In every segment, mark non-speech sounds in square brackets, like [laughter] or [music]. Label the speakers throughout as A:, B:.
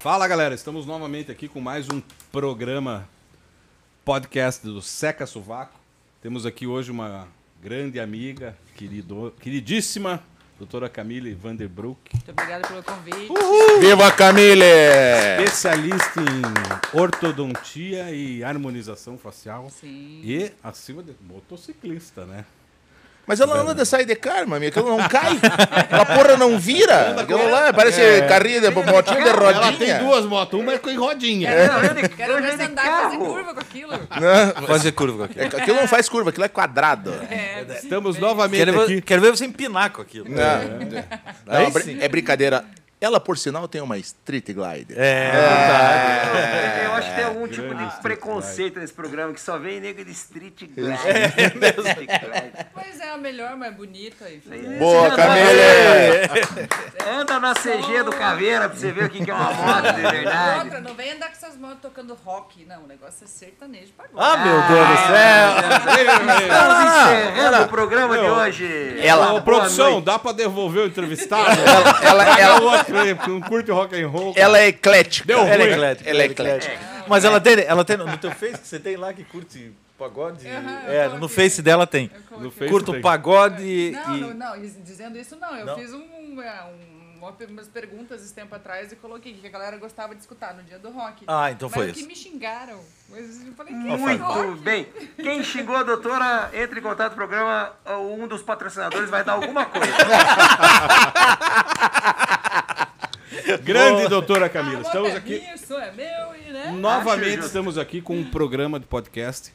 A: Fala galera, estamos novamente aqui com mais um programa podcast do Seca Sovaco. Temos aqui hoje uma grande amiga, querido, queridíssima, doutora Camille Vanderbroek,
B: Muito obrigada pelo convite.
C: Viva Camille!
A: especialista em ortodontia e harmonização facial.
B: Sim.
A: E, acima de motociclista, né?
C: Mas ela anda de sair de karma, minha, que ela não cai. Ela porra não vira. Aquilo lá parece
A: É.
C: carrinho de motinho de rodinha.
D: Ela tem duas motos, uma é com rodinha.
B: Quero ver você andar e fazer curva com aquilo.
E: Fazer curva com
C: É,
E: aquilo.
C: aquilo não faz curva, aquilo é quadrado.
B: É,
A: Estamos novamente
E: Quero, ver-
A: aqui.
E: quero ver você empinar com aquilo.
C: Não, Né? não,
E: Aí
C: é brin-
E: sim.
C: é brincadeira. Ela, por sinal, tem uma street glide.
F: É, eu acho que tem algum tipo de preconceito nesse programa que só vem nega de street glide. Street glide.
B: Pois é, a melhor, mas bonita. enfim.
C: Boa, Camille!
F: Anda na CG do Caveira pra você ver o que que é uma moto de verdade.
B: Outra, não vem andar com essas motos tocando rock, não. O negócio é sertanejo pagode.
E: Ah, meu Deus do céu!
F: Estamos encerrando o programa de hoje.
C: [laughs] Ela-
A: Ô,
F: Boa
A: produção,
F: noite.
A: dá pra devolver o entrevistado? Um
C: Ela,
A: [laughs]
C: ela,
A: Ela não curte rock and roll.
C: ela é eclética.
A: Deu ruim.
C: ela
E: Ela
C: é
E: é
C: eclética.
E: eclética. Mas ela tem, ela tem. No teu Face que você tem lá que curte pagode.
B: Aham, eu
E: é,
B: coloquei.
E: no Face dela tem.
C: é
A: No
B: Coloquei.
A: Face
E: Curto
A: tem.
E: pagode
B: Não,
E: e.
B: não, não, is- dizendo isso não. Eu
E: Não?
B: fiz um, é, um- uma pe- umas perguntas esse tempo atrás e coloquei que a galera gostava de escutar no dia do rock.
E: Ah, então
B: Mas
E: foi
B: o que
E: isso. Ah,
B: me xingaram. Mas eu falei, que
F: Muito
B: rock?
F: bem. Quem xingou a doutora, entre em contato com o programa. Um dos patrocinadores vai dar alguma coisa.
A: Grande doutora Camila,
B: Ah,
A: estamos
B: é
A: aqui.
B: Minha, isso é meu e né?
F: Acho
A: Novamente
F: justo.
A: estamos aqui com um programa de podcast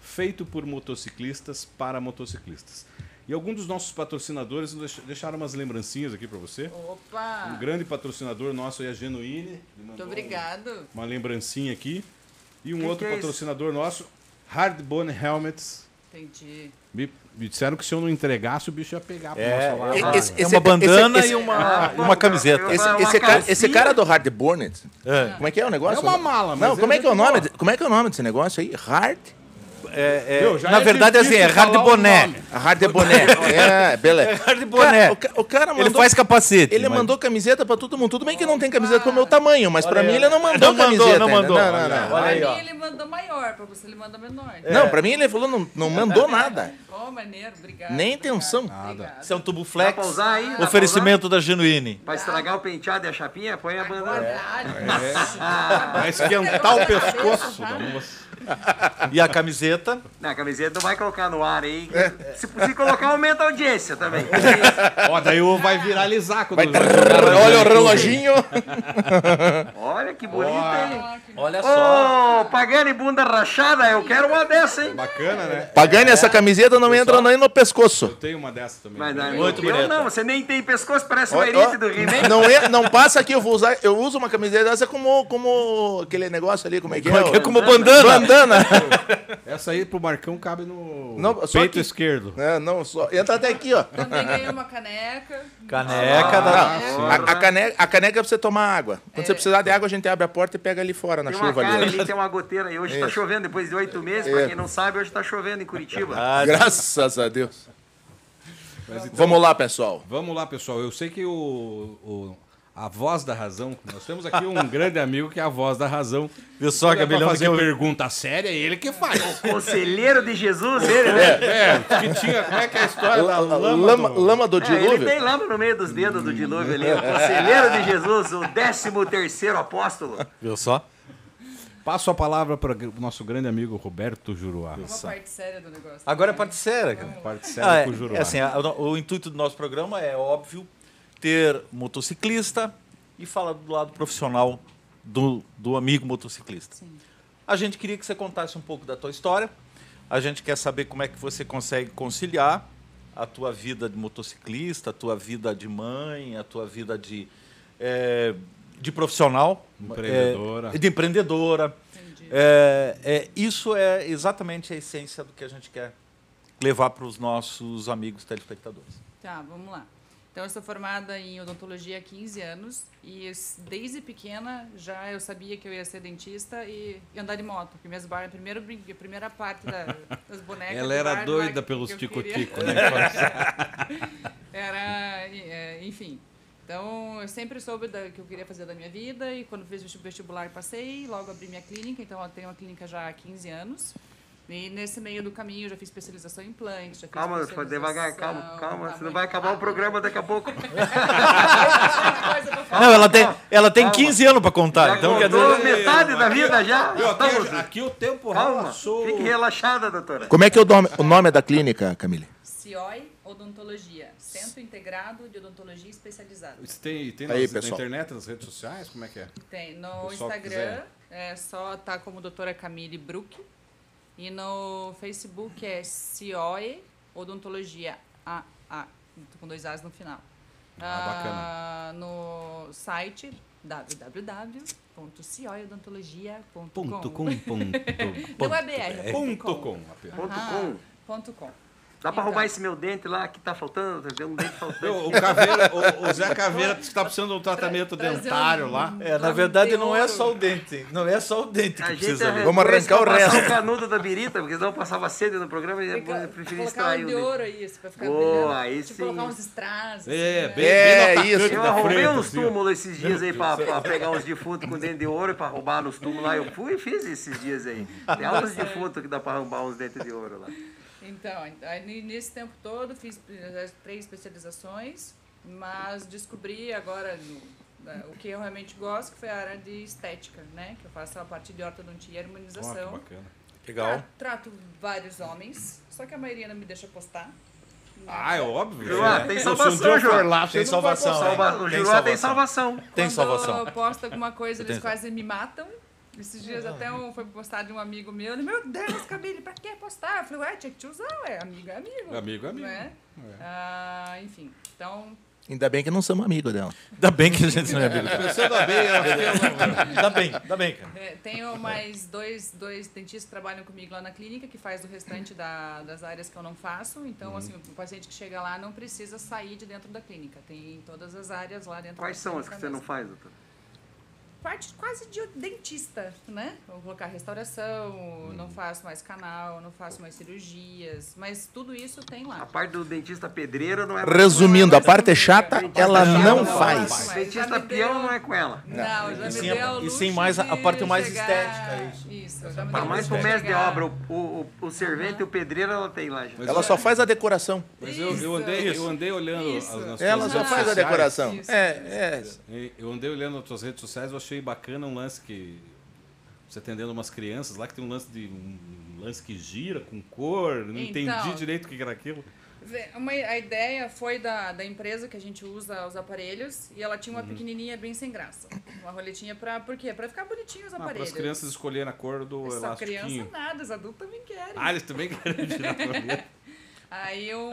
A: feito por motociclistas para motociclistas. E alguns dos nossos patrocinadores nos deix- deixaram umas lembrancinhas aqui para você.
B: Opa!
A: Um grande patrocinador nosso é a Genuine. ele mandou um,
B: Muito obrigado.
A: Uma lembrancinha aqui. E um
F: Que
A: outro
F: que é isso?
A: patrocinador nosso, Hardbone Helmets.
B: Entendi.
A: Me, me disseram que se eu não entregasse, o bicho ia pegar pra
E: É,
A: nossa
C: é-
A: lá.
C: esse-
E: é uma bandana e uma,
F: Ah,
E: e É uma camiseta.
F: eu-
C: Esse,
F: Uma
C: esse cara, esse
F: calcinha.
C: cara do Hard Bonnet,
E: É.
C: como é que é o negócio?
A: É uma mala, mas
C: Não, como é,
A: é
C: que é o
A: muito
C: nome?
A: bom.
C: de- Como é que é o nome desse negócio aí? Hard?
E: É, é,
A: Meu, já
E: na
A: é
E: verdade, assim,
A: difícil
E: é hard
A: falar o
E: boné.
A: nome.
C: Hard Bonnet. é, beleza.
E: Hard boné.
C: Cara, o ca- o, cara mandou,
E: Ele faz capacete.
C: ele
E: mas-
C: mandou camiseta pra todo mundo. Tudo bem que não tem camiseta pro meu tamanho, mas pra
E: Olha
C: mim
E: aí.
C: ele não mandou
E: Não mandou,
C: camiseta.
E: não
C: ainda.
E: mandou.
C: Não, não, não.
E: Olha
B: Pra
E: aí,
B: mim
E: ó. É.
B: ele mandou maior, pra você ele manda menor.
C: Não, pra mim ele falou, não, não mandou nada.
B: Ó, maneiro, obrigado.
C: Nem
B: obrigado,
C: intenção.
B: Obrigado.
E: Isso é um tubo
F: Dá
E: flex.
F: pra usar aí? Dá pra
E: Oferecimento da Genuine.
F: usar? Pra estragar o penteado e a chapinha, põe a bandana.
B: Ah,
A: É. Vai esquentar o pescoço
B: tá?
A: né? da moça.
E: E a camiseta.
F: Não, a camiseta não vai colocar no ar aí.
C: É.
F: Se, se colocar, aumenta a audiência também.
A: Ó, daí o vai viralizar quando vai
C: Olha o reloginho.
F: Olha que bonita, hein?
E: Olha
F: Ô, Pagani bunda rachada, eu quero uma dessa, hein?
A: Bacana, né?
C: Pagani, essa camiseta não entra nem no pescoço.
A: Tem uma dessa também.
F: Mas não,
E: Muito
F: eu
E: bonita.
F: não, você nem tem pescoço, parece
C: Ó,
F: o
C: ó,
F: Erite do He-Man.
C: Não, é, não passa aqui, eu vou usar. Eu uso uma camiseta dessa como, como aquele negócio ali, como é que é?
E: É como
C: O-
E: bandana.
C: Bandana.
A: Essa aí pro Marcão cabe no
C: Não, só
A: peito
C: que-
A: esquerdo.
C: É, não, só. Entra até aqui, ó.
B: Também ganhei uma caneca.
E: Caneca da.
C: A, a caneca, a caneca é pra você tomar água. Quando você precisar de água, a gente abre a porta e pega ali fora, na
F: Tem uma
C: chuva
F: cara
C: ali. É.
F: ali, tem uma goteira aí. Hoje tá chovendo, depois de oito meses, pra quem não sabe, hoje tá chovendo em Curitiba.
C: Ah. Graças a Deus. Vamos lá, pessoal.
A: Vamos lá, pessoal. Eu sei que o, o- a voz da razão. Nós temos aqui [laughs] um grande amigo que é a voz da razão.
E: Viu só,
A: Quando é pra
E: Gabilhão?
A: fazer pergunta séria, é ele que faz.
F: Conselheiro de Jesus, ele, né?
A: é, que tinha. Como é que é a história da
C: Lama,
A: lama?
C: lama,
A: do-
C: do
F: É, ele
C: dilúvio?
F: tem lama no meio dos dedos do
C: [laughs]
F: dilúvio ali, o conselheiro de Jesus, o décimo terceiro apóstolo.
E: Viu só?
A: Passo a palavra para o nosso grande amigo Roberto Juruá.
B: Uma parte séria do negócio.
E: Agora é parte séria, cara.
A: Parte
E: Ah,
A: séria
E: é,
A: com o Juruá.
E: é assim, a- o, o intuito do nosso programa é óbvio ter motociclista e falar do lado profissional do, do amigo motociclista. A gente queria que você contasse um pouco da tua história. A gente quer saber como é que você consegue conciliar a tua vida de motociclista, a tua vida de mãe, a tua vida de, eh, de profissional.
A: Empreendedora.
E: eh, de empreendedora. Eh, eh, isso é exatamente a essência do que a gente quer levar para os nossos amigos telespectadores.
B: Tá, vamos lá. Então, eu sou formada em odontologia há 15 anos e s- desde pequena já eu sabia que eu ia ser dentista e e andar de moto, porque minhas bar, primeiro, brin- a primeira parte da- das bonecas.
A: Ela
B: do
A: era
B: bar lá
A: doida né?
B: que-
A: pelos
B: que eu queria.
A: tico-tico, né?
B: Era, é, enfim. Então, eu sempre soube da, que eu queria fazer da minha vida e quando fiz o vestibular passei, logo abri minha clínica, então eu tenho uma clínica já há 15 anos. E nesse meio do caminho eu já fiz especialização em implantes, já fiz
F: Calma,
B: especialização-
F: devagar, calma, calma.
B: Ah,
F: Você não vai acabar
B: [laughs]
F: o programa daqui
A: [laughs]
F: a pouco.
B: muita coisa pra falar.
E: Não, ela tem, ela tem
F: Calma.
E: 15 anos pra contar,
F: Já
E: então quer
F: contou
E: dizer...
F: metade da vida já.
A: Viu, aqui,
F: Estamos-
A: aqui o tempo
F: Calma,
A: passou.
F: fique relaxada, doutora.
C: Como é que é o nome, o nome é da clínica, Camille?
B: CIOI Odontologia, Centro Integrado de Odontologia Especializada.
A: Isso tem, tem
C: Aí,
A: nas- na
C: pessoal.
A: internet, nas redes sociais? Como é que é?
B: Tem no
A: Pessoal que
B: Instagram, é só tá como doutora Camille Brook. E no Facebook é CIOE Odontologia AA, com dois As no final.
A: Ah,
B: Ah, no site
A: Ponto
B: www.cioeodontologia.com.
A: com, ponto,
B: Não é BR,
A: ponto com. apenas.
F: Ponto
B: Ah,
F: com.
B: ponto com.
F: Dá pra
B: Então.
F: arrumar esse meu dente lá que tá faltando? Tem um dente faltando.
A: Meu, o, Caveira, o, o Zé Caveira disse que tá precisando de um tratamento
B: Trazer um-
A: dentário lá.
E: É, na verdade não é só o dente, não é só o dente que
F: A gente é
E: precisa ver.
F: arrancou
C: Vamos arrancar
F: esse pra
C: o
F: passar
C: resto.
F: o canudo da birita, porque senão eu passava sede no programa e é eu
B: Fica-
F: preferi
B: colocar
F: extrair
B: um
F: o
B: de
F: dente.
B: ouro aí, isso, pra ficar
F: Boa,
B: brilhando.
F: aí
B: Tipo, colocar
F: sim.
B: uns strass.
A: É,
B: assim,
A: bem,
B: né?
C: É,
A: bem no atacante
C: isso.
F: Eu
A: da
F: arrumei
A: frente,
F: uns
A: assim, ó.
F: túmulos esses dias aí pra, pra pegar uns defuntos com dente de ouro pra roubar nos túmulos lá. Eu fui e fiz esses dias aí.
B: [laughs]
F: Tem alguns
B: É.
F: defuntos que dá pra arrumar uns dentes de ouro lá.
B: Então, aí ni- nesse tempo todo fiz eh, três especializações, mas descobri agora no- eh, o que eu realmente gosto, que foi a área de estética, né? Que eu faço a parte de ortodontia e
A: Ó, que
B: harmonização.
A: bacana.
E: Legal.
B: Tra- trato vários homens, só que a maioria não me deixa postar.
A: Ah, é óbvio.
F: Juruá,
A: né?
F: tem
A: Pô, se um
F: salvação,
A: dia eu for
F: Juruá.
A: lá,
E: Tem
A: você não vai
E: salvação,
A: passar.
E: hein?
F: Salva... O
E: Tem
F: Juruá tem
E: salvação.
F: salvação.
E: Tem
B: Quando
E: salvação.
B: eu posto alguma coisa, eles
E: Tem
B: quase me matam. Esses dias até um, foi postar de um amigo meu, ele, meu Deus, Camille, pra que postar? Eu falei, ué, tinha que te usar, ué, amigo é amigo.
A: Amigo é amigo.
B: Né? Ah, enfim, então
C: Ainda bem que não somos amigos dela.
E: Ainda bem que a gente não é amigo.
A: Pensando bem,
E: Ainda bem, ainda bem, cara.
B: É, Tenho mais dois, dois dentistas que trabalham comigo lá na clínica, que faz o restante da- das áreas que eu não faço. Então, assim, o paciente que chega lá não precisa sair de dentro da clínica. Tem todas as áreas lá dentro
F: Quais
B: da
F: são as
B: clínica
F: que você não
B: mesmo.
F: faz, doutor?
B: Parte quase de dentista, né? Vou colocar restauração, não faço mais canal, não faço mais cirurgias. Mas tudo isso tem
F: A
B: lá.
F: parte do dentista pedreiro não é...
C: Resumindo, a parte é chata, ela
F: Dentista
C: não
F: peão,
C: faz.
B: faz. Já
F: Dentista
B: me
F: peão
B: deu-
F: não é com ela.
B: Não, já
E: E
B: me
E: sim a-
B: deu ao
E: e sim
B: luxo
E: mais a- a
B: de
E: parte mais
B: chegar-
E: estética,
B: Isso, já me
F: Para
B: deu luxo
F: mais pro mestre de
B: chegar-
F: obra, o, o, o, o servente e o pedreiro ela tem lá já.
C: Ela só faz a decoração.
A: Mas eu, eu, andei, eu andei olhando
B: Isso.
A: as nas
C: Ela
A: tuas
C: só
A: redes
C: faz a
A: sociais.
C: decoração.
B: Isso.
C: É, é.
A: E Eu andei olhando as tuas redes sociais, eu achei bacana um lance que. Você atendendo umas crianças lá que tem um lance de. um lance que gira com cor. Não
B: Então.
A: entendi direito o que era aquilo. Ah,
B: Vê, uma- a ideia foi da, da empresa que a gente usa os aparelhos e ela tinha uma pequenininha bem sem graça. Uma roletinha pra. Por quê? Pra ficar bonitinho os
A: Ah, para
B: aparelhos.
A: as crianças escolherem a cor do
B: Só criança
A: elastiquinho.
B: nada, os adultos também querem.
A: Ah, eles também querem [laughs] girar a bolinha.
B: Aí eu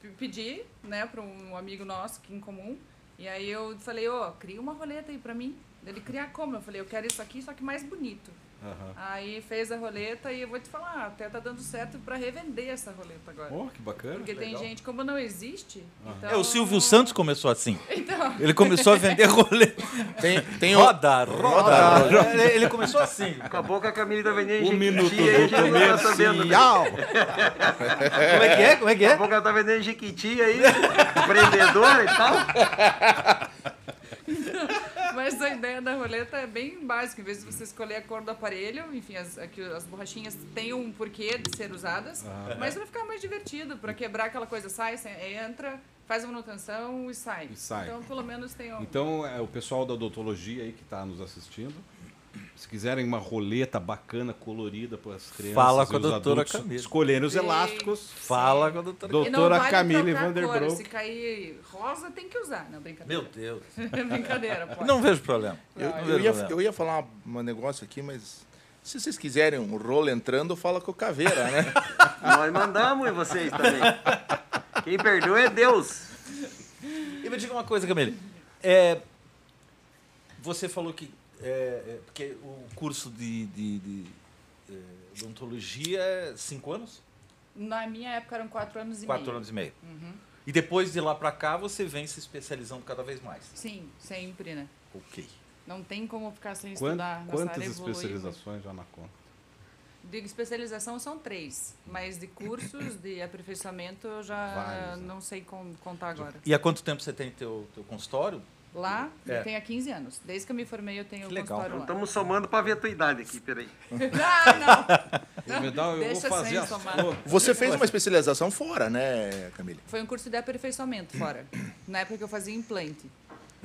B: p- pedi, né, pra um amigo nosso que em comum. E aí eu falei, ô, cria uma roleta aí pra mim. Ele criar como? Eu falei, eu quero isso aqui, só que mais bonito.
A: Aham.
B: Aí fez a roleta e eu vou te falar, até tá dando certo pra revender essa roleta agora.
A: Oh, que bacana.
B: Porque tem gente, como não existe. Então,
E: É, o Silvio Santos começou assim.
B: [laughs] Então.
E: Ele começou a vender rolê.
C: Tem, tem o,
E: Roda, roda, roda. Ele- Ele começou assim.
C: Uhum.
F: Acabou com a Camille da vendendo
A: Um
F: Jequiti,
A: minuto
F: aí
A: do
F: já não tá sabendo. né?
A: comercial.
E: Como é que é? Como é que
F: Daqui a
E: é?
F: pouco ela tá vendendo Jequiti aí, empreendedora e tal.
B: Mas a ideia da roleta é bem básica. Em vez de você escolher a cor do aparelho, enfim, as, aqui, as borrachinhas têm um porquê de ser usadas,
A: Ah.
B: mas vai ficar mais divertido para quebrar aquela coisa, sai, sai, entra, faz a manutenção e sai.
A: E sai.
B: Então, pelo menos tem um.
A: Então, é, o pessoal da odontologia aí que está nos assistindo, se quiserem uma roleta bacana, colorida para as crianças
E: Fala
A: e
E: com a
A: os
E: doutora
A: adultos
E: Camille.
A: escolherem os elásticos.
E: Fala com a doutora.
B: E não
A: Doutora
B: vale
A: Camille
B: trocar cor.
A: Vanderbroek.
B: Se cair rosa, tem que usar. Não,
E: Meu
B: brincadeira.
E: Deus.
B: [laughs]
E: Ah,
B: brincadeira, pode.
E: Não vejo problema.
C: Eu,
E: Não
C: eu
E: vejo
C: ia,
E: problema.
C: eu ia falar um negócio aqui, mas se vocês quiserem um rolo entrando, fala com o Caveira, né?
F: Nós mandamos em vocês também. Quem perdoa é Deus.
E: E me diga uma coisa, Camille. É, você falou que. é, é, porque o curso de, de, de, é, odontologia é cinco anos?
B: Na minha época eram quatro anos e
E: Quatro
B: meio.
E: anos e meio. Uhum. E depois de lá pra cá, você vem se especializando cada vez mais.
B: Sim, sempre, né?
E: Ok.
B: Não tem como ficar sem
A: Quan-
B: estudar. nessa
A: quantas
B: área evoluir.
A: especializações já na conta?
B: De especialização são três, mas de cursos, de aperfeiçoamento, eu já
A: Vários, né?
B: não sei con- contar agora.
E: E há quanto tempo você tem teu, teu consultório?
B: Lá,
E: É.
B: eu tenho há 15 anos. Desde que eu me formei, eu tenho
E: Que legal.
B: consultório lá.
F: Estamos somando para ver a tua idade aqui, peraí.
B: [laughs] ah, não!
A: Eu, eu
B: Deixa
A: vou fazer
B: sem
A: as
B: somar.
A: contas.
C: Você fez uma especialização fora, né, Camille?
B: Foi um curso de aperfeiçoamento fora. Na época que eu fazia implante.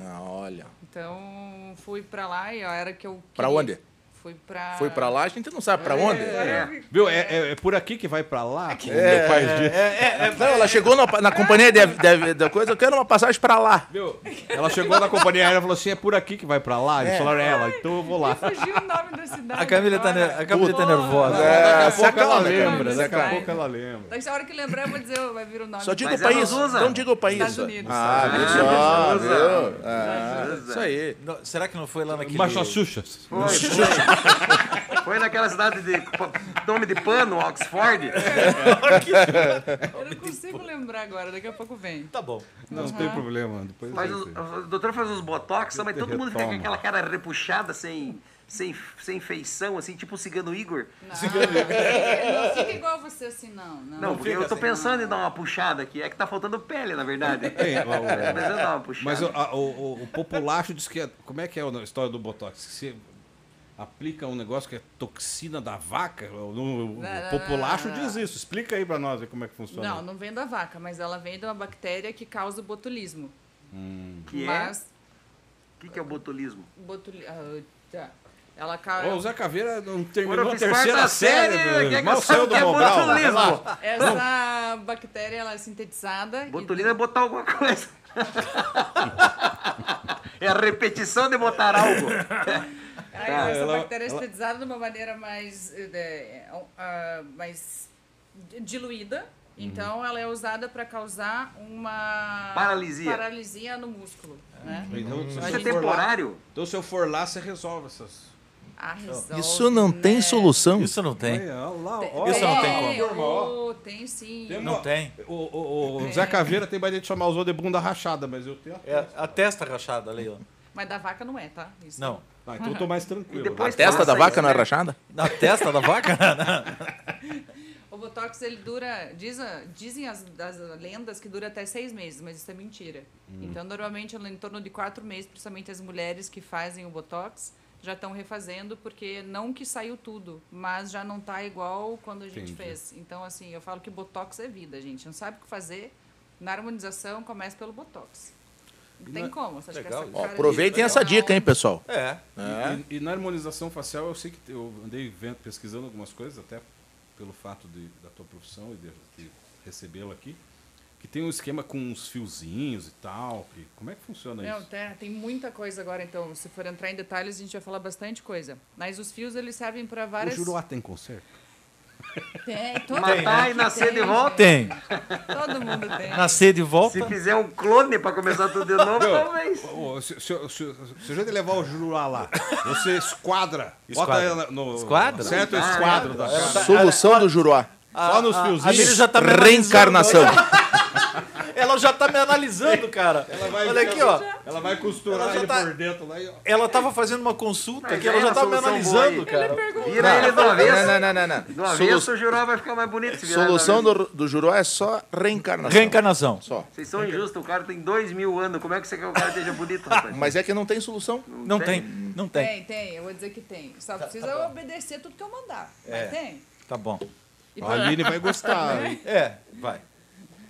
C: Ah, olha.
B: Então, fui pra lá e a era que eu.
C: Pra
B: queria.
C: onde?
B: Fui pra.
C: Foi pra lá, a gente não sabe pra onde.
F: É.
A: Viu? É, é- é por aqui que vai pra lá? como
E: É.
A: meu pai diz.
C: É, Não, ela chegou na, na companhia de- de- da coisa, eu quero uma passagem pra lá.
A: Viu? Ela chegou na companhia aérea e falou assim: é por aqui que vai pra lá? Eles falaram, é ela, então eu vou lá.
B: Fugiu o nome da cidade.
E: tá
B: agora.
E: nervosa.
C: É,
A: Daqui a pouco ela
C: sacana, cara.
A: lembra, daqui a
B: Vai.
A: pouco ela lembra.
B: Daqui a hora que lembrar, eu vou dizer, vai vir o nome.
C: Só diga
F: Mas
C: o
F: ela
C: país.
F: usa.
C: Não diga o país.
B: é Estados Unidos.
C: Ah, viu
F: Ah,
C: só,
F: usa.
C: viu? Ah,
F: Usa.
C: Isso aí.
E: Não, será que não foi lá naquele...
A: Massachusetts.
F: Foi, foi. Foi naquela cidade de pa- nome de pano,
A: É,
F: Oxford.
B: Eu não consigo lembrar agora, daqui a pouco vem.
E: Tá bom.
A: Não, não tem problema. Depois
F: Faz
A: eu
F: os,
A: sei.
F: o doutor faz uns botox, mas todo mundo fica com
A: Retoma.
F: aquela cara repuxada, sem, sem, sem feição, assim, tipo o cigano Igor.
B: Não, não fica igual você assim, não. Não, assim.
F: Não, porque eu tô pensando em dar uma puxada aqui. É que tá faltando pele, na verdade. [laughs]
A: Tem, ó, o-
F: Mas eu dar uma puxada.
A: Mas o, a- o, o- o populacho diz que é. Como é que é a história do Botox? Que Você aplica um negócio que é toxina da vaca? O, o- o
B: não,
A: populacho
B: não, não.
A: diz isso. Explica aí pra nós aí como é que funciona.
B: Não, não vem da vaca, mas ela vem de uma bactéria que causa o botulismo.
F: que é?
B: mas
F: O que, que é o botulismo?
B: botuli... ah, tá. ela causa.
A: Ô, o Zé Caveira não
F: Agora eu
A: terminou a
F: fiz
A: terceira
F: quarta
A: série,
F: quem é
A: velho.
F: que
A: mal
F: sabe
A: saiu
F: o
A: do
F: que é
A: Mobral. né?
F: botulismo?
B: Essa bactéria ela é sintetizada. e-
F: Botulismo é botar alguma coisa. [laughs] é a repetição de botar algo. é
B: Aí,
F: Tá.
B: essa
A: Ela-
B: bactéria é sintetizada de uma maneira mais, eh, de- ah, mais di- diluída. Então, ela é usada para causar uma
F: Paralisia.
B: paralisia no músculo. Né?
A: Então, se
F: Isso é
A: eu for lá,
F: temporário.
A: então, se eu for lá, você resolve essas.
B: Ah, resolve,
C: Isso não tem
B: né?
C: solução.
E: Isso não tem.
A: Olha lá,
B: Tem-
A: olha
E: Isso não
A: lá,
E: tem como.
A: turma, ó.
B: oh, tem sim.
A: Tem um
E: Não
A: uma-
E: tem.
A: O, o- o Zé Caveira tem mania de chamar os outros de bunda rachada, mas eu tenho.
E: É a testa rachada ali, ó.
B: Mas da vaca não é, tá? Isso.
E: Não.
A: Ah, então eu tô mais tranquilo.
F: E depois-
C: A testa da
F: Nossa,
C: vaca
F: isso
C: não é
F: é-
C: rachada?
E: Na testa da vaca?
B: O Botox, ele dura... Diz, a- dizem as, as lendas que dura até seis meses, mas isso é mentira.
C: Hum.
B: Então, normalmente, em torno de quatro meses, principalmente as mulheres que fazem o Botox, já estão refazendo, porque não que saiu tudo, mas já não tá igual quando a gente
A: Entendi.
B: fez. Então, assim, eu falo que Botox é vida, gente. Não sabe o que fazer. Na harmonização, começa pelo Botox. Não tem como. Você acha que
E: Legal
B: essa
E: isso.
C: é Ó,
B: cara de-
C: aproveitem essa
B: Não.
C: dica, hein, pessoal.
E: É.
A: E, e na harmonização facial, eu sei que eu andei vendo, pesquisando algumas coisas, até pelo fato de, da tua profissão e de, de recebê-la aqui, que tem um esquema com uns fiozinhos e tal. Que, como é que funciona
B: Não,
A: isso?
B: tá, tem muita coisa agora, então. Se for entrar em detalhes, a gente vai falar bastante coisa. Mas os fios, eles servem para
A: O
B: várias...
A: Juruá tem conserto?
B: Tem, todo
F: Matar
B: mundo
F: e nascer
B: tem,
F: de volta.
E: Tem.
B: Todo mundo tem.
E: Nascer de volta.
F: Se fizer um clone pra
C: [laughs]
F: começar tudo de novo, talvez.
A: Ô, ô, se, se, se, se a gente levar o Juruá lá, você esquadra. tá Bota
E: Esquadra.
A: ela no.
E: Esquadra?
A: Certo? Esquadro da cara.
C: Solução do Juruá.
A: Só nos
E: A Miri
A: fiozinhos.
E: já tá me
C: Reencarnação.
E: analisando. Ela já tá me analisando, cara.
A: Ela vai,
E: Olha aqui, ó.
A: Ela vai costurar
E: Ela já
A: ele
E: tá-
A: por dentro lá e ó.
E: Ela tava fazendo uma consulta
F: Mas
E: aqui, ela
F: aí
E: já
F: a
E: tava me
F: solução boa
E: analisando,
F: aí.
E: cara.
F: Vira ele do avesso.
C: Não, não, não, não.
F: Do
C: não.
F: avesso,
C: Solu-
F: o Juró vai ficar mais bonito se virar
C: Solução
F: do avesso.
C: do, do Juruá é só reencarnação.
E: Reencarnação.
C: Só.
F: Vocês são injustos, o cara tem dois mil anos. Como é que você quer que o cara esteja bonito,
C: [laughs]
F: rapaz?
C: Mas é que não tem solução.
E: Não tem, não tem.
B: Tem, tem. Eu vou dizer que tem. Só precisa obedecer tudo que eu mandar.
E: É.
B: Mas tem.
E: Tá bom.
B: E
A: Então, A Aline vai gostar. hein?
E: É, vai.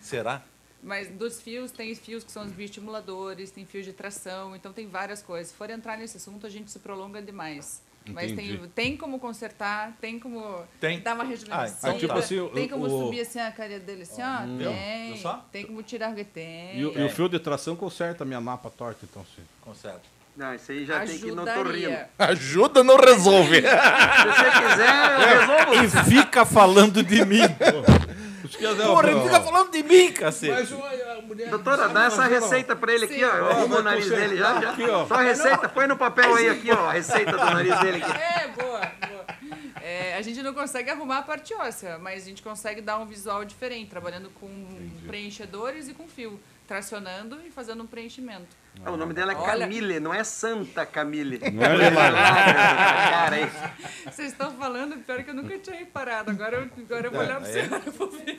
E: Será?
B: Mas dos fios, tem fios que são os bioestimuladores, tem fios de tração, então tem várias coisas. Se for entrar nesse assunto, a gente se prolonga demais. Mas tem,
A: Entendi.
B: tem como consertar, tem como
E: Tem?
B: dar uma
E: Ah,
B: rejuvenescida,
E: então tá.
A: Tipo assim,
B: tem
A: o-
B: como
A: o-
B: subir assim a cara dele assim, ó,
E: viu?
B: tem,
E: Viu só?
B: tem como tirar, tem.
A: E, o- e o fio de tração conserta a minha napa torta, então, sim.
E: Conserto.
F: Não, isso aí já tem que ir no torrino.
B: Ajudaria.
C: Ajuda não [laughs] resolve.
F: Se você quiser, eu resolvo.
E: E fica falando de mim. Porra, ele fica falando de mim, cacete.
F: Doutora, dá essa receita pra ele aqui, ó. Eu arrumo o nariz dele já, já.
A: ó.
F: Só a receita, põe no papel aí aqui, ó. A receita do nariz dele aqui.
B: [laughs] É, boa, boa. É, a gente não consegue arrumar a parte óssea, mas a gente consegue dar um visual diferente, trabalhando com preenchedores e com fio, tracionando e fazendo um preenchimento.
F: Ah, o nome dela é
B: Olha.
F: Camille, não é Santa Camille.
A: Olha lá.
F: Cara, hein?
B: Vocês estão falando, pior que eu nunca tinha reparado. Agora eu, agora eu vou olhar para você.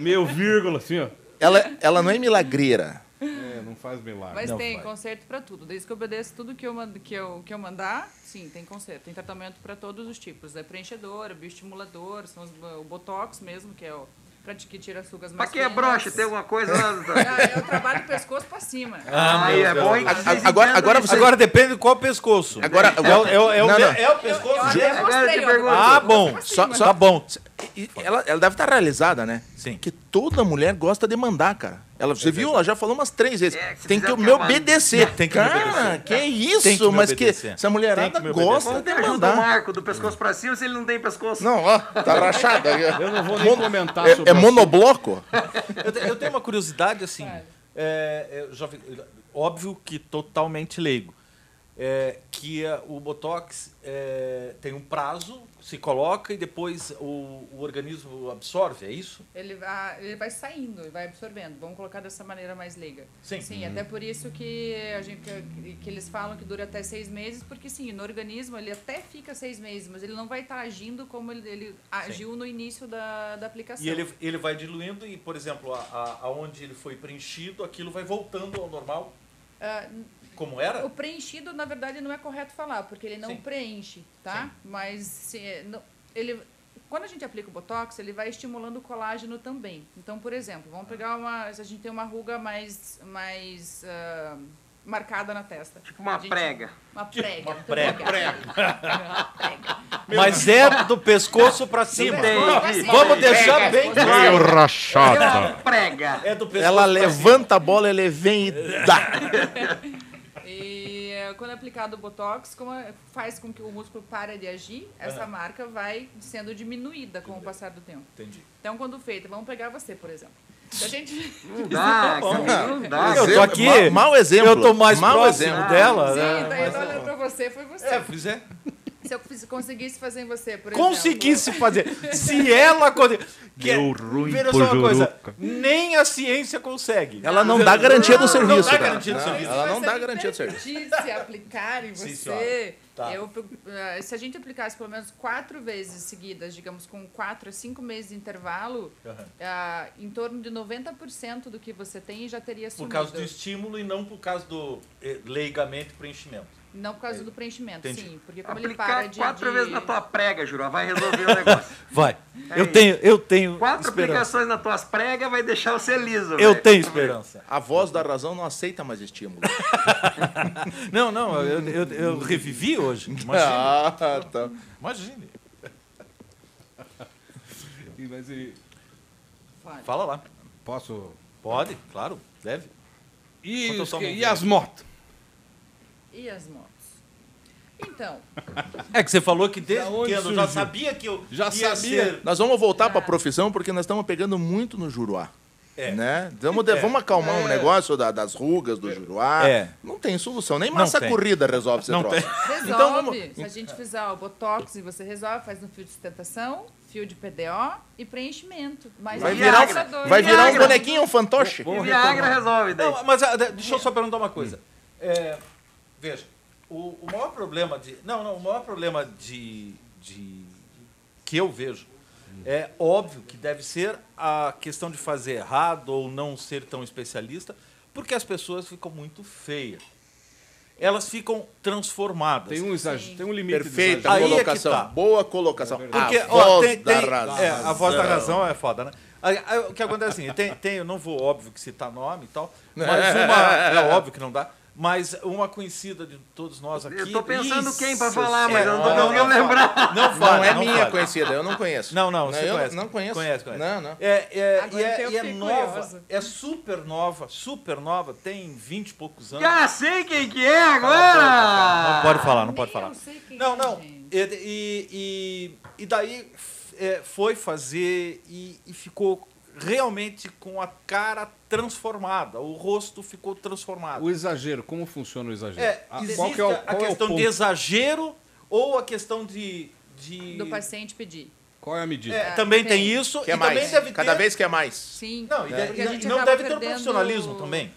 A: Meu vírgula, assim, ó.
C: Ela, ela não é milagreira.
A: É, não faz milagre.
B: Mas tem conserto para tudo. Desde que eu obedeça tudo que eu, mand- que eu, que eu mandar, sim, tem conserto. Tem tratamento para todos os tipos. É preenchedor, é bioestimulador, são os, o botox mesmo, que é o pra te- que tira as rugas
F: Pra
B: mais
F: quem é
B: finas.
F: broxa, tem alguma coisa lá.
B: Ah, Eu trabalho do pescoço para cima.
F: Aí é bom hein, que
C: A-
F: vocês
C: Ah, agora-
F: entendam
C: agora
F: isso.
C: você-
E: Agora depende de qual pescoço.
C: Agora,
E: É o, é o- é o
C: Não,
E: me-
C: não.
E: é o
B: Eu
E: pescoço.
B: até
F: Agora eu te
B: mostrei, ó, do
F: pergunto.
B: pescoço pra
E: Ah, bom.
B: cima.
C: Só, só
E: Tá bom.
C: E- e Ela, ela deve estar realizada, né?
E: Sim.
C: Porque toda mulher gosta de mandar, cara. Ela, você viu? Ela já falou umas três vezes.
F: É, que se
C: tem que
F: fizer
C: me
F: acabar-
C: obedecer.
E: Tem que me
C: cara,
E: obedecer.
C: que isso?
E: Tem que me
C: Mas que
E: obedecer.
C: essa mulherada
E: Tem que me
C: gosta
F: Vamos
C: de
F: ter ajuda o
C: mandar.
F: Marco um do pescoço pra cima se ele não tem pescoço.
C: Não, ó, tá rachada.
A: Eu não vou nem comentar sobre
C: É, é
A: o
C: monobloco?
E: Eu, te- eu tenho uma curiosidade, assim. é, eu já vi- óbvio que totalmente leigo. é, que é, o Botox é, tem um prazo, se coloca e depois o, o organismo absorve, é isso?
B: Ele, va- ele vai saindo e vai absorvendo. Vamos colocar dessa maneira mais leiga.
E: Sim.
B: até por isso que, a gente, que, que eles falam que dura até seis meses, porque sim, no organismo ele até fica seis meses, mas ele não vai estar agindo como ele, ele agiu no início da, da aplicação.
E: E ele, ele vai diluindo e, por exemplo, a, a- aonde ele foi preenchido, aquilo vai voltando ao normal,
B: Ah,
E: como era?
B: O preenchido, na verdade, não é correto falar, porque ele não
E: Sim.
B: preenche, tá? Mas se é, não- ele, quando a gente aplica o Botox, ele vai estimulando o colágeno também. Então, por exemplo,
E: Ah.
B: vamos pegar uma... Se a gente tem uma ruga mais, mais ah, marcada na testa.
F: Tipo uma
B: A gente-
F: prega.
B: Uma prega.
E: Tipo uma
B: muito
E: prega.
B: obrigada. Uma prega.
E: Mas é do pescoço para
B: é
E: cima.
F: Entendi.
E: [laughs] Vamos deixar bem claro.
C: é
F: Uma prega.
E: É do pescoço
C: Ela
E: pra cima.
C: levanta a bola, é ele vem e dá.
B: E eh, quando é aplicado o Botox, como é- faz com que o músculo pare de agir, essa marca vai sendo diminuída com o passar do tempo.
E: Entendi.
B: Então, quando feita, vamos pegar você, por exemplo. Se a gente...
F: Não dá, cara, não dá.
E: Eu tô
C: Exemplo,
E: aqui.
C: ma- mau exemplo.
E: Eu tô mais
C: Mau
E: próximo
C: exemplo.
E: dela.
B: Ah, [laughs] Sim,
E: né?
B: daí eu
E: Mas-
B: tô olhando pra você, foi você.
E: É, pois é.
B: Se eu fiz- conseguisse fazer em você, por
E: Conseguisse fazer. Se ela conseguir.
A: Deu ruim
E: Veja
A: por
E: só uma coisa.
A: juruca.
E: Nem a ciência consegue.
C: Ela não dá garantia do
E: Não
C: serviço.
E: dá
C: cara.
E: garantia do
C: Não,
E: serviço.
C: Ela
B: exemplo.
C: não
B: Se
C: dá
B: eu
C: garantia do serviço.
B: permitisse aplicar em
E: Sim,
B: você,
E: Tá.
B: eu, eh, se a gente aplicasse pelo menos quatro vezes seguidas, digamos, com quatro a cinco meses de intervalo, ah, em torno de 90% do que você tem já teria
E: Por
B: sumido.
E: causa do estímulo e não por causa do eh, leigamento e preenchimento.
B: Não por causa do preenchimento,
E: Entendi.
B: sim. Porque como ele para
F: Aplicar
B: de...
F: quatro
B: de-
F: vezes na tua prega, Jura, vai resolver o negócio.
E: Vai.
F: Eu É isso. tenho-
E: eu tenho
F: Quatro aplicações nas tuas pregas vai deixar você liso. velho.
E: tenho esperança.
C: A voz da razão não aceita mais estímulo.
E: Não, não, eu, eu, eu revivi hoje. Imagine.
C: ah, tá.
E: Imagine.
A: E, mas e-
B: Olha,
E: Fala lá.
A: Posso.
E: Pode, claro, deve.
A: E,
E: Conta
A: os
E: só
A: que-
E: um
A: e
E: pouco.
A: as motos?
B: E as motos? Então,
E: É que você falou que desde
A: Da onde
E: pequeno eu já
A: surgiu?
E: sabia que eu
A: Já
E: ia
A: sabia.
E: ser-
C: Nós vamos voltar pra profissão porque nós estamos pegando muito no Juruá.
E: É.
C: Né? Vamos, de-
E: É.
C: vamos acalmar o negócio da- das rugas do Juruá.
E: É.
C: Não tem solução. Nem
E: Não
C: massa
E: tem.
C: corrida resolve esse
E: Não
C: troço.
E: tem.
B: Resolve.
C: Então, vamos-
B: Se a gente fizer ó, o Botox e você resolve, faz um fio de sustentação, fio de PDO e preenchimento. Mas
C: Vai
B: não
C: virar,
B: é
C: um,
B: dor.
C: vai virar um
F: Viagra.
C: bonequinho, um fantoche.
F: E Viagra resolve daí.
E: Não, mas ah, de- deixa eu só perguntar uma coisa. É, veja, o, o maior problema de. Não, não, o maior problema de. de- que eu vejo é óbvio que deve ser a questão de fazer errado ou não ser tão especialista, porque as pessoas ficam muito feias. Elas ficam transformadas.
A: Tem um exagero, tem um limite. de
C: Perfeita
A: exagero.
E: Aí é que
C: colocação.
E: tá.
C: Boa colocação.
E: Porque,
C: a
E: ó,
C: voz
E: tem,
C: da
E: tem-
C: razão.
E: é, a voz da razão é foda, né? Aí, aí, o que acontece é assim, tem, tem, eu não vou, óbvio, que citar nome e tal, mas uma, é óbvio que não dá, mas uma conhecida de todos nós aqui...
F: Eu tô pensando
E: Ih,
F: quem pra falar, mas eu não
E: senhora.
F: tô conseguindo
E: Não, não,
F: lembrar.
E: Não fala,
C: Não é minha
E: fala.
C: conhecida, eu não conheço.
E: Não, não, você
C: eu
E: conhece.
C: Não conheço.
E: Conhece, conhece.
C: Não, não.
E: É, é,
B: Agora então
E: e é,
B: eu
E: e é
B: fiquei
E: nova,
B: curiosa.
E: é super nova, super nova, tem 20 e poucos anos.
F: Já sei quem que é
E: Não
F: agora!
E: pode falar, não pode
B: Nem
E: falar.
B: eu sei quem
E: Não,
B: é,
E: não. E,
B: gente.
E: e, e, e daí f- é, foi fazer e, e ficou realmente com a cara transformada. O rosto ficou transformado.
A: O exagero, como funciona o exagero?
E: É,
A: Ah,
E: existe
A: qual que é o, qual
E: a
A: é o
E: questão
A: ponto?
E: de exagero ou a questão de. de
B: Do paciente pedir.
A: Qual é a medida?
B: Ah,
E: É, também tem,
B: tem.
E: isso.
C: Que
E: e
C: é mais.
E: também deve ter...
C: Cada vez que é mais.
B: Sim. É.
E: Não, e deve-
B: porque a
E: e
B: gente
E: não
B: acaba
E: deve ter o
B: perdendo-
E: profissionalismo também.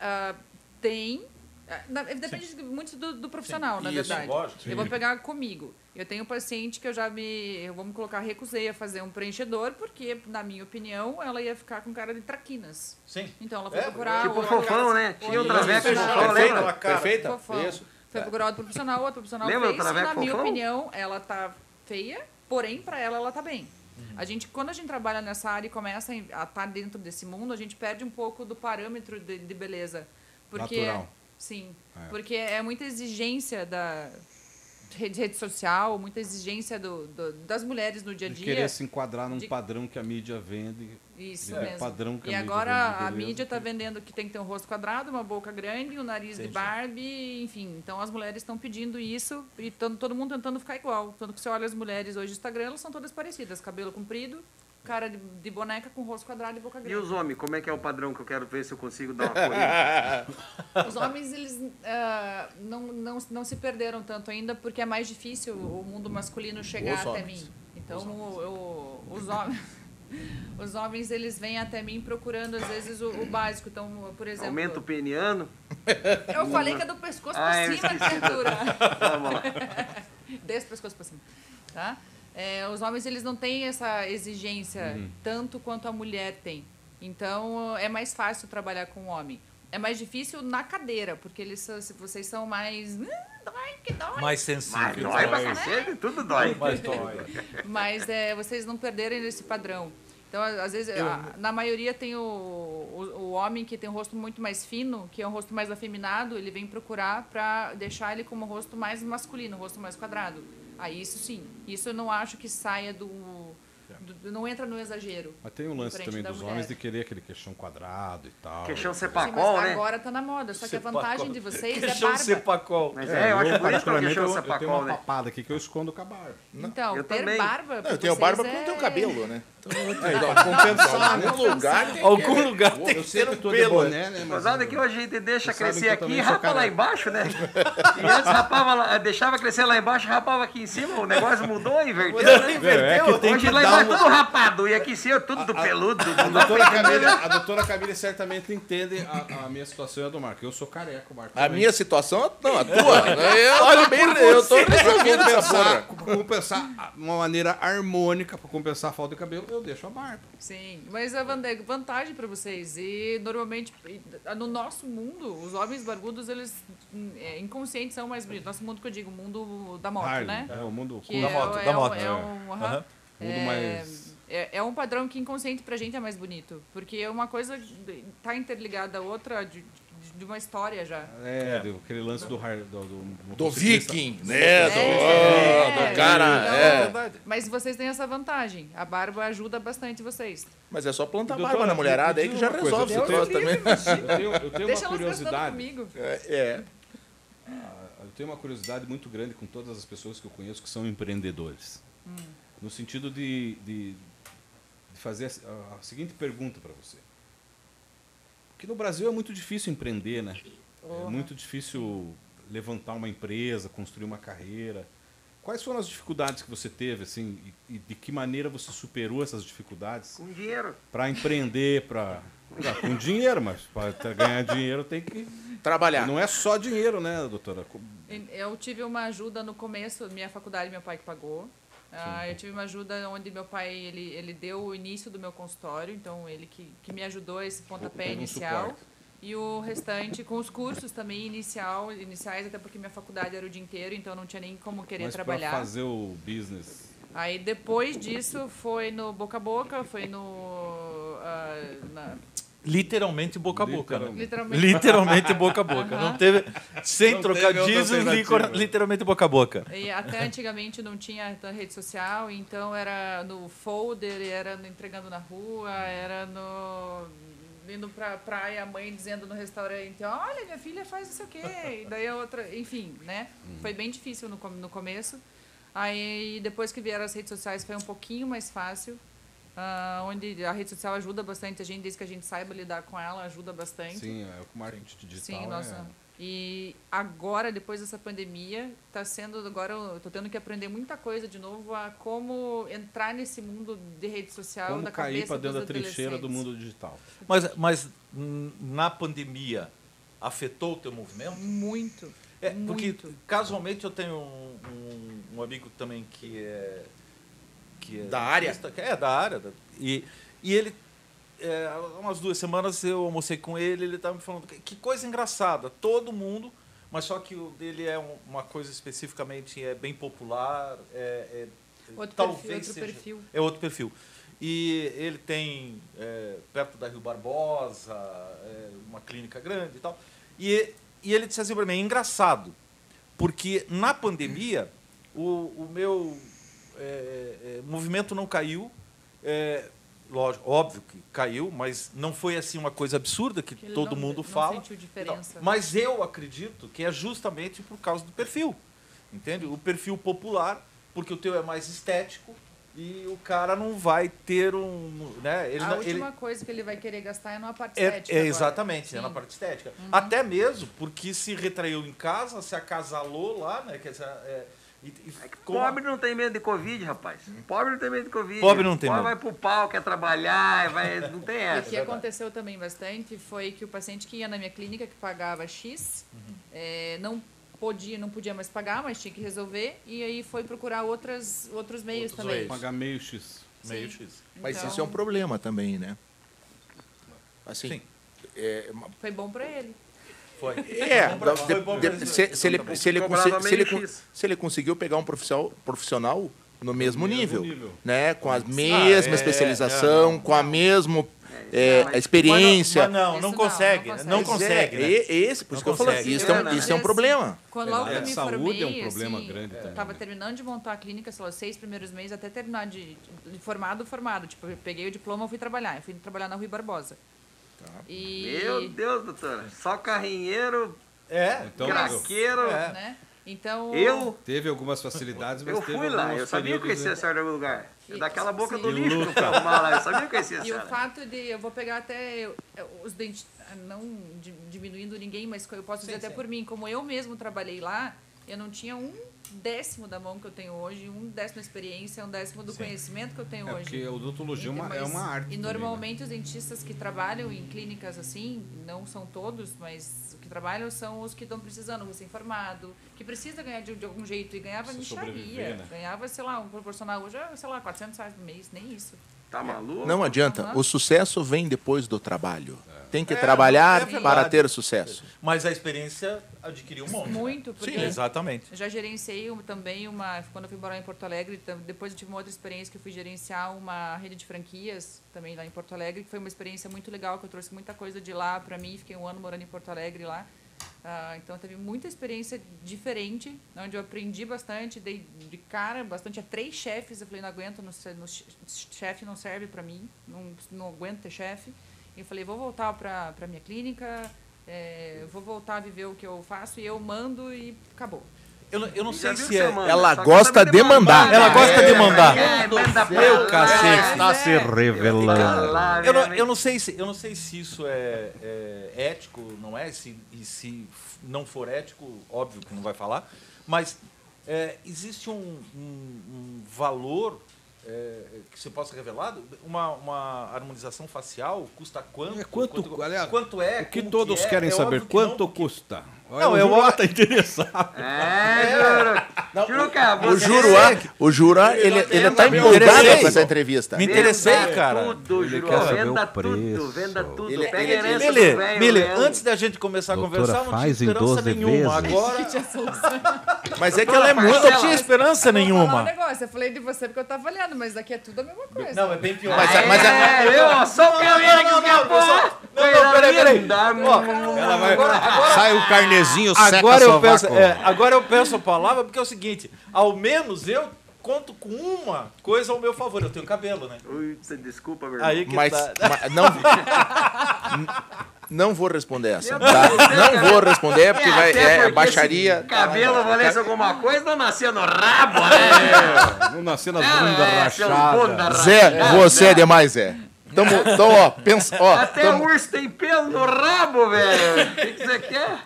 B: Ah, tem. Ah, na- Depende de- muito do, do profissional,
E: Sim.
B: na
E: Isso,
B: verdade.
E: lógico.
B: Eu vou pegar comigo. Eu tenho um paciente que eu já me. Eu vou me colocar, recusei a fazer um preenchedor, porque, na minha opinião, ela ia ficar com cara de traquinas.
E: Sim.
B: Então ela foi
E: É,
B: procurar.
E: tipo
B: outro-
F: fofão, né? Tinha o
B: outro-
F: traveco
B: outro-
F: fofão,
B: outro-
F: lembra? É.
E: Perfeita?
B: Fofão. Foi procurado por profissional, outro profissional
F: Lembra o
B: fez. E,
F: Traveco
B: na minha
F: Fofão?
B: opinião, ela tá feia, porém, para ela, ela tá bem.
F: Uhum.
B: A gente, quando a gente trabalha nessa área e começa a estar dentro desse mundo, a gente perde um pouco do parâmetro de, de beleza. Porque,
A: Natural.
B: Sim.
A: É.
B: Porque é muita exigência da de rede, rede social, muita exigência do, do- das mulheres no dia a
A: De
B: dia.
A: querer se enquadrar num
B: de-
A: padrão que a mídia vende.
B: Isso
A: É.
B: mesmo.
A: Padrão que
B: e
A: a mídia vende,
B: agora a
A: beleza.
B: mídia está vendendo que tem que ter um rosto quadrado, uma boca grande, um nariz de Barbie, enfim. Então as mulheres estão pedindo isso e tão- todo mundo tentando ficar igual. Tanto que você olha as mulheres hoje no Instagram, elas são todas parecidas. Cabelo comprido, cara de, de boneca com rosto quadrado e boca
F: E
B: grande.
F: os homens, como é que é o padrão que eu quero ver se eu consigo dar uma corrida?
B: Os homens, eles ah, não, não, não se perderam tanto ainda, porque é mais difícil o mundo masculino chegar até mim. Então, o- eu- os homens... [laughs] Os homens, eles vêm até mim procurando, às vezes, o, o básico. Então, por exemplo...
F: Aumento peniano?
B: Eu falei que é do pescoço
F: Ah, eu
B: pra cima, criatura.
F: Vamos lá.
B: Desse pescoço pra cima, tá? É, os homens, eles não têm essa exigência tanto quanto a mulher tem. Então, é mais fácil trabalhar com o homem. É mais difícil na cadeira, porque eles, são- se vocês são mais... "Ah, Dói, que dói.
E: Mais sensível.
F: Mas Ah, é dói pra cacete, tudo dói.
E: Mas dói.
B: Mas é, vocês não perderem esse padrão. Então, a- às vezes, a- na maioria tem o, o, o homem que tem um rosto muito mais fino, que é um rosto mais afeminado, ele vem procurar para deixar ele como um rosto mais masculino, um rosto mais quadrado. Aí isso sim. Isso eu não acho que saia do. do- do- não entra no exagero.
A: Mas tem um lance
B: Diferente
A: também
B: da
A: dos
B: mulher.
A: homens de querer aquele queixão quadrado e tal. É,
F: Queixão
B: Sim, mas
F: sepacol, né?
B: agora tá na moda. Só que a vantagem de
C: [laughs]
B: vocês é
E: Queixão
B: barba.
E: sepacol.
F: Mas é, eu acho bonito o
A: particularmente, eu,
F: queixão
A: eu tenho
F: sepacol,
A: uma
F: né?
A: papada aqui que eu escondo com a barba.
B: Então,
F: Eu
B: ter
F: também.
B: barba.
C: Não,
B: pra
C: eu tenho
B: vocês
C: barba porque eu não tenho
B: é-
C: cabelo, né?
A: Compensar,
C: Algum lugar tem
E: Algum lugar tem
A: Eu
E: que ter
A: sempre
E: um
A: tô de
E: pelo.
A: boné, né? Mas,
F: Gozada que hoje a gente deixa
A: Vocês sabem
F: crescer
A: que eu
F: aqui e
A: também sou
F: rapa lá
A: careca. [laughs]
F: embaixo, né? E antes rapava lá, deixava crescer lá embaixo, rapava aqui em cima, o negócio mudou, inverteu, né?
A: é que tem
F: Hoje
A: que
F: lá embaixo
A: dar uma...
F: tudo rapado e aqui em cima é tudo peludo.
A: A doutora, Camila, a doutora Camila certamente entende a, a minha situação e a do Marco. Eu sou careca, o Marco.
C: A
A: também.
C: minha situação, não, a tua. né? Eu tô bem, eu tô resolvido essa
A: compensar,
C: porra.
A: compensar de uma maneira harmônica para compensar a falta de cabelo, eu deixo a barba.
B: Sim, mas a Vander, vantagem pra vocês. E normalmente, e, ah, no nosso mundo, os homens barbudos, eles hum, é, inconscientes são mais bonitos. Nosso mundo que eu digo, o mundo da moto,
A: Harley,
B: né?
A: É o mundo
B: Que
A: da
B: é,
A: moto.
B: é
E: da
B: um-
E: moto,
B: é
E: é.
B: um- aham.
E: Aham.
A: Mundo
B: É,
A: mais-
B: é, é um padrão que inconsciente pra gente é mais bonito. Porque é uma coisa tá interligada à outra de, de- de uma história já.
A: É, do- aquele lance do Har- do, do,
C: Do
A: motociclista.
C: viking, né? Do,
B: É,
C: do cara,
B: então,
C: é.
B: Mas vocês têm essa vantagem. A barba ajuda bastante vocês.
C: Mas é só plantar
A: Doutora,
C: barba na mulherada aí
A: me
C: que
A: diz
C: já
A: uma coisa,
C: resolve
A: eu
C: o troço
A: tenho-
C: também.
E: [laughs]
A: Eu tenho, eu tenho
B: Deixa
A: uma
B: elas gastando
A: curiosidade.
B: comigo.
C: É.
A: Eu tenho uma curiosidade muito grande com todas as pessoas que eu conheço que são empreendedores. No sentido de, de- de fazer a se- a, a seguinte pergunta para você. Porque no Brasil é muito difícil empreender, né? É muito difícil levantar uma empresa, construir uma carreira. Quais foram as dificuldades que você teve, assim, e, e de que maneira você superou essas dificuldades
F: Com dinheiro.
A: para empreender, para com dinheiro, mas para ganhar dinheiro tem que
C: Trabalhar.
A: não é só dinheiro, né, doutora?
B: Eu tive uma ajuda no começo, minha faculdade meu pai que pagou. Ah, eu tive uma ajuda onde meu pai ele, ele deu o início do meu consultório, então ele que, que me ajudou esse pontapé
A: Houve um
B: inicial.
A: suporte.
B: E o restante com os cursos também inicial, iniciais, até porque minha faculdade era o dia inteiro, então não tinha nem como querer
A: Mas
B: trabalhar.
A: pra fazer o business.
B: Aí depois disso foi no boca a boca, foi no ah, na-
E: Literalmente boca a boca. né?
B: literalmente
E: Literalmente boca a boca. Não teve. Sem
A: Não teve
E: trocadilhos,
A: outra alternativa. né?
E: literalmente boca a boca.
B: E até antigamente não tinha tanta rede social, então era no folder, era no entregando na rua, era no indo pra praia, a mãe dizendo no restaurante, olha, minha filha faz não sei o quê. E daí a outra, enfim, né? Foi bem difícil no, com- no começo. Aí depois que vieram as redes sociais foi um pouquinho mais fácil. ah, onde a rede social ajuda bastante a gente, desde que a gente saiba lidar com ela, ajuda bastante.
A: Sim, é, o marketing digital
B: Sim,
A: é-
B: nossa. E agora, depois dessa pandemia, tá sendo agora eu tô tendo que aprender muita coisa de novo a como entrar nesse mundo de rede social
A: Como
B: da
A: cair
B: cabeça
A: pra dentro da
B: dos
A: trincheira do
B: adolescentes.
A: mundo digital.
E: Mas, mas hum, na pandemia afetou o teu movimento?
B: Muito.
E: É, porque
B: muito.
E: casualmente eu tenho um, um- um amigo também que é. Que é
C: Da área?
E: artista, que É, da área. da- E, e ele. é, há umas duas semanas eu almocei com ele ele estava me falando que, que coisa engraçada. Todo mundo. Mas só que o dele é um- uma coisa especificamente é bem popular. É, é-
B: Outro
E: talvez
B: perfil, outro
E: seja-
B: perfil.
E: É outro perfil. E ele tem, é, perto da Rio Barbosa, é, uma clínica grande e tal. E, e ele disse assim para mim, é engraçado, porque na pandemia o, o meu é, é, movimento não caiu, é, lógico, óbvio que caiu, mas não foi assim uma coisa absurda que,
B: Que ele
E: todo
B: não-
E: mundo
B: não
E: fala.
B: sentiu diferença,
E: Então, mas eu acredito que é justamente por causa do perfil, entende? O perfil popular, porque o teu é mais estético e o cara não vai ter um, né? Ele,
B: a
E: não- ele-
B: última coisa que ele vai querer gastar é numa parte
E: é,
B: estética.
E: é
B: agora.
E: exatamente, é
B: Sim. Uhum.
E: na parte estética. Até mesmo porque se retraiu em casa, se acasalou lá, né? Quer dizer, é, e, e
F: É que
E: ficou uma-
F: pobre não tem medo de Covid, rapaz. Pobre não tem medo de Covid.
E: Pobre não tem
F: pobre
E: medo.
F: vai pro pau, quer trabalhar, vai... não tem
B: E O
F: essa.
B: que aconteceu também bastante foi que o paciente que ia na minha clínica, que pagava X, eh, não podia, não podia mais pagar, mas tinha que resolver, e aí foi procurar outras, outros meios
D: Outros
B: também.
D: meios.
A: Pagar meio X.
E: meio
B: Sim.
E: X.
C: Mas
B: Então,
C: isso é um problema também, né? Assim,
E: Sim.
C: é, ma-
B: Foi bom pra ele.
E: Foi.
C: é,
E: Foi bom pra-
C: de-
E: foi bom
C: de-
E: pra-
C: se se ele- se ele
F: Cobrava
C: conse- se ele
F: meio
C: con-
F: X.
C: se ele conseguiu pegar um profissional, profissional no mesmo
A: mesmo
C: nível,
A: nível.
C: né? Com a mesma
E: é,
C: especialização, com a mesma é,
F: mas-
C: experiência.
E: Mas não, mas não,
B: Isso
E: não
B: não,
E: consegue,
B: não
E: né?
B: consegue.
E: não
C: Pois é,
E: consegue. né?
C: e- esse, por isso que eu falo,
E: consegue.
C: isso é, um-
F: É,
C: isso é um
B: assim,
C: problema.
B: Quando logo
A: É,
B: que eu me
A: saúde
B: formei, assim,
A: é um problema grande
B: eu
A: também,
B: tava
A: né?
B: terminando de montar a clínica, sei lá, os seis primeiros meses, até terminar de, de formado, formado. Tipo, eu peguei o diploma, fui trabalhar. Eu fui trabalhar na Rui Barbosa. E...
F: Tá. Meu Deus, doutora. Só carrinheiro,
E: É.
A: Então,
F: craqueiro.
E: É.
B: né? Então...
F: Eu,
A: teve algumas facilidades, mas
F: eu
A: teve
F: fui lá,
A: alguns
F: eu sabia que eu
A: períodos,
F: conhecia
A: né?
F: a senhora em algum lugar. Eu daquela boca
B: Sim.
F: do lixo pra arrumar lá, eu sabia que eu conhecia a
B: E o
F: senhora.
B: fato de eu vou pegar até eu- eu- os dentes, ah, não di- diminuindo ninguém, mas eu posso dizer até por mim, como eu mesmo trabalhei lá, eu não tinha um décimo da mão que eu tenho hoje, um décimo da experiência, um décimo do conhecimento que eu tenho
A: É,
B: hoje.
A: porque a odontologia é uma, é
B: Mas-
A: uma arte.
B: E
A: também, né?
B: normalmente os dentistas que trabalham em clínicas assim, não são todos, mas os que trabalham são os que estão precisando, o recém-formado, que precisa ganhar de, de algum jeito e ganhava
A: Precisa
B: micharia.
A: sobreviver, né?
B: Ganhava, sei lá, um proporcional hoje, é, sei lá, 400 reais por mês, nem isso.
F: Tá maluco?
C: Não adianta,
B: Aham.
C: o sucesso vem depois do trabalho. Tem que
E: É, é
C: trabalhar
E: verdade.
C: para ter sucesso.
E: Mas a experiência adquiriu um monte. né?
B: Muito, porque
E: Sim, exatamente.
B: Eu Já gerenciei um- também uma. Quando eu fui morar em Porto Alegre, tam- depois eu tive uma outra experiência que eu fui gerenciar uma rede de franquias também lá em Porto Alegre, que foi uma experiência muito legal, que eu trouxe muita coisa de lá para mim. Fiquei um ano morando em Porto Alegre lá. Ah, então teve muita experiência diferente, onde eu aprendi bastante, dei de cara bastante a três chefes. Eu falei, não aguento, não, se- não, che- chefe não serve para mim, não, não aguento ter chefe. E eu falei, vou voltar para minha clínica, eh, vou voltar a viver o que eu faço e eu mando e acabou.
E: Eu, não- eu não
F: Já
E: sei
F: viu
E: se
F: seu
E: é.
F: mano,
C: Ela
F: só que
C: gosta
F: sabe
C: de mandar.
E: Ela gosta de
F: É,
E: mandar.
F: é, manda pra
E: Meu
F: lá,
E: cacete.
B: Está se
F: tá lá,
E: Eu não,
F: realmente.
E: eu não sei se eu não sei se isso é, é ético, não é? Se, e se f- não for ético, óbvio que não vai falar. Mas é, existe um, um- um valor é, que se possa revelar? Uma, uma harmonização facial custa quanto?
A: É, quanto- aliás,
E: quanto é?
A: O que
E: Como
A: todos
E: é?
A: querem
E: É
A: saber,
E: óbvio que
A: quanto
E: não.
A: custa?
E: Não,
A: o
E: eu-
A: Juruá tá interessado.
F: É, juro. Juro que a é
C: O
E: é
F: você-
C: Juruá, o Juruá, ele,
F: ele
C: ele tá
F: não-
C: empolgado
E: Interessei.
C: com essa entrevista.
E: Me interessei,
F: Venda
E: cara. é-
F: Tudo, Juruá,
G: quer saber
F: venda
G: o
F: tudo,
G: preço.
F: venda tudo.
C: Ele-
F: Pega
C: ele-
F: a herança do
E: Mili,
F: velho
E: Mili,
F: mesmo.
E: antes da gente começar a
G: Doutora,
E: conversar, não tinha
G: faz em
E: esperança
G: 12
E: nenhuma.
G: vezes.
E: Agora,
C: Mas é que ela é muito.
E: eu não tinha esperança
B: Vou falar um
E: nenhuma.
B: negócio, eu falei de você porque eu tava olhando, mas daqui é tudo a mesma coisa.
E: Não, é bem pior.
C: Mas, mas é-
F: É, eu sou o primeiro que
E: não, não,
F: escapou.
E: pessoal. Não, não, peraí, peraí.
F: Ela
C: Tá
F: vai...
G: Sai o carnezinho,
E: Agora
G: seca
E: eu, penso,
G: sovaco.
E: é, agora eu penso a palavra porque é o seguinte: ao menos eu conto com uma coisa ao meu favor. Eu tenho cabelo, né? tá.
F: Ui, você desculpa, meu irmão.
E: Aí que
C: Mas,
E: tá.
C: mas não. tá- [laughs] Não vou responder essa. tá? Não vou responder, [laughs] porque vai,
F: né, até
C: é
F: porque assim,
C: baixaria.
F: esse Cabelo valesse alguma coisa, não nascia
A: [laughs]
F: no rabo, né?
A: Não nascer nas
F: Não,
A: bundas
F: é, seus bunda
A: rachadas.
C: Zé,
F: rachada,
C: você é
F: né?
C: demais, Zé. Tamo,
F: [laughs]
C: então, ó, pensa, ó,
F: Até
C: tamo-
F: urso tem pelo no rabo, velho. O que que você quer?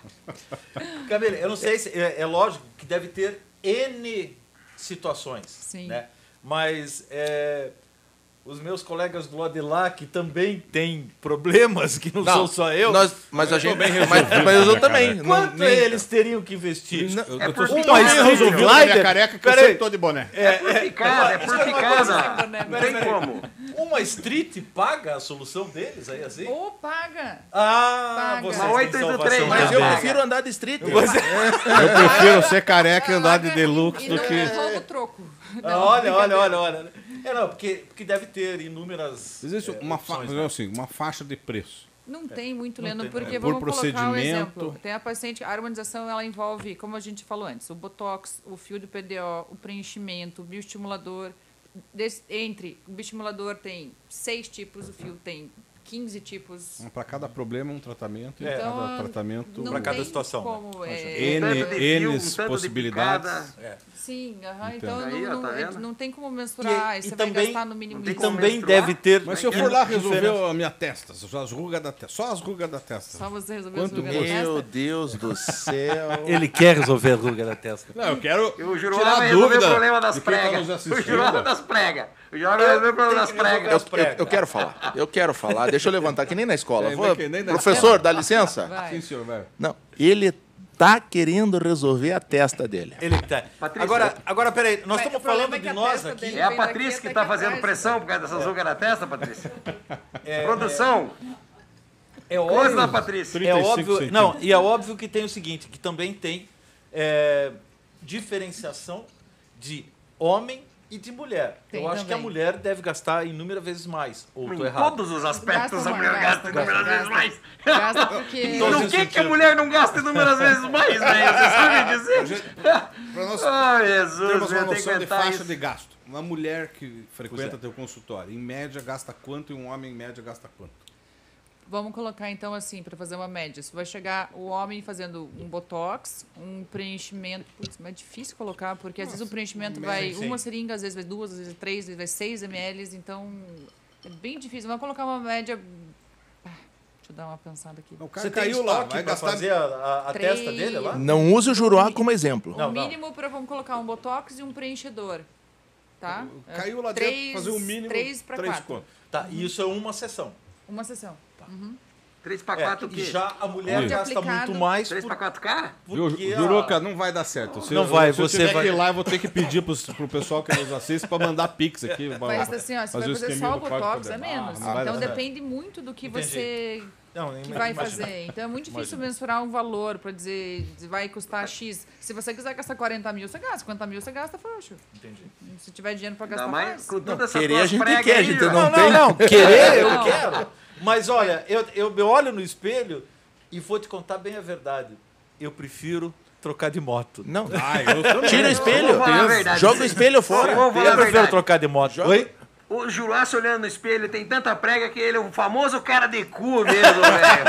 E: Cabelo, eu não sei se. É, é lógico que deve ter N situações.
B: Sim.
E: Né? Mas é, os meus colegas do lado de lá que também têm problemas, que não,
C: Não,
E: sou só eu.
C: nós- mas a gente, mas, mas eu também. não-
E: Quanto
C: nem-
E: eles teriam que investir?
F: É por
E: Uma
F: picada,
E: estrela
F: filho.
E: resolveu.
D: Minha careca que eu
E: Peraí.
D: sempre tô de boné.
F: É por picada, é por picada.
B: né?
F: Não tem como.
E: Uma street paga a solução deles aí assim?
B: Ou paga.
E: Ah,
B: Paga.
E: vocês
B: Uma
E: têm
F: 883,
E: salvação
C: Mas eu
E: também.
C: prefiro andar de street.
D: Eu prefiro ser careca
A: um
D: e andar de
B: Paga
D: deluxe
B: e
D: do
B: não
D: que.
B: devolve o troco.
E: Ah, [laughs] olha, olha, olha, olha. É, não, porque, porque deve ter inúmeras.
A: Existe
E: é,
A: uma, fa-
E: opções, né?
A: não, assim, uma faixa de preço.
B: Não tem muito, Leno,
E: tem,
B: porque
A: né?
B: vamos
A: Por
B: colocar um exemplo.
A: procedimento.
B: Tem a paciente, a harmonização ela envolve, como a gente falou antes, o botox, o fio do PDO, o preenchimento, o bioestimulador. Des- entre o bioestimulador tem seis tipos, o fio tem 15 tipos.
A: Para cada problema, um tratamento.
E: É.
A: e
B: Então,
A: cada tratamento.
B: não
E: pra cada
B: tem
E: situação, né?
B: Como, é,
A: N,
F: Um tanto de fio, um
A: N
F: tanto de
A: possibilidades.
F: picada.
B: sim, aham, então
F: Entendo. Aí, ó,
B: não, não,
F: tá
B: é-
F: vendo?
B: não tem como mensurar.
E: E-
B: e
E: e
B: você vai
E: também-
B: gastar no mínimo.
F: não tem
E: E
B: isso.
F: como
E: também
F: menstruar.
E: deve ter.
A: Mas se eu for lá resolver a minha testa, só as rugas da testa, só as rugas da testa.
B: Só você resolver
A: Quanto
E: é
B: os lugares
C: Meu
B: dessa.
C: Deus do céu.
E: Ele quer resolver a ruga da testa.
A: Não, eu quero
F: O Juruá
A: tirar
F: vai
A: a
F: resolver o
A: dúvida
F: problema das
A: de quem tá
F: pregas.
A: nos
F: O Juruá
A: assistindo.
F: das pregas. O Juruá vai resolver o problema das
E: Tem que resolver
F: pregas.
C: Eu, eu- eu quero falar. Eu quero falar. Deixa eu levantar, que nem na escola.
A: É,
C: Vou-
A: nem que- nem na
C: professor, dá licença?
B: Vai.
E: assim,
A: Sim, senhor, vai.
C: Não. Ele tá querendo resolver a testa dele.
E: Ele que tá.
F: Patrícia.
E: Agora, agora, peraí, nós
B: Mas o
E: estamos
B: problema
E: falando
B: é que
E: de
B: a
E: nós
B: testa
E: aqui.
B: dele-
F: É a
B: Vem daqui
F: Patrícia que
B: até
F: tá
B: aqui
F: fazendo
B: atrás.
F: pressão por causa dessa ruga na testa, Patrícia? Produção,
E: É
F: coisa da
E: óbvio.
F: Patrícia.
E: É
A: 35
E: óbvio.
A: centímetros.
E: Não, e é óbvio que tem o seguinte, que também tem é, diferenciação de homem e de mulher.
B: Tem
E: eu acho que a
B: também.
E: mulher deve gastar inúmeras vezes mais. Ou
F: Em
E: tô errado.
F: todos os aspectos
B: Gasta
F: a mulher
B: mais,
F: gasta
B: gasta,
F: inúmeras vezes mais. [laughs]
B: Gasta
E: [laughs]
B: porque.
F: E
E: todos
F: no
E: os
F: que, que a
E: sentidos.
F: mulher não gasta inúmeras vezes mais, velho? Você sabe dizer?
A: Para nós
F: Ah, Jesus,
A: termos
F: eu
A: uma
F: tenho que
A: noção de
F: aguentar
A: faixa
F: isso.
A: de gasto, uma mulher que frequenta teu consultório, em média gasta quanto e um homem em média gasta quanto?
B: [laughs] Vamos colocar então assim, para fazer uma média. Você vai chegar o homem fazendo um botox, um preenchimento. Putz, mas é difícil colocar, porque às vezes o preenchimento
E: um
B: vai uma seringa, às vezes vai duas, às vezes é três, às vezes vai seis ml. Então é bem difícil. Vamos colocar uma média. Ah, Deixa eu dar uma pensada aqui.
A: Não, o cara
E: Você tem
A: caiu lá,
E: estoque
A: vai
E: pra
A: gastar
E: fazer a, a- a
B: Três.
E: testa dele lá?
C: Não use o Juruá como exemplo.
E: Não,
B: o
E: não.
B: mínimo para vamos colocar um botox e um preenchedor. Tá?
A: Caiu lá
B: Três-
A: dentro, fazer o mínimo
B: Três para
A: três
B: quatro.
A: conto.
E: Tá, e isso é uma sessão.
B: Uma sessão.
F: 3 para
E: É,
F: 4 o
E: e
F: quê?
E: já a mulher
B: Olha.
E: gasta
B: Aplicado.
E: muito mais
F: 3 para
E: por-
F: 4K?
A: Viu,
E: porque a-
A: Juruca, não vai dar certo. Se
E: Não
A: eu-
E: vai,
A: se eu
E: você
A: tiver
E: vai-
A: que ir lá, eu vou ter que pedir pros, pro pessoal que nos assiste pra mandar pix aqui. pra-
B: Mas assim,
A: Ah,
B: ó, se vai
A: fazer o
B: fazer
A: esqueminha
B: só o
A: do código
B: botox, é
A: caderno.
B: menos.
A: Ah, não vai
B: então
A: dar certo.
B: depende muito do que
E: Entendi.
B: você
E: Não, nem
B: que vai
E: imagina.
B: fazer. Então é muito difícil mensurar um valor para dizer se vai custar X. Se você quiser gastar 40 mil, você gasta. 50 mil, você gasta, frouxo.
E: Entendi.
B: Se tiver dinheiro para gastar,
F: Ainda mais
B: mais.
F: com toda essa
C: Querer
F: tua
C: a gente
F: prega
C: quer,
F: aí,
C: gente.
F: ó.
C: Não,
E: Não,
C: tem.
E: não, querer eu
B: Não.
E: quero. Mas olha, eu, eu me olho no espelho e vou te contar bem a verdade. Eu prefiro trocar de moto.
C: Não.
A: Ah, eu também.
C: Tira o
F: Vou
C: espelho.
F: falar a verdade.
C: Joga o espelho
F: Vou
C: fora.
F: falar a
E: Eu prefiro
F: verdade.
E: trocar de moto. Oi?
F: O Juruá se olhando no espelho tem tanta prega que ele é um famoso cara de cu mesmo, velho.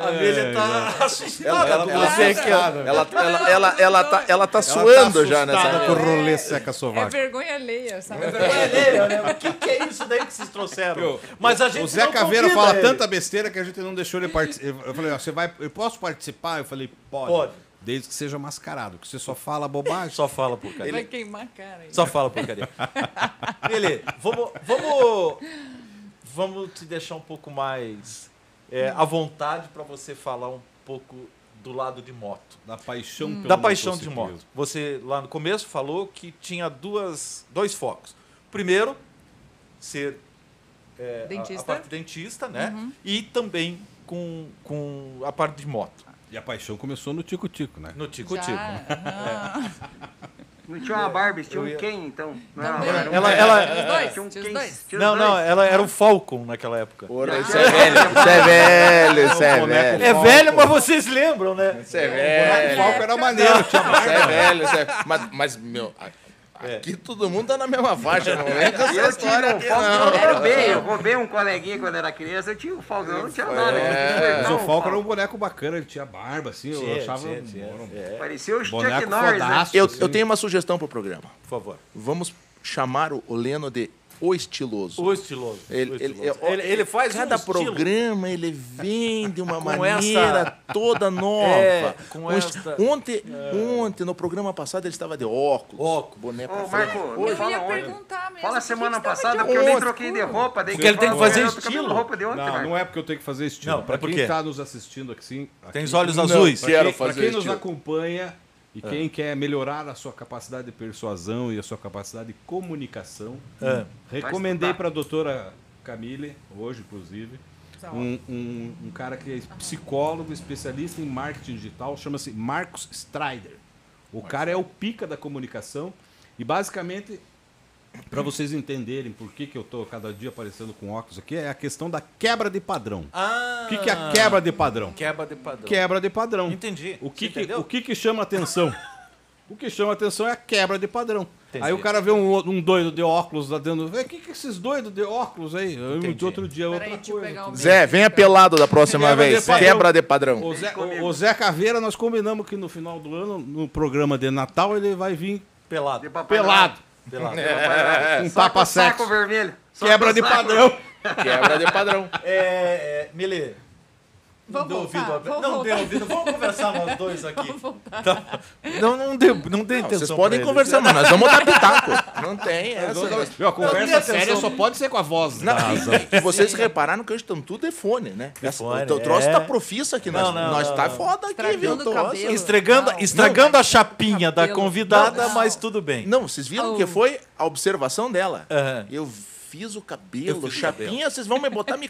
E: A abelha tá assustada.
C: Ela,
E: com
C: ela- tá
E: você.
C: ela- ela- ela- ela tá, ela tá suando já nessa.
A: Nada com o rolê seca
B: É
A: sovaco.
B: vergonha alheia,
A: É
B: sabe?
E: Olha, olha, O que, que é isso daí que vocês trouxeram?
A: Eu-
E: Mas a gente
A: O Zé
E: não
A: Caveira
E: convida
A: fala
E: ele.
A: tanta besteira que a gente não deixou ele participar. Eu falei, ó, você vai, eu posso participar? Eu falei, pode.
E: Pode.
A: Desde que seja mascarado, que você só fala bobagem.
E: Só fala porcaria.
B: Vai queimar a cara. aí.
E: Só fala [laughs] porcaria. Lelê, vamos, vamos, vamos te deixar um pouco mais é, à vontade para você falar um pouco do lado de moto.
A: Da paixão pelo
E: Hum. da paixão de
A: motociclismo.
E: moto. Você lá no começo falou que tinha duas, dois focos. Primeiro, ser é, a- A,
B: Dentista. Uhum.
E: parte dentista, né? E também com, com a parte de moto,
A: E a paixão começou no tico-tico, né?
E: no Tico
B: Já,
E: Tico.
A: [laughs]
B: aham.
F: Não tinha uma Barbie, tinha um Ken, então. Não era uma
B: Também.
F: Barbie,
E: Ela,
B: Tinha
E: ela,
B: os dois,
F: tinha um
B: tinha
F: Ken.
B: os dois.
F: tinha os
E: não,
F: dois.
E: não, ela era um Falcon naquela época.
C: Porra, isso é velho. Isso é velho. Isso é velho.
E: É velho, mas vocês lembram, né?
C: Isso é velho.
A: O palco era maneiro, tinha
C: Isso é velho. Isso é... Mas, mas, meu, a- Aqui todo mundo tá na mesma faixa, não é? com Essa
F: Eu tive
C: história
F: um
C: aqui,
F: foco,
C: não.
F: eu roubei, eu roubei um coleguinha quando era criança, eu tinha o Falcão, eu não tinha nada.
A: é, Mas o Falco era um boneco bacana, ele tinha barba, assim, eu
E: Tinha,
A: achava...
E: tinha, tinha,
A: era um-
F: Parecia o Chuck
A: Boneco
F: Norris, né?
A: fodaço.
C: Eu,
E: assim.
A: Sim.
C: eu tenho uma sugestão pro programa.
E: Por favor.
C: Vamos chamar o o Leno de O Estiloso.
E: O estiloso.
C: Ele,
E: o
C: ele,
E: estiloso.
C: é-
E: Ele- ele faz um
C: cada
E: estilo.
C: programa, ele vem de uma
E: [laughs] Com
C: maneira
E: essa-
C: toda nova.
E: [laughs] É, com É.
C: Um esti-
E: esta-
C: Ontem, ontem, no programa passado, ele estava de óculos.
E: Óculos.
C: Boné pra
F: Ô,
C: frente.
F: Marco, me
B: Eu
F: fala
B: ia
F: onde.
B: perguntar mesmo.
F: Fala
B: por que
F: semana
B: que tava de
F: passada,
B: óculos
F: porque eu nem
C: óculos?
F: troquei de roupa. Daí
E: Porque ele tem que
F: fala,
E: fazer
F: eu tô cabendo
E: estilo.
F: roupa de ontem,
A: Não,
F: cara.
A: não é porque eu tenho que fazer estilo.
E: Não,
A: pra
E: é por
A: quem
E: quê?
A: tá nos assistindo aqui, sim. aqui-
E: Tem os olhos
C: Não,
E: azuis.
A: Pra
C: Quero
A: quem, pra
C: fazer
A: quem nos
C: estilo. É.
A: acompanha e quem quer melhorar a sua capacidade de persuasão e a sua capacidade de comunicação,
E: É.
A: recomendei
F: estudar.
A: para a doutora Camille, hoje inclusive, um, um- um cara que é psicólogo, especialista em marketing digital, chama-se Marcos Strider. O cara é o pica da comunicação e basicamente para vocês entenderem por que, que eu tô cada dia aparecendo com óculos aqui, é a questão da quebra de padrão.
E: Ah,
A: O que, que é a quebra de padrão?
E: quebra de padrão.
C: é
A: Quebra de
C: um-
A: padrão.
E: Entendi.
A: O que,
E: Você
A: que,
E: entendeu?
A: o que, que chama
F: [laughs]
A: atenção? O que chama atenção é a quebra de padrão.
E: Entendi.
A: Aí o cara vê um, outro- um doido de óculos lá dentro. O que, que esses doidos de óculos aí? Eu,
E: Entendi.
A: de outro dia, outra
B: Peraí, deixa eu
A: coisa.
B: pegar um o meu.
C: Zé, venha pelado da próxima
A: Quebra de
C: vez.
A: padrão.
C: Quebra de padrão.
A: O Zé, o- o Zé Caveira, nós combinamos que no final do ano, no programa de Natal, ele vai vir
E: Pelado.
F: papai
A: pelado,
E: Pelado.
C: É.
A: com
F: É, Só com
A: tapa
F: saco
A: sexo.
F: vermelho. Só
A: Quebra
F: com
A: de
F: saco.
A: padrão.
C: Quebra de padrão.
E: É, é, Mili, não
B: Vamos
E: deu ouvido.
B: voltar,
E: a-
B: vamos
E: Não deu
B: voltar.
E: ouvido. Vamos conversar nós dois aqui. Tá. Não, não deu, não deu
C: Não,
E: intenção.
C: vocês
E: pra
C: podem
E: ele.
C: conversar, mas nós vamos dar
E: [laughs]
C: pitaco. Não tem essa. né?
A: Então, Meu, a
E: dei
A: conversa
E: atenção.
A: séria só pode ser com a voz da
E: Tá,
A: Asa.
C: E vocês repararam que hoje estão tudo de fone, né? Essa-
E: fone,
C: o teu troço
E: é.
C: tá profissa aqui. Nós,
E: Não, não,
C: nós
E: não,
C: tá
E: não.
C: foda aqui, viu?
B: Estragando o
C: Tô-
B: cabelo.
E: Estragando,
B: Não.
E: estragando a chapinha da
B: Cabelo.
E: convidada,
B: Não.
E: mas tudo bem.
C: Não, vocês viram
B: Oh.
C: que foi a observação dela.
E: Aham.
C: Eu fiz o cabelo,
E: Eu fiz o
C: chapinha, vocês vão me botar me.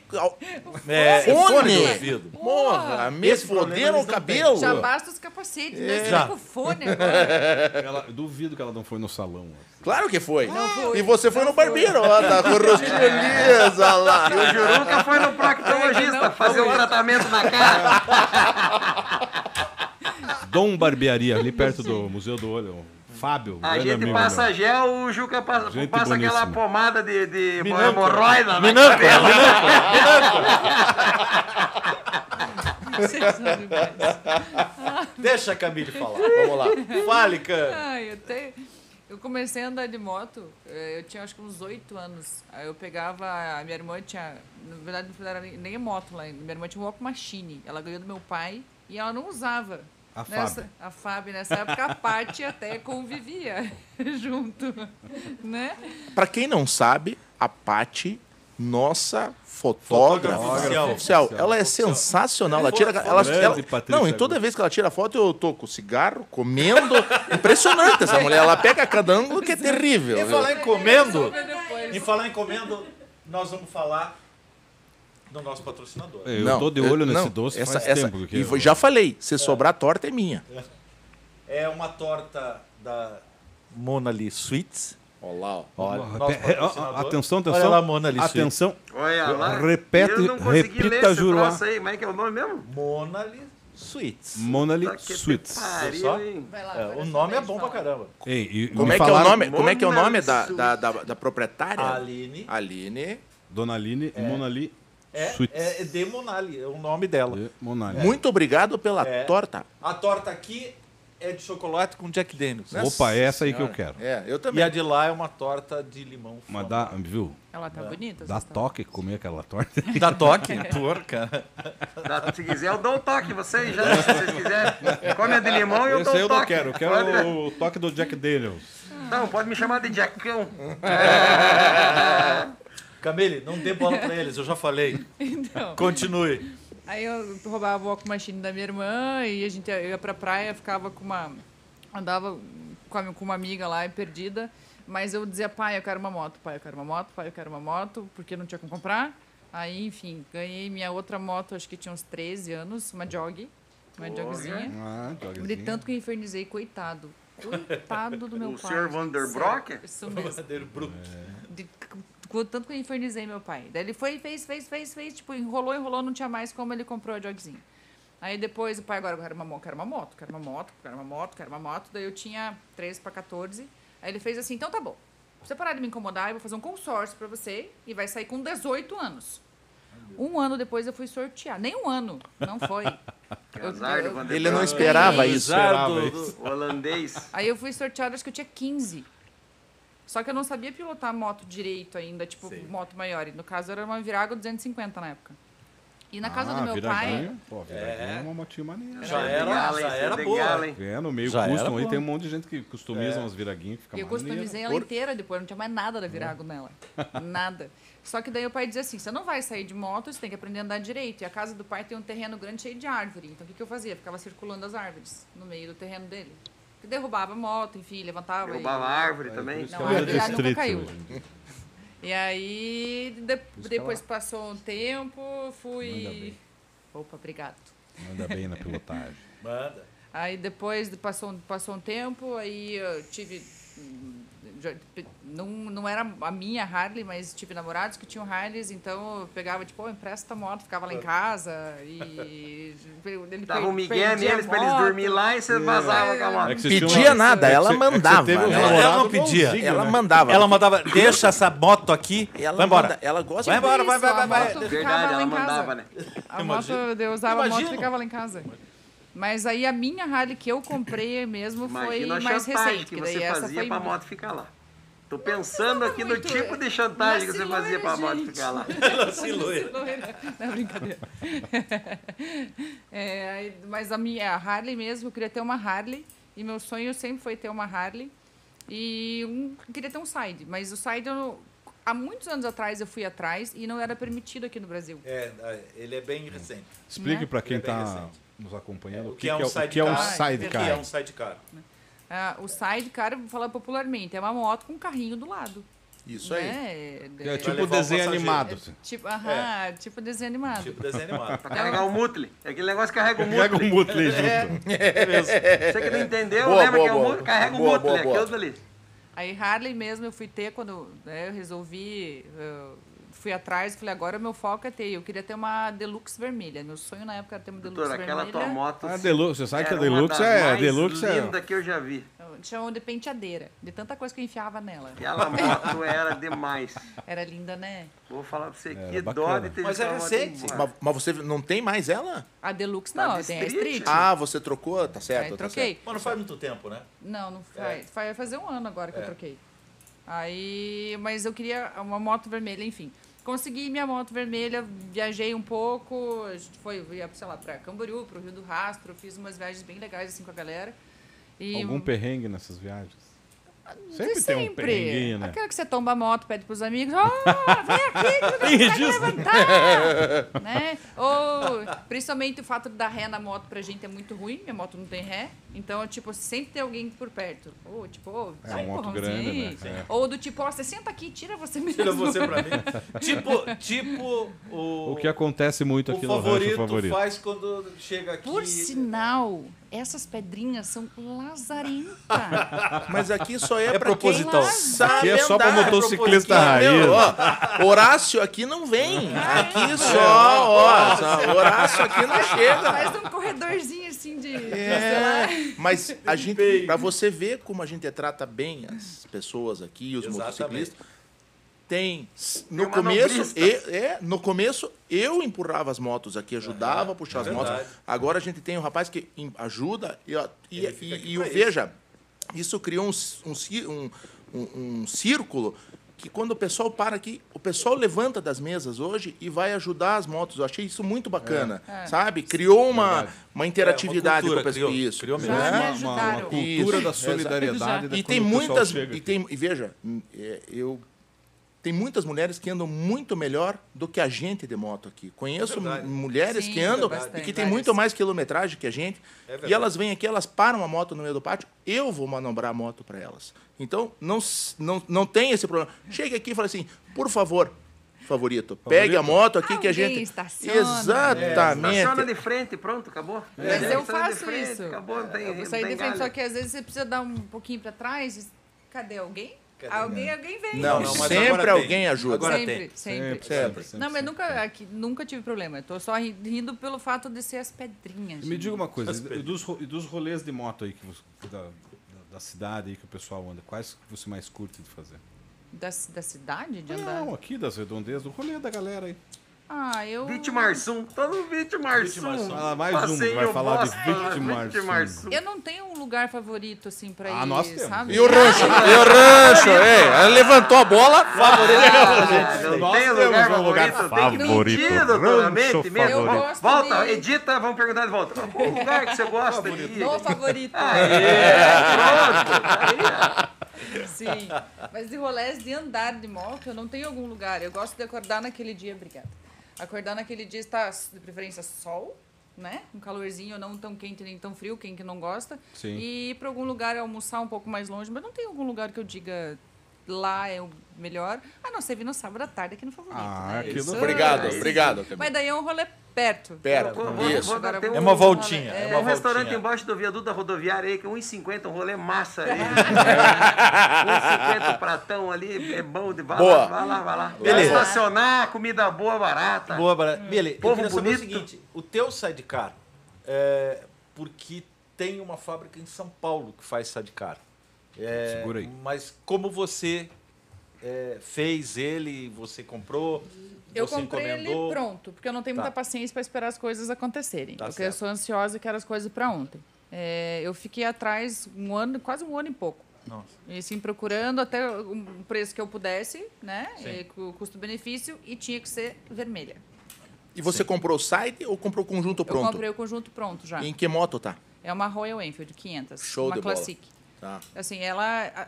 E: É,
C: Fone.
E: fone de ouvido.
C: Porra, me
E: Esse problema
C: foderam o
E: eles não têm.
C: cabelo.
B: Já basta os capacetes, né? Você
E: Já.
B: tá com
E: [laughs]
B: fone agora.
A: Ela- eu duvido que ela não foi no salão. ó.
C: Claro que foi.
B: foi.
C: E você foi no barbeiro, ó, tá com o rostinho lisa lá.
F: O Juruca foi no proctologista fazer um tratamento na cara.
A: Dom Barbearia,
F: [laughs]
A: ali perto do Museu do Olho. o Fábio, um
F: A
A: grande
F: gente
A: amigo
F: passa
A: meu.
F: gel, o Juca passa,
A: Gente
F: passa aquela
A: boníssima.
F: pomada de, de hemorroida. né?
B: Vocês são demais.
E: Deixa a Camille falar.
C: Vamos lá.
E: Fale, Cam.
B: Ai, eu, tenho- eu comecei a andar de moto, eh, eu tinha acho que uns oito anos. Aí eu pegava, a minha irmã tinha, na verdade não era nem- nem moto lá, minha irmã tinha um walk machine. Ela ganhou do meu pai e ela não usava.
A: A
B: Nessa, a Fábio, nessa época, a Paty até convivia [laughs] junto, né?
C: Pra quem não sabe, a Pati, nossa fotógrafa,
E: Fotógrafa oficial.
C: oficial, ela é sensacional. Ela tira, ela,
A: Grande
C: ela-
A: Patrícia
C: não, e toda vez que ela tira foto eu tô com cigarro, comendo. Impressionante essa mulher. Ela pega cada ângulo que é terrível.
E: Em
C: viu?
E: falar em comendo,
B: Resolve depois.
E: em falar em comendo, nós vamos falar do nosso patrocinador.
A: Eu
C: Não,
A: tô de
C: eu-
A: olho nesse
C: não,
A: doce
C: essa-
A: faz
C: essa-
A: tempo. Que
C: e
A: eu-
C: já falei, se sobrar torta é minha.
E: É uma torta da Mona Lee Sweets.
C: Olha lá, ó.
E: Olha,
A: Porra,
E: nosso
A: pe-
E: patrocinador.
A: atenção, atenção.
E: Olha lá, Mona Lee Sweets.
A: atenção.
F: Olha lá.
A: Repete-
F: eu não consegui ler
A: repita,
F: esse
A: Juruá.
F: troço aí. Como é que é o nome mesmo?
E: Mona Lee Sweets.
A: Monali
F: Tá que
A: Sweets.
F: pariu,
E: Só?
F: hein?
B: Vai lá,
E: É,
B: agora
E: o
B: você
E: nome é
B: pode
E: bom pra
B: falar.
E: caramba.
A: Ei, e
C: Como
A: me
C: é, que é o
A: falaram-
C: nome, como é que é o nome da,
F: Mona
C: da, da, da proprietária?
E: Aline.
C: Aline.
A: Dona Aline, Monali
E: É,
A: Sweets.
E: é de Monali, é o nome dela.
A: E Monali.
C: Muito obrigado pela
E: É.
C: torta.
E: A torta aqui é de chocolate com Jack Daniels.
C: Né?
A: Opa, é essa aí que eu
C: Senhora.
A: quero.
C: É, eu
E: E
C: também.
E: a de lá é uma torta de limão.
A: Mas dá, viu?
B: Ela
E: É.
B: tá bonita.
A: Dá
B: vocês
A: toque comer aquela torta.
E: Da toque? [laughs] Porca.
F: Dá- Se quiser, eu dou um toque. Vocês já, se vocês quiserem. Come a de limão e eu dou um toque. Pode-
A: o toque do Jack Daniels.
F: Não, pode me chamar de Jackão.
E: Camille, não dê bola pra eles, eu já falei.
B: estão- Então,
E: [laughs] Continue.
B: Aí eu roubava o walk machine da minha irmã e a gente eu ia pra praia, ficava com uma. Andava com, a- com uma amiga lá e perdida. Mas eu dizia, pai, eu quero uma moto, pai, eu quero uma moto, pai, eu quero uma moto, porque não tinha como comprar. Aí, enfim, ganhei minha outra moto, acho que tinha uns 13 anos, uma jog, uma jogzinha.
A: Ah,
B: De tanto que eu infernizei, coitado. Coitado do meu
F: O
B: pai.
F: senhor
B: gente,
F: Vanderbrock?
B: sério, Isso mesmo.
E: Verdadeiro bruto.
B: De, com- tanto que eu infernizei meu pai. Daí ele foi, fez, fez, fez, fez, tipo, enrolou, enrolou, não tinha mais como ele comprou a jogzinha. Aí depois o pai agora quero uma, mo- quero uma moto, quero uma moto, quero uma moto, quero uma moto. Daí eu tinha 13 para 14. Aí Aí ele fez assim, então tá bom. Pra você parar de me incomodar, eu vou fazer um consórcio pra você e vai sair com 18 anos. Um ano depois eu fui sortear. Nem um ano, não foi. Eu-
F: Azar
B: eu-
F: do
E: é
C: Ele não
F: espera.
C: esperava isso.
F: Holandês.
B: Aí eu fui sorteada, acho que eu tinha 15. Só que eu não sabia pilotar moto direito ainda, tipo, moto maior. E no caso era uma Virago 250 na época. E
A: Ah,
B: na casa do meu pai.
A: viradinha? Pô, viradinha é uma motinha maneira.
E: Já era, já era boa.
A: É, no meio
E: Já era,
A: custom aí
E: pô.
A: tem um monte de gente que customiza umas viraguinhas, fica
B: Eu
A: maneiro.
B: customizei ela inteira depois, não tinha mais nada da Virago nela. Nada. Só que daí o pai dizia assim: você não vai sair de moto, você tem que aprender a andar direito. E a casa do pai tem um terreno grande cheio de árvore. Então o que, que eu fazia? Ficava circulando as árvores no meio do terreno dele. Que derrubava a moto, enfim, levantava. e-
F: Derrubava a árvore também.
B: Não,
A: Cabelo
B: a Virago nunca
A: distrito
B: caiu.
A: hoje em dia.
B: E aí, de- depois passou um tempo, fui. Opa, obrigado.
A: Manda bem na pilotagem.
E: É. Manda.
B: Aí depois de- passou, um- passou um tempo, aí eu tive. hum, já- pe- Não, não era a minha Harley, mas tive namorados que tinham Harleys, então eu pegava, tipo, oh, empresta a moto, ficava lá em casa
F: [laughs]
B: e. Ele
F: Ah. Dava
B: per-
F: um migué
B: perdia a
F: neles pra eles
B: moto.
F: dormirem lá e
E: É.
F: você vazava com a moto.
A: que vocês tinham
C: Pedia
A: uma-
C: nada, ela
A: é que você- é que você
C: mandava.
A: teve um
C: né?
E: namorado
C: Ela
E: Ela não pedia.
A: bonzinho,
C: Ela
A: né?
C: mandava.
E: Ela mandava, deixa essa moto aqui,
C: Ela
E: vai embora.
C: manda- Ela gosta
E: Vai
C: de-
E: embora, vai, vai, vai, vai.
B: Isso, a moto
F: Verdade,
B: ficava lá
F: ela
B: em casa.
F: mandava, né?
B: A moto, eu usava a moto
E: Imagino.
B: e ficava lá em casa. Mas aí a minha Harley que eu comprei mesmo foi
F: Imagina a
B: mais
F: chantagem
B: recente.
F: que
B: que daí
F: você
B: essa
F: fazia
B: foi
F: pra
B: muito-
F: moto ficar lá. Tô pensando aqui no
B: muito,
F: tipo de
B: é,
F: chantagem que você
B: vacilou,
F: fazia
B: né,
F: pra moto
B: gente? [laughs]
F: ficar lá.
B: Não, brincadeira. É, aí- mas a minha a Harley mesmo, eu queria ter uma Harley. E meu sonho sempre foi ter uma Harley. E um, eu queria ter um side. Mas o side, eu, há muitos anos atrás, eu fui atrás e não era permitido aqui no Brasil.
E: É, ele é bem recente.
A: Explique
B: Né?
A: pra quem
E: É bem
A: tá
E: recente.
A: nos acompanhando
E: O
A: o que, que é, o
E: sidecar?
A: que é um
E: O que é
A: sidecar.
E: um sidecar?
B: Ah, o sidecar, vou falar popularmente, é uma moto com um carrinho do lado.
C: Isso aí.
B: Né? É,
A: É tipo
E: levar
A: um
E: o
A: desenho
E: passageiro.
A: animado. [laughs] assim.
B: tipo, aham, tipo desenho animado.
E: Tipo desenho animado. [laughs]
F: Pra carregar o mutle. É aquele negócio que carrega o mutle.
A: Pega o Mutley [laughs] junto.
F: Você que não entendeu,
C: Boa,
F: lembra
C: boa,
F: que é o
C: boa.
F: mutle? Carrega o
C: Boa,
F: mutle.
C: boa,
F: É
C: boa.
F: aquilo ali.
B: Aí Harley mesmo eu fui ter quando né, eu resolvi, eu fui atrás, falei, agora meu foco é ter, eu queria ter uma Deluxe vermelha. Meu sonho na época era ter uma Deluxe
F: Doutor, aquela tua
B: vermelha.
F: moto.
A: Ah, Deluxe, você sabe que a
F: era uma
A: Deluxe
F: das
A: é.
F: mais
A: Deluxe é.
F: linda que eu já vi.
B: Chamam um de penteadeira, de tanta coisa que eu enfiava nela.
A: [laughs]
F: Aquela moto era demais.
B: Era linda, né?
F: Vou falar pra você que
A: Era
F: dó
A: bacana.
F: de ter
E: Mas
F: deixado
E: é
F: a moto
E: recente.
F: embora.
C: Mas, mas você não tem mais ela?
B: A Deluxe
F: Tá
B: não,
F: de
B: tem a
F: street.
B: Street.
C: Ah, você trocou? Tá certo.
B: Aí
C: tá
B: troquei.
E: Mas não faz muito tempo, né?
B: Não, não faz. Vai fazer um ano agora que eu troquei. Aí, mas eu queria uma moto vermelha, enfim. Consegui minha moto vermelha, viajei um pouco, a gente foi, ia, sei lá, pra Camboriú, pro Rio do Rastro, fiz umas viagens bem legais assim com a galera. E
A: Algum perrengue nessas viagens?
B: de
A: um- Sempre tem um perrenguinho, né?
B: Aquela que você tomba a moto, pede pros amigos, ó, vem
A: [laughs]
B: aqui que você vai levantar, né? Ou, principalmente o fato de dar ré na moto pra gente é muito ruim, minha moto não tem ré, então, tipo, sempre tem alguém por perto. Ou, tipo, ô,
A: É,
B: sai,
A: uma moto
B: empurrãozinho.
A: grande, né? É.
B: Ou do tipo, ó, você senta aqui, tira você mesmo.
E: Tira você pra mim. Tipo, tipo o,
A: O que acontece muito
E: o
A: aqui no rancho
E: favorito,
A: favorito.
E: faz quando chega aqui.
B: [laughs] Por sinal, essas pedrinhas são
A: [laughs]
B: lazarentas.
C: certo. Mas aqui só é,
E: É
C: pra quem
E: proposital.
C: sabe
A: Aqui é só pra
C: andar.
A: motociclista
C: Ah,
A: raiz.
C: meu, ó, Horácio aqui não vem. Aqui só, ó. só- Horácio aqui não chega.
B: Faz um corredorzinho assim de...
C: É, mas a gente, para você ver como a gente trata bem as pessoas aqui, os
E: Exatamente.
C: motociclistas, tem no
E: É
F: uma
C: começo,
F: nobrista.
C: e- é, no começo eu empurrava as motos aqui, ajudava a puxar as motos.
E: É, verdade.
C: Agora a gente tem um rapaz que em- ajuda e, ó, e,
E: Ele fica aqui
C: e- e o-
E: pra isso.
C: veja, isso criou um, ci- um ci- um- um- um círculo que quando o pessoal para aqui, o pessoal levanta das mesas hoje e vai ajudar as motos. Eu achei isso muito bacana, sabe? Criou uma, uma interatividade
E: É, uma
C: com o pessoal.
E: cultura, criou-
C: isso.
E: criou mesmo.
B: Já me
C: né?
A: Uma, é, uma
B: ajudaram.
A: cultura
C: Isso,
A: da
C: exato.
A: solidariedade. da
C: E
A: quando
C: tem
A: o pessoal
C: muitas.
A: chega
C: E,
A: aqui.
C: tem, e veja, hum, é, eu. Tem muitas mulheres que andam muito melhor do que a gente de moto aqui. Conheço
E: Verdade.
C: mu- mulheres
B: Sim,
C: que andam
B: verdade.
C: e que têm
B: Várias.
C: muito mais quilometragem que a gente.
E: verdade.
C: e elas vêm aqui, elas param a moto no meio do pátio, eu vou manobrar a moto para elas. Então, não, s- não, não tem esse problema. Chega aqui e fala assim, por favor, favorito, pegue a moto aqui que a
B: Alguém
C: gente.
B: estaciona.
F: É, Estaciona
C: Exatamente.
F: de frente, pronto, acabou.
B: Mas eu
F: Estaciona de
B: faço
F: frente,
B: isso.
F: Acabou, não tem,
B: Eu
F: não
B: vou sair
F: tem
B: de frente,
F: galho.
B: só que às vezes você precisa dar um pouquinho pra trás. e- Cadê alguém? alguém, alguém vem.
C: Não,
E: Não, não, mas
C: sempre
E: agora tem.
C: alguém ajuda.
E: Agora
B: sempre,
E: tem.
B: sempre,
A: sempre,
B: Não,
A: sempre.
B: mas nunca, aqui, nunca tive problema. Eu tô só ri- rindo pelo fato de ser as pedrinhas.
A: Me
B: gente.
A: diga uma coisa, e dos, ro- e dos rolês de moto aí que você, da, da- da cidade aí que o pessoal anda? Quais que você mais curte de fazer?
B: Da, ci- da cidade de andar?
A: Não, aqui das redondezas, do rolê da galera aí.
B: Ah, eu.
F: Vitimarsum, tô no Vitimarsum.
A: Fala mais um,
F: Passei
A: vai
F: o
A: falar de
F: Boston,
A: Vitimarsum.
B: Eu não tenho um lugar favorito, assim, pra
A: Ah,
B: ir,
A: nós temos.
B: sabe?
C: E o rancho? E o rancho? Ei, ela levantou a bola,
F: Ah, Não tem lugar favorito, tem que
D: favorito.
F: mentir, doutora
D: Rancho
F: Mente, mesmo.
B: favorito. Eu gosto
F: Volta,
B: de-
F: edita, vamos perguntar de volta. Qual lugar que você gosta de ir? É,
B: No favorito. Sim. Mas de rolés de andar de moto, eu não tenho algum lugar. Eu gosto de acordar naquele dia, obrigada. Acordar naquele dia está, de preferência, sol, né? Um calorzinho, não tão quente nem tão frio, quem que não gosta.
A: Sim.
B: E ir para algum lugar almoçar um pouco mais longe, mas não tem algum lugar que eu diga lá é o melhor. A não ser vir no sábado à tarde aqui no favorito.
A: Ah,
B: né?
A: aquilo-
B: Isso-
C: Obrigado, obrigado.
B: Mas daí é um rolê perto.
C: Perto, isso.
B: Agora
F: Tem
B: vou-
E: É uma voltinha.
B: É,
E: É,
F: Tem
E: uma
F: um restaurante
E: voltinha.
F: embaixo do viaduto da rodoviária aí, que é 1,50, um rolê massa
B: [laughs]
F: aí. 1,50 o pratão ali, é bom de vai
C: Boa.
F: lá, vai lá, vai lá.
E: Beleza.
F: Vai Estacionar, comida boa, barata.
B: Ah,
E: Boa, Bara.
B: hum.
E: Bele, eu
F: Povo
E: queria saber o
F: bonito.
E: seguinte: o teu sidecar, é, porque tem uma fábrica em São Paulo que faz sidecar. É,
A: Segura aí.
E: Mas como você é, fez ele, você comprou,
B: Eu
E: você
B: comprei
E: encomendou.
B: ele pronto, porque eu não tenho muita
E: Tá.
B: paciência para esperar as coisas acontecerem.
E: Tá
B: porque eu
E: certo.
B: sou ansiosa e quero as coisas para ontem. É, eu fiquei atrás um ano, quase um ano e pouco.
E: Nossa.
B: E assim, procurando até um preço que eu pudesse, né?
E: Sim.
B: E com o custo-benefício, e tinha que ser vermelha.
C: E você comprou o site ou comprou o conjunto
B: Eu
C: pronto?
B: comprei o conjunto pronto já.
C: E em que moto tá?
B: É uma Royal Enfield 500.
C: Show
B: uma
C: de bola.
B: Classic.
C: Tá.
B: Assim, ela a-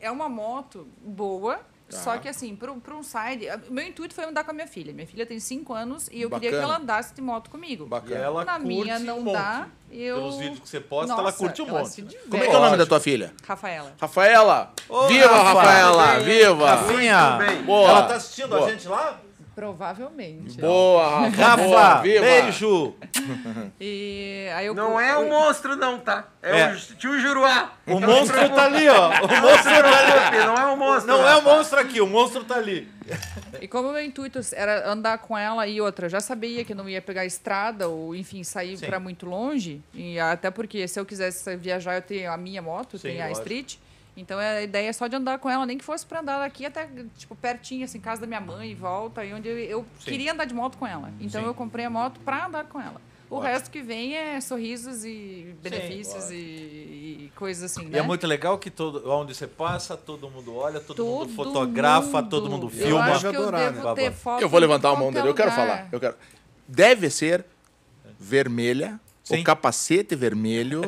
B: é uma moto boa,
E: Tá.
B: só que assim, para um side. a- Meu intuito foi andar com a minha filha. Minha filha tem 5 anos e eu queria que
C: Bacana.
B: ela andasse de moto comigo.
E: E ela
B: Na
E: curte
B: minha
E: um
B: não
E: monte.
B: dá. Eu...
E: Pelos vídeos que você posta, ela curte um
B: ela
E: monte,
B: se
E: né?
B: diverte.
C: Como é que é o nome da tua filha?
B: Rafaela.
C: Rafaela! viva, Rafaela! Viva!
E: Rafinha,
F: bem.
C: Boa!
E: ela tá assistindo
C: Boa.
E: a gente lá?
B: Provavelmente.
C: Boa, Rafa! boa,
E: Rafa,
C: viva!
E: beijo!
B: E aí eu
F: Não é o monstro, não, tá? É,
E: É.
F: o tio Juruá.
E: O monstro tá
B: [laughs]
E: ali, ó. O monstro tá ali.
F: Não é o monstro.
E: Não é o
F: Rafa.
E: monstro aqui, o monstro tá ali.
B: E como o meu intuito era andar com ela e outra, eu já sabia que não ia pegar estrada ou, enfim, sair
E: Sim.
B: para muito longe. E até porque se eu quisesse viajar, eu tenho a minha moto,
E: Sim,
B: tenho a
E: lógico.
B: Street. Então a ideia é só de andar com ela, nem que fosse para andar daqui até, tipo, pertinho, assim, casa da minha mãe e volta. E onde eu, eu queria andar de moto com ela. Então
E: Sim.
B: eu comprei a moto para andar com ela. O resto que vem é sorrisos e benefícios e, e coisas assim,
E: E
B: né?
E: é muito legal que todo, onde você passa, todo mundo olha, todo,
B: Todo
E: mundo fotografa, todo mundo
B: Eu
E: filma.
B: acho que eu
D: Adorar,
B: devo
E: né?
B: ter foto
C: Eu
B: em
C: vou levantar a mão
B: qualquer
C: dele, eu quero
B: lugar.
C: falar. Eu quero. Deve ser vermelha,
E: Sim.
C: o capacete vermelho,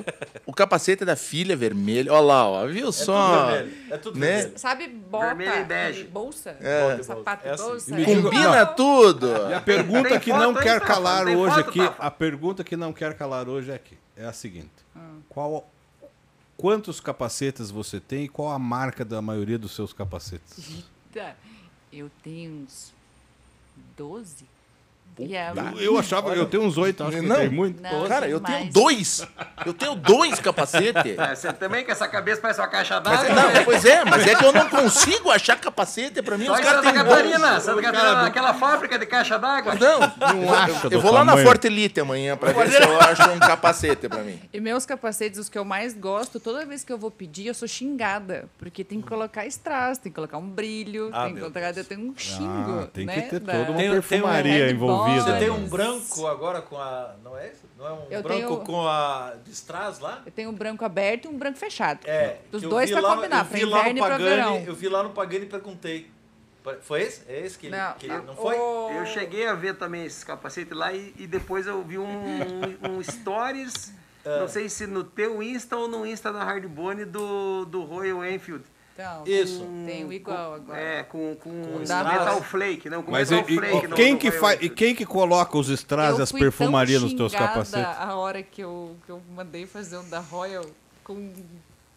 C: o capacete da filha vermelho. Olha lá, ó, viu só?
E: vermelho, é tudo
C: né?
E: vermelho.
B: Sabe, bota
F: Vermelho e bege.
B: e bolsa,
E: É.
B: sapato e
E: Essa-
B: bolsa.
A: Me diga-
C: Combina tudo!
A: E a pergunta
F: Tem
A: que
F: foto
A: não
F: aí,
A: quer
F: Tafa?
A: calar
F: Tem
A: hoje
F: foto,
A: aqui,
F: Tafa?
A: a pergunta que não quer calar hoje é aqui, é a seguinte.
B: Ah.
A: Qual quantos capacetes você tem e qual a marca da maioria dos seus capacetes?
B: Eita, eu tenho uns 12. E é uma-
A: Eu achava, eu tenho uns oito, Então, né? acho que
C: Não.
A: tem muito.
B: Não,
C: Cara, eu
B: mais.
C: tenho dois! Eu tenho dois capacetes!
F: É, Você também com essa cabeça parece uma caixa
C: Mas é-
F: d'água.
C: não,
F: né?
C: pois é, mas é que eu não consigo achar capacete pra mim.
F: Só
C: Os
F: em
C: caras
F: Santa
C: têm dois.
F: Catarina, Santa Catarina, aquela fábrica de caixa d'água.
C: Não,
A: Não acha
C: eu
A: do
C: vou lá na
A: tamanho.
C: Fortelite amanhã pra ver se eu acho um capacete pra mim.
B: E meus capacetes, os que eu mais gosto, toda vez que eu vou pedir, eu sou xingada. Porque tem que colocar strass, tem que colocar um brilho,
E: Ah,
B: tem que
E: meu
B: colocar. Eu tenho um xingo.
A: Ah, tem
B: né,
A: que ter
B: da-
A: toda uma
E: Tem- tem um
A: perfumaria
B: Red Bull,
A: envolvida.
E: Você tem
A: né?
E: um branco agora com a. Não é isso? Não é um
B: Eu
E: branco
B: tenho-
E: com a. de strass lá?
B: Eu tenho um branco aberto e um branco fechado.
E: É.
B: Dos
E: que eu
B: dois
E: vi
B: pra
E: lá-
B: combinar,
E: eu
B: pra
E: vi lá no
B: inverno e pra
E: Pagani-
B: verão.
E: Eu vi lá no Pagani e perguntei. Pa- Foi esse? É esse que ele. que ele- Não, foi?
B: o-
F: Eu cheguei a ver também esse capacete lá e, e depois eu vi um, um- um
E: [laughs]
F: stories,
E: É.
F: não sei se no teu Insta ou no Insta da Hardbone do, do Royal Enfield.
B: Então,
E: Isso.
B: Tem o igual agora.
F: É, com, com,
B: dá-
F: Metal Flake, não, com
A: Mas e,
F: Metal
A: e-
F: Flake.
A: e
F: no-
A: quem
F: no
A: que
F: Royal
A: faz, e
F: Enfield.
A: quem que coloca os strass,
B: Eu
A: as
B: fui tão
A: perfumarias nos teus
B: xingada
A: capacetes?
B: A hora que eu, que eu mandei fazer um da Royal com.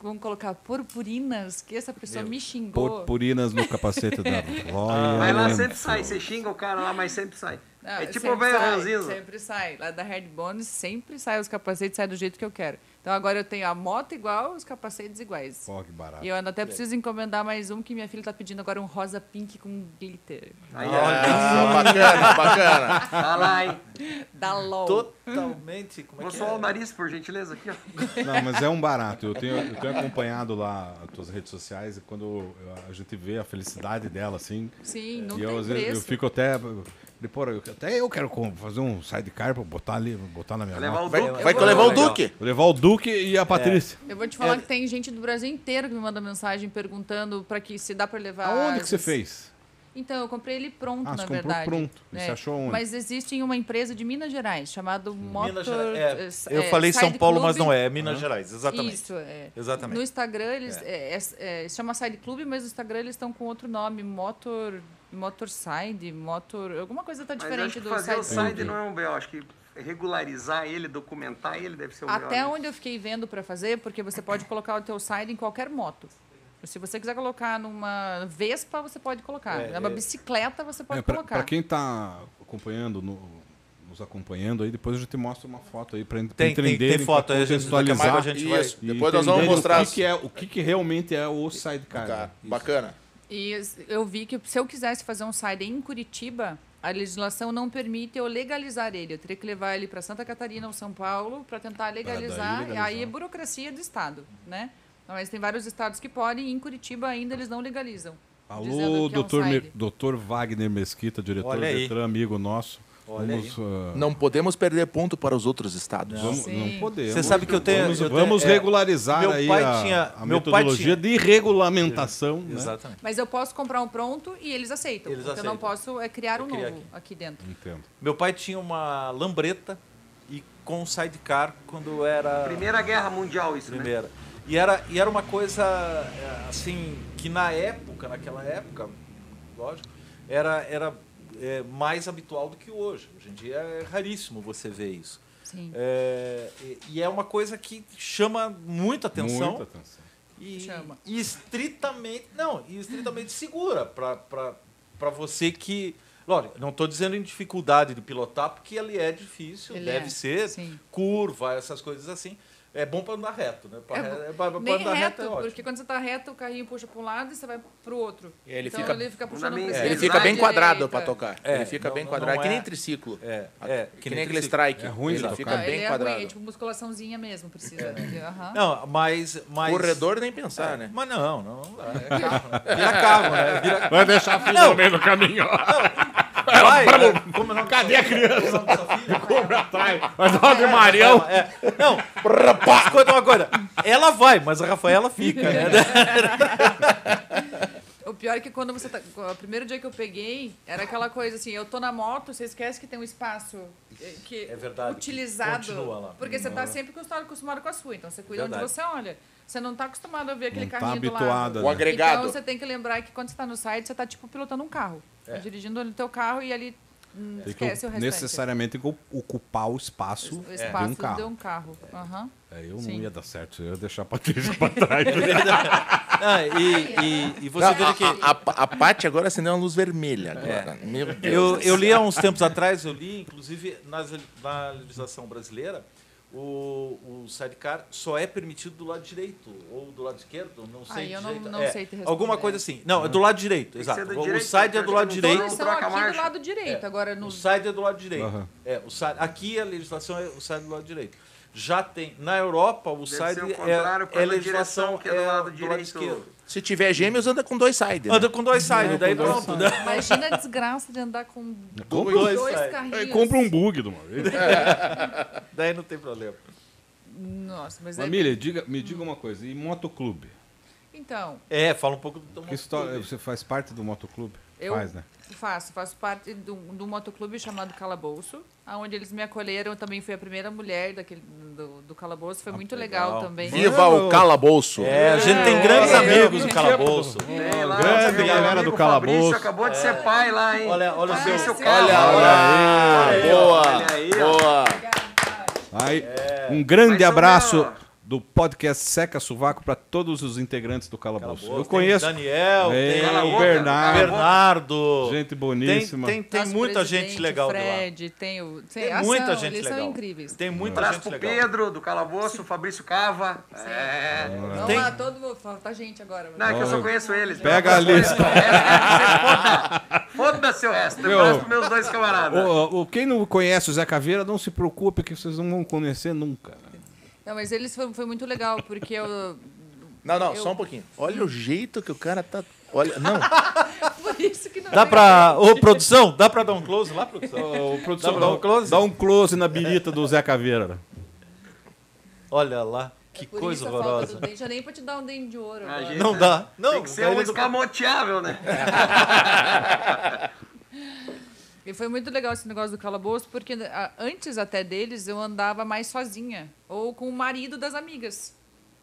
B: Vamos colocar purpurinas, que essa pessoa me xingou.
A: Purpurinas no capacete
B: [laughs]
A: da
F: Vai lá,
A: Royal
F: sempre sai. Você xinga o cara lá, mas sempre sai.
B: Ah,
F: é tipo
B: sempre
F: o velho
B: sai,
F: ranzinza.
B: Sempre sai. Lá da Hard Bones sempre sai os capacetes, sai do jeito que eu quero. Então agora eu tenho a moto igual, os capacetes iguais.
A: Pô, que barato.
B: E eu ainda até preciso encomendar mais um, que minha filha tá pedindo agora um rosa pink com glitter.
F: Aí,
C: Ah, bacana, bacana.
F: Olha lá, hein?
B: é Da LOL.
E: Totalmente. Como é
F: Vou
E: que
F: soar o
E: é?
F: nariz, por gentileza, aqui, ó.
A: Não, mas é um barato. Eu tenho, eu tenho acompanhado lá as tuas redes sociais e quando eu- a gente vê a felicidade dela, assim.
B: Sim, não
A: e eu,
B: tem
A: às vezes, eu
B: preço.
A: fico até. eu- Pô, eu- até eu quero com- fazer um sidecar pra botar ali, botar na minha
F: Levar
A: moto.
F: o
C: Vai,
F: Duque.
C: vai
F: Eu
C: que eu levar
F: vou-
B: é
C: o É. Duque.
A: Vou Levar o Duque e a Patrícia.
B: Eu vou te falar
A: É.
B: que tem gente do Brasil inteiro que me manda mensagem perguntando para que se dá para levar.
A: Aonde que você fez?
B: Então, eu comprei ele pronto,
A: Ah,
B: na
A: você comprou
B: verdade. É.
A: pronto. E você achou onde?
B: Mas existe em uma empresa de Minas Gerais, chamado Motor...
E: Minas Gerais.
B: eh,
E: É, eu
B: eh,
E: falei São
B: Side
E: Paulo,
B: Club.
E: mas não é. É Minas Gerais, exatamente.
B: Isso, é.
E: Exatamente.
B: No Instagram, eles é, é, é, se chama Side Club, mas no Instagram eles estão com outro nome, Motor... Motor Side, Motor... Alguma coisa tá
F: Mas eu acho
B: diferente
F: que
B: do
F: fazer o
B: Side Club.
F: side não é um B.O. Acho que regularizar ele, documentar ele deve ser um
B: Até
F: B.O. né?
B: onde eu fiquei vendo para fazer, porque você pode colocar o teu side em qualquer moto. Se você quiser colocar numa Vespa, você pode colocar. É, uma bicicleta, você pode
A: É, pra,
B: colocar.
A: pra quem tá acompanhando, no- nos acompanhando aí, depois a gente mostra uma foto aí pra, en- pra
E: Tem, tem,
A: entender,
E: tem foto aí, a gente, daqui a pouco a
A: contextualizar.
E: gente vai.
C: Isso.
A: e
C: Depois nós vamos
A: entenderem
C: mostrar.
A: o que, que é, o que, que realmente é o sidecar.
C: Cara,
A: né?
C: Tá, bacana.
B: E s- eu vi que se eu quisesse fazer um side em Curitiba, a legislação não permite eu legalizar ele. Eu teria que levar ele para Santa Catarina ou São Paulo para tentar legalizar, E aí é
A: legalizar.
B: burocracia do Estado, né? Mas tem vários estados que podem, e em Curitiba ainda eles não legalizam.
A: Alô,
B: dizendo que é um
A: doutor, Me-
B: side.
A: doutor Wagner Mesquita, diretor
E: Olha
A: do
E: aí.
A: Detran, amigo nosso.
E: Olha
A: vamos, ah,
C: Não podemos perder ponto para os outros estados.
A: vamos-
B: Sim.
A: não podemos.
E: Você sabe que eu tenho-
A: Vamos,
E: eu tenho-
A: vamos
E: é,
A: regularizar
E: meu
A: aí
E: pai
A: a,
E: tinha-
A: a
E: meu pai
A: metodologia
E: tinha-
A: de regulamentação. né?
E: Exatamente.
B: Mas eu posso comprar um pronto e eles aceitam. o
E: Eles
B: que eu não
E: aceitam.
B: posso é criar um novo
E: Criar
B: aqui. dentro.
A: Entendo.
E: Meu pai tinha uma lambreta e com um sidecar quando era.
F: Primeira Guerra Mundial, isso, né?
E: Primeira. E era, e era uma coisa, é, assim, que na época, naquela época, lógico, era, era é, mais habitual do que hoje. Hoje em dia é raríssimo você ver isso.
B: Sim.
E: É, e, e é uma coisa que chama muito atenção.
A: Muita atenção.
E: E,
B: Chama.
E: e estritamente. Não, e estritamente segura para você que. Lógico, não estou dizendo em dificuldade de pilotar, porque ele é difícil,
B: Ele
E: deve
B: é,
E: ser,
B: sim.
E: curva, essas coisas assim. É bom para andar reto, né? Pra, re- pra-
B: É
E: pra
B: Nem
E: andar
B: reto,
E: é ótimo.
B: porque quando você tá reto, o carrinho puxa para um lado e você vai pro outro.
C: Ele
B: então
C: fica-
B: ele fica puxando
F: Ele
B: pra
C: Ele
F: É,
B: esquerda,
C: fica
B: pra
C: bem quadrado
B: direita.
C: para tocar.
E: É,
C: ele fica
E: não-
C: bem
E: não
C: quadrado.
E: é-
C: que nem triciclo.
E: É, é,
C: que, nem aquele
E: triciclo.
C: strike.
A: É ruim de
C: ele fica
A: tocar.
C: bem
B: ele é
C: quadrado.
B: ruim, é tipo musculaçãozinha mesmo, precisa. Aham.
E: Não, mas. mas é,
C: Corredor nem pensar, né?
E: Mas não, não, não dá. É carro, né? Vira carro, né? Vira
D: Vai deixar a filha no meio do caminho.
E: Vai, como não, Cadê a criança?
D: Vai dar uma de Marião.
E: É. Não, mas escuta uma coisa. Ela vai, mas a Rafaela fica, né?
B: O pior é que quando você tá. O primeiro dia que eu peguei, era aquela coisa assim, eu tô na moto, você esquece que tem um espaço eh, que,
E: É verdade, que
B: utilizado.
E: continua lá.
B: Porque você tá sempre acostumado, acostumado com a sua, então você cuida
E: Verdade.
B: onde você olha. Você não tá acostumado a ver aquele
A: Não tá
B: carrinho
A: habituada,
B: do lado.
A: né?
C: O agregado.
B: Então você tem que lembrar que quando você tá no site, você tá tipo pilotando um carro. Tá Dirigindo no teu carro e ali hum,
A: Tem que
B: esquece o restante.
A: necessariamente ocu- ocupar o espaço,
B: O espaço
A: de um carro.
B: de um carro. Aham.
A: É, eu
B: Sim.
A: não ia dar certo, eu ia deixar a Patrícia pra [laughs] trás.
B: [laughs]
E: Ah, e, e, e você
F: ah,
E: vê que.
C: Ah, A, a, a Paty agora acendeu uma luz vermelha. Agora. Meu Deus.
E: Eu, eu li há uns tempos atrás, eu li, inclusive, nas- na legislação brasileira, o, o sidecar só é permitido do lado direito ou do lado esquerdo, não sei.
B: Aí eu não-
E: direito.
B: não
E: É,
B: sei te responder.
E: Alguma coisa assim. Não, é do lado direito,
F: que ser
E: exato.
F: do
E: O- O
F: direito,
E: side é do
F: porque
E: lado
F: não
E: direito.
B: Todos são
F: buraco, a
B: aqui do
F: marcha.
B: lado direito. Agora no.
E: O side é do lado direito.
A: Aham.
E: É, o side, aqui a legislação é o side do lado direito. Já tem. Na Europa, o
F: Deve
E: side
F: ser o contrário
E: é,
F: pra
E: é
F: da direção,
E: legislação
F: que é do lado direito.
E: esquerdo.
C: Se tiver gêmeos, anda com dois né? sides.
E: Anda com dois sides, daí pronto. né?
B: Imagina a desgraça de andar com
E: Compra
B: dois,
E: dois, sai. É,
B: carrinhos.
A: Compra um bug de uma vez.
E: Daí não tem problema.
B: Nossa, mas é...
A: Família, diga- me diga uma coisa, e motoclube?
B: Então,
E: É, fala um pouco do
A: Que história, você faz parte do motoclube?
B: eu
A: Faz, né?
B: faço, faço parte de um de um motoclube chamado Calabouço, onde eles me acolheram, eu também fui a primeira mulher daquele, do, do Calabouço, foi muito legal,
E: Ah, legal.
B: também.
C: Viva o calabouço.
E: É, a gente tem grandes
F: é,
E: amigos no calabouço.
F: Tem É, lá,
A: grande
F: meu
A: galera
F: amigo
A: do Calabouço.
F: Fabrício acabou de
B: É.
F: ser pai lá, hein?
E: Olha, olha o
F: é,
E: seu.
B: sim.
F: Olha,
C: Boa,
F: aí, ó.
C: boa.
A: Aí, um grande
F: Mas, ô,
E: É.
A: abraço,
F: meu,
A: do podcast Seca Sovaco para todos os integrantes do Calabouço.
E: Boa,
A: Eu
E: tem
A: conheço
E: Daniel,
A: É,
E: tem
A: o Bernardo.
E: Bernardo.
A: Gente boníssima.
E: Tem, tem, tem
B: Nosso
E: muita
B: presidente,
E: gente legal de lá.
B: Fred, tem o.
E: Tem
B: ah,
E: muita
B: são,
E: gente
B: eles
E: legal.
B: são incríveis.
E: Tem muita
F: Abraço
E: gente
F: pro
E: legal.
F: Pedro, do Calabouço, Fabrício Cava. É.
B: Vamos
E: Tem-
B: lá, todo mundo. Falta gente agora.
F: Não, é que eu só conheço eles. é
A: Pega a lista.
F: Foda-se o resto.
A: Meu.
F: Eu gosto dos meus dois camaradas.
A: O, o- quem não conhece o Zé Caveira, não se preocupe que vocês não vão conhecer
E: [laughs]
A: nunca.
B: Não, mas eles foi, foi muito legal, porque eu.
C: Não, não,
B: Eu-
C: só um pouquinho. Olha o jeito que o cara tá. Olha, não.
B: [laughs] Por isso que não.
E: Dá
B: veio.
E: pra. Ô, produção, dá pra dar um close lá, produção?
A: Ô,
E: Dá pra dar um close?
A: Dá um close na birita do Zé [laughs] Caveira.
E: Olha lá, que
B: É Por
E: coisa
B: isso a falta
E: horrorosa.
B: do dente. Já nem pra te dar um dente de ouro.
F: A
B: agora.
F: gente-
E: Não dá. Não,
F: Tem que ser um
E: ele não-
F: escamoteável, né?
B: É. E foi muito legal esse negócio do calabouço, porque a- antes até deles eu andava mais sozinha. Ou com o marido das amigas.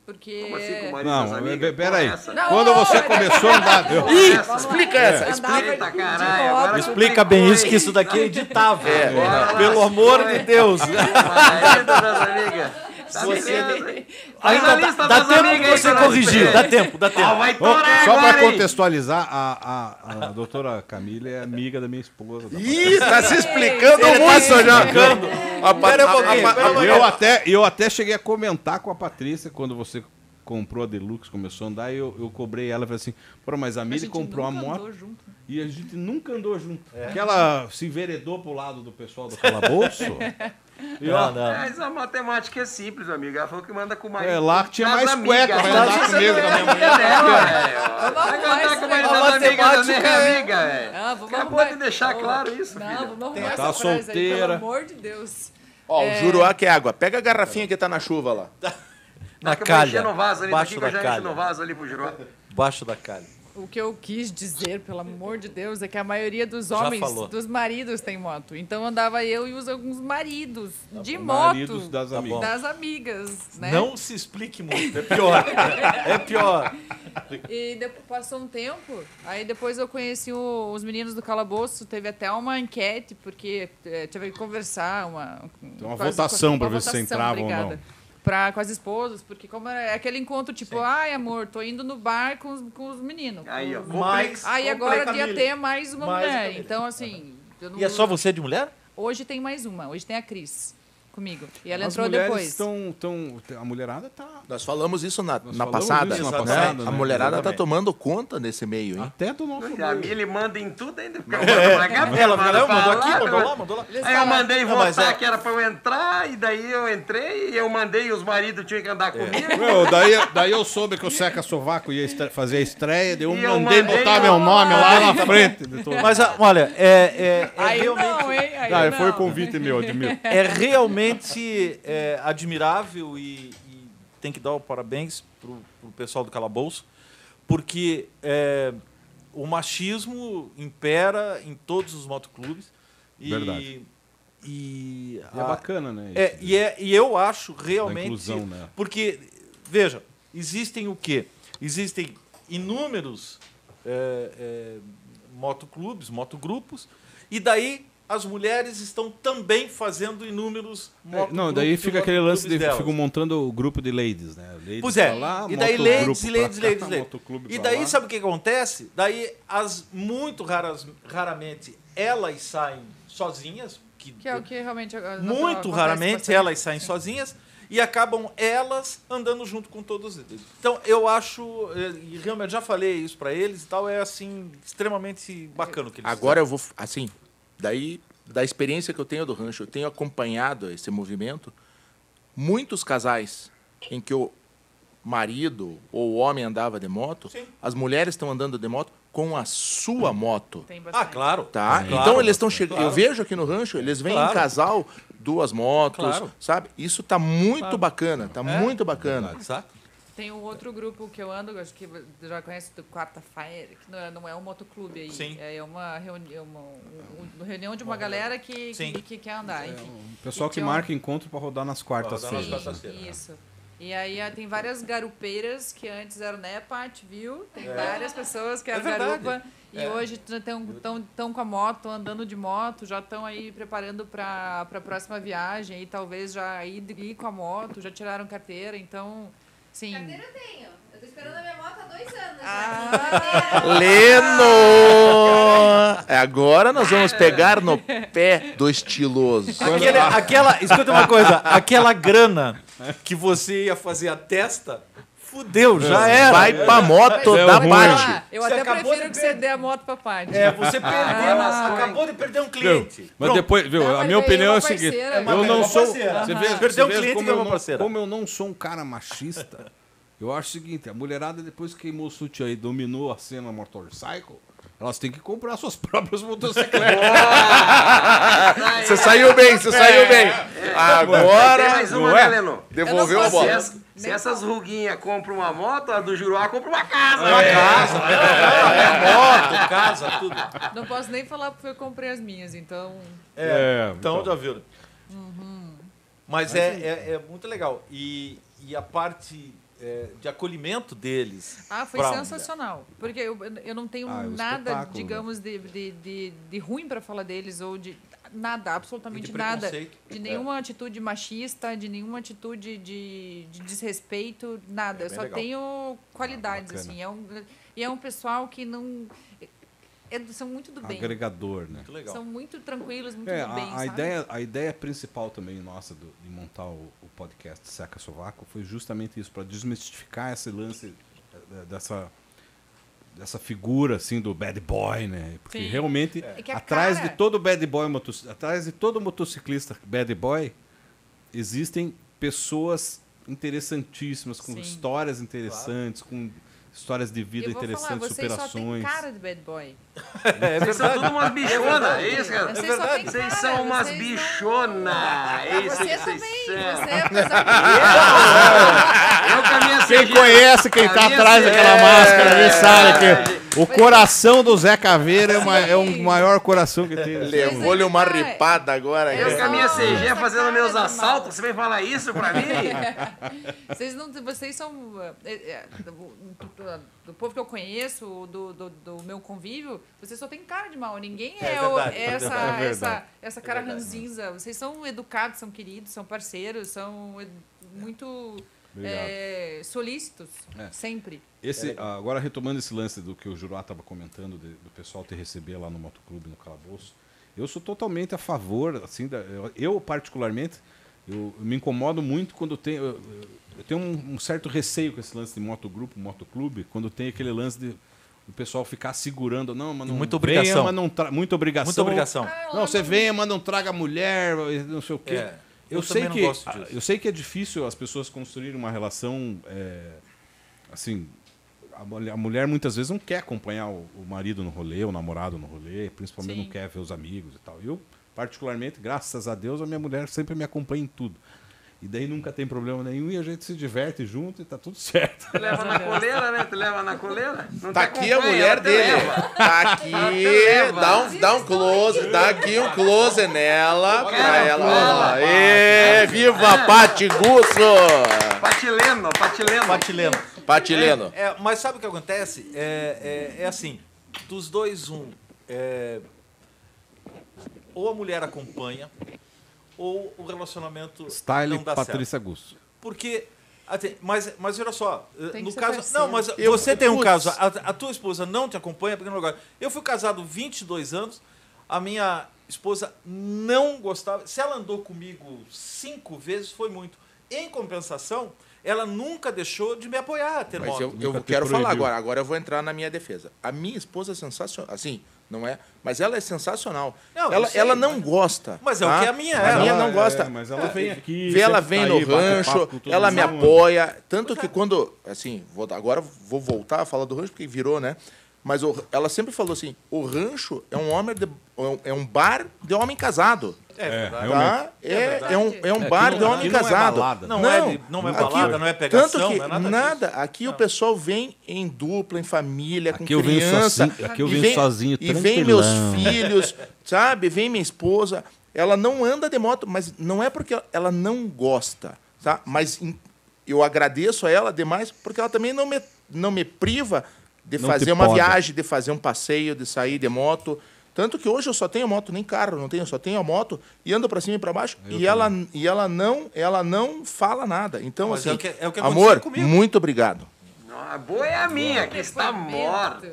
B: Porque.
F: Como assim, com o marido das
A: Não,
F: amigas?
A: pe- peraí.
F: Porra, essa-
B: Não,
A: Quando você
B: peraí,
A: começou a andar,
B: vamos lá,
A: Ih,
B: vamos lá.
C: explica essa,
B: Andava
F: explica.
B: de né?
F: Caralho,
B: moto,
F: agora-
E: Explica bem isso, que isso daqui é editável.
F: agora
E: Pelo
F: lascou,
E: amor de
F: hein?
E: Deus.
F: Marido das amigas. Tá beleza, hein? Faz a
E: Ainda
F: lista
E: dá, dá
F: das
E: tempo
F: amigas
E: de
F: aí,
E: você
F: pra nós
E: corrigir.
F: ver.
E: Dá tempo, dá tempo.
F: Ah, vai torar
A: Só
F: agora,
A: para
F: hein?
A: contextualizar, a, a, a doutora Camila é amiga da minha esposa. da
C: Ih, tá se explicando muito já. tá A, pa-
E: Pera um
C: a-
E: pouquinho,
C: a-
E: pera um
C: a-
A: E
E: pouquinho.
A: eu até, eu até cheguei a comentar com a Patrícia quando você comprou a Deluxe, começou a andar, e eu, eu cobrei ela e falei assim: Pô, mas a
B: A
A: Mili
B: gente
A: comprou a
B: nunca
A: moto
B: andou junto.
A: e a gente nunca andou junto. Que ela se enveredou pro lado do pessoal do
B: [laughs]
A: calabouço.
B: É,
A: e ó,
E: Não, não.
F: Mas a matemática é simples, amigo. Ela falou que manda com o marido.
A: É, lá que tinha
F: das
A: mais
F: amigas.
A: cueca, vai
F: Mas
A: andar
F: isso
A: comigo
F: não é
A: com a
E: né?
A: minha
F: amiga dela, velho.
B: Vamos
F: Vai
B: arrumar
F: andar
B: esse
F: com o marido
B: negócio.
F: das amigas da
E: matemática
F: minha amiga, é. velho.
B: Ah, vamos
F: Acabou
B: arrumar-
F: de deixar
B: Ô,
F: claro isso,
B: Não,
F: filho.
B: vamos arrumar
A: Tá
B: essa frase aí,
A: solteira.
B: pelo amor de Deus.
C: Ó, o Juruá que é água. Pega a garrafinha que tá na chuva lá.
E: Na
F: Daqui eu vou encher
E: calha.
F: no vaso ali,
E: Baixo
F: daqui que
E: da
F: eu já encho no
E: calha.
F: vaso ali pro Juruá.
E: Baixo da calha.
B: O que eu quis dizer, pelo amor de Deus, é que a maioria dos
E: Já
B: homens,
E: falou.
B: dos maridos, tem moto. Então andava eu e os alguns maridos de moto
A: Tá maridos das amigas.
B: das amigas, né?
E: Não se explique muito, é pior. É pior.
B: E depois, passou um tempo, aí depois eu conheci o- os meninos do Calabouço, teve até uma enquete, porque eh, tive que conversar, uma...
A: Tem uma votação pra ver se você entrava ou
B: Pra, com as esposas, porque como era aquele encontro, tipo, ai amor, tô indo no bar com, os- com os meninos.
F: Aí, ó.
E: Mas-
F: Complex.
B: Aí agora ia ter mais uma
E: Mais
B: mulher.
E: Camila.
B: Então, assim. eu não-
E: E é só você de mulher?
B: Hoje tem mais uma. Hoje tem a Cris comigo. E ela
A: As
B: entrou
A: mulheres
B: depois.
A: Tão, tão, a mulherada tá.
C: Nós falamos isso na, na
A: falamos
C: passada.
A: isso na
C: né?
A: passada, né?
C: A mulherada tá
E: Exatamente.
C: tomando conta nesse meio, hein?
A: Até do nosso.
F: A Mili manda em tudo ainda. Porque eu mando pra cá, porque
E: Ela,
F: manda
E: ela
F: pra
E: mandou aqui,
F: lá,
E: mandou lá, mandou lá.
F: Aí eu mandei
E: Não, mas
F: votar
E: é-
F: que era pra eu entrar, e daí eu entrei, e eu mandei, e os maridos tinham que
E: É.
F: andar comigo.
A: Meu, daí, daí eu soube que o Seca Sovaco ia estre- fazer a estreia, daí eu
F: E eu
A: mandei
F: mandei
A: botar
F: eu-
A: Ah, meu nome é lá na frente.
B: [laughs]
E: Mas a- olha, é, é, é
B: Aí
E: realmente,
B: não, hein? Aí
A: Ah,
B: não.
A: foi convite meu, admito.
E: é realmente é, admirável e, e tem que dar o parabéns pro, pro pessoal do Calabouço, porque é, o machismo impera em todos os motoclubes. E,
A: Verdade.
E: E,
A: É
E: a-
A: bacana, né?
E: É, e, é- e eu acho
A: Da
E: realmente.
A: inclusão, né?
E: Porque, veja, existem o quê? Existem inúmeros é, é, motoclubes, motogrupos, e daí as mulheres estão também fazendo inúmeros
A: É,
E: motogrupos.
A: Não, daí fica
E: e
A: aquele lance de
E: motoclubes delas.
A: ficam montando o grupo de ladies, né? Ladies
E: Pois é,
A: pra lá,
E: e daí
A: motogrupo
E: ladies, e
A: pra
E: ladies,
A: cá,
E: ladies, ladies.
A: motoclube
E: E
A: pra
E: daí
A: lá.
E: sabe o que que acontece? Daí as muito raras, raramente elas saem sozinhas, que,
B: Que é o que realmente. agora-
E: muito
B: acontece
E: raramente
B: bastante.
E: elas saem sozinhas e acabam elas andando junto com todos eles. Então eu acho, eh, e realmente já falei isso pra eles e tal, é assim extremamente bacana o que eles
C: Agora eu vou, f- assim, daí da experiência que eu tenho do rancho, eu tenho acompanhado esse movimento. Muitos casais em que o marido ou o homem andava de moto,
E: Sim.
C: as mulheres estão andando de moto com a sua moto.
B: Tem
E: fazem. Ah,
B: bastante.
E: claro.
C: Tá?
E: Claro.
C: Então eles estão chegando. Eu vejo aqui no rancho, eles vêm
E: Claro.
C: em casal, duas motos,
E: Claro. É.
C: sabe? Isso tá muito bacana, tá muito bacana.
E: Saca?
B: Tem um outro grupo que eu ando, acho que você já conhece do Quarta-feira, que não é, não é um motoclube aí.
E: Sim.
B: É uma, reuni é uma, um- um- reunião É, um de uma, galera que,
E: Sim.
B: que, que quer andar, enfim.
A: O pessoal que marca encontro pra rodar nas quartas-feiras.
E: rodar nas quartas-feiras.
B: Isso.
E: quarta-feira, né?
B: E aí ah, tem várias garupeiras que antes eram, né, Pat, viu? Tem várias pessoas que eram
E: É verdade. É.
B: garupa. E hoje estão com a moto, andando de moto, já estão aí preparando para a próxima viagem e talvez já ir, ir com a moto, já tiraram carteira, então, sim.
H: Carteira eu tenho. Eu tô esperando a minha moto há dois anos. né? é
E: É
C: Leno! É, Agora nós vamos pegar no pé do estiloso.
E: Aquela, aquela- escuta uma coisa, aquela grana que você ia fazer a testa, fudeu, já era.
C: Vai pra moto
E: é
A: Deu
C: da
A: ruim.
C: parte.
B: eu
E: Você
B: até
E: acabou
B: prefiro
E: de
B: que
E: ver.
B: você dê a moto pra parte.
E: É, você perdeu,
B: Ah,
E: acabou de perder um
A: Viu?
E: cliente.
A: Mas
E: Pronto.
A: depois, viu,
B: Não,
A: a
B: mas
A: minha
B: daí é
A: opinião é
B: uma
A: o seguinte:
B: parceira, né?
A: eu
E: É
A: não
E: uma
A: sou.
E: parceira.
A: Você vê,
E: Perdeu
A: você
E: um
A: vê
E: cliente,
A: como,
E: ganhou
A: eu
E: uma
A: não,
E: parceira.
A: como eu não sou um cara machista, eu acho o seguinte: a mulherada depois que queimou o sutiã e dominou a cena motorcycle, elas têm que comprar suas [laughs] próprias motocicletas. É.
C: Você saiu bem, você saiu bem.
F: Tem
C: Agora
F: mais uma,
E: é?
A: Ué.
F: né, Leno?
C: devolveu a
B: posso-
F: Se,
C: bola.
F: essa- se essas ruguinhas compram uma moto, a do Juruá compra uma casa.
E: Uma casa, é, moto, casa, tudo.
B: Não posso nem falar porque eu comprei as minhas, então.
A: É,
E: então, já viram.
B: Uhum.
E: Mas é, é, é muito legal. E, e a parte é, de acolhimento deles.
B: Ah, foi
E: pra-
B: sensacional. Porque eu, eu não tenho
A: Ah, é um
B: nada,
A: espetáculo, né?
B: digamos, de, de, de, de ruim para falar deles, ou de nada, absolutamente
E: E de
B: nada.
E: preconceito. É.
B: De nenhuma atitude machista, de nenhuma atitude de, de desrespeito, nada. eu
E: É bem
B: só
E: legal.
B: tenho qualidades,
A: Ah, bacana.
B: assim. É um, e é um pessoal que não. é- são muito do bem.
A: agregador, né?
E: Muito legal.
B: São muito tranquilos, muito
A: É,
B: do bem.
A: a, a
B: sabe?
A: ideia, a ideia principal também nossa do- de montar o, o podcast Seca Sovaco foi justamente isso, para desmistificar esse lance eh, dessa, dessa figura assim do bad boy, né? Porque
B: Sim.
A: realmente,
B: É que a
A: atrás
B: cara-
A: de todo bad boy, motoci- atrás de todo motociclista bad boy, existem pessoas interessantíssimas, com
B: Sim.
A: histórias interessantes, com histórias de vida
B: eu vou falar,
A: interessantes,
B: vocês só têm
A: superações.
B: cara de bad boy.
E: É,
F: Vocês são tudo umas bichonas, é isso, cara?
B: Vocês só têm cara,
F: Vocês são umas
B: vocês não-
F: bichonas. É isso aí
H: Você
F: que
H: também.
F: vocês
H: Você,
F: são.
B: é
H: apesar de
F: Eu com a minha
G: Quem
F: cegueira-
G: conhece quem
F: a
G: tá
F: minha
G: atrás
F: cegueira-
G: daquela máscara
F: É.
G: ali sabe que o coração do Zé Caveira é, uma- é o maior coração que tem.
C: Levou-lhe uma ripada agora.
F: Eu com a
C: cara.
F: minha
B: Nossa,
F: CG fazendo
B: cara
F: meus
B: de mal.
F: assaltos, você vem falar isso pra mim?
B: Vocês não, vocês são eh, eh, do, do- do povo que eu conheço, do, do, do meu convívio, vocês só têm cara de mal. Ninguém é,
E: É
B: o-
E: verdade,
B: é
E: é
B: essa,
E: verdade.
A: É
B: essa,
A: verdade.
B: essa cara ranzinza. Vocês são educados, são queridos, são parceiros, são eh, muito
A: Obrigado.
B: eh, solícitos,
A: É.
B: sempre.
A: Esse, ah, agora retomando esse lance do que o Juruá estava comentando, de- do pessoal te receber lá no motoclube, no calabouço, eu sou totalmente a favor, assim, da- eu, eu, particularmente, eu, eu me incomodo muito quando tem, eu, eu tenho um, um certo receio com esse lance de motogrupo, motoclube, quando tem aquele lance de o pessoal ficar segurando, não, mas não
E: Muita
A: venha,
E: obrigação.
A: mas não tra- muita obrigação.
E: Muita obrigação.
A: Não, você venha, mas não traga mulher, não sei o quê.
E: É,
A: eu,
E: eu
A: sei
E: também não
A: que,
E: gosto disso.
A: Eu sei que é difícil as pessoas construírem uma relação. é, assim, a mulher, a mulher muitas vezes não quer acompanhar o, o marido no rolê, o namorado no rolê, principalmente
B: Sim.
A: não quer ver os amigos e tal. Eu, particularmente, graças a Deus, a minha mulher sempre me acompanha em tudo. E daí nunca tem problema nenhum e a gente se diverte junto e tá tudo [laughs] certo.
F: Tu leva na coleira, né? Tu leva na coleira. Não
C: Tá
F: te
C: aqui a
F: acompanha,
C: mulher
F: ela te
C: dele.
F: leva.
C: Tá aqui. Dá um, dá um close. Dá aqui um close nela. Pra ela. Ó, É, Ê, viva Pati Gusso!
F: Patileno, patileno.
E: Patileno.
C: Patileno.
E: É, é, mas sabe o que acontece? É, é, é assim, dos dois, um. é, ou a mulher acompanha, ou o relacionamento
A: Style
E: não dá certo.
A: Patrícia Gusso.
E: Porque. assim, Mas, mas olha só, eh,
B: Tem
E: no
B: que ser
E: caso.
B: parceiro.
E: Não, mas
C: Eu-
E: você tem um
C: putz.
E: caso, a, a tua esposa não te acompanha porque não gosta. Eu fui casado 22 anos, a minha esposa não gostava. Se ela andou comigo cinco vezes, foi muito. Em compensação, ela nunca deixou de me apoiar a ter
C: Mas
E: moto.
C: eu, eu
A: Nunca te
C: quero falar
A: proibiu.
C: agora. Agora eu vou entrar na minha defesa. A minha esposa é sensacional. Assim, não é? Mas ela é sensacional.
E: Não, eu
C: ela,
E: sei,
C: ela não
E: mas-
C: gosta. tá?
E: mas é o que a minha
C: A
E: é.
C: minha
E: Ela
C: não gosta.
A: mas ela vem aqui.
C: Vê, ela
A: sempre
C: vem
A: tá
C: no
A: aí, bate
C: rancho,
A: papo com todo
C: ela me
A: mundo.
C: apoia. Tanto que quando, assim, vou- agora vou voltar a falar do rancho, porque virou, né? Mas o- ela sempre falou assim: o rancho é um homem de- é um bar de homem casado.
E: É verdade.
C: Tá? É, é, um, é um bar
A: não-
C: de homem
A: aqui não um é
C: casado.
A: balada.
E: Não é de- não é balada, não é pegação,
C: tanto que
E: não é nada
C: Aqui o pessoal vem em dupla, em família, com
A: Aqui eu venho
C: criança.
A: sozinho- aqui eu
C: e
A: venho
C: vem-
A: sozinho,
C: E vem meus
A: tranquilão.
C: filhos, sabe? Vem minha esposa. Ela não anda de moto, mas não é porque ela não gosta, tá? Mas em- eu agradeço a ela demais porque ela também não me, não me priva de
A: Não te
C: fazer uma
A: poda.
C: viagem, de fazer um passeio, de sair de moto. Tanto que hoje eu só tenho moto, nem carro, não tenho, eu só tenho a moto e ando para cima e para baixo e ela, e ela não, ela não fala nada. Então
E: Mas
C: assim,
E: é o que- é o que aconteceu
C: amor,
E: comigo.
C: muito obrigado.
F: Não, a boa é a minha, que está
I: Depoimento.
F: morta.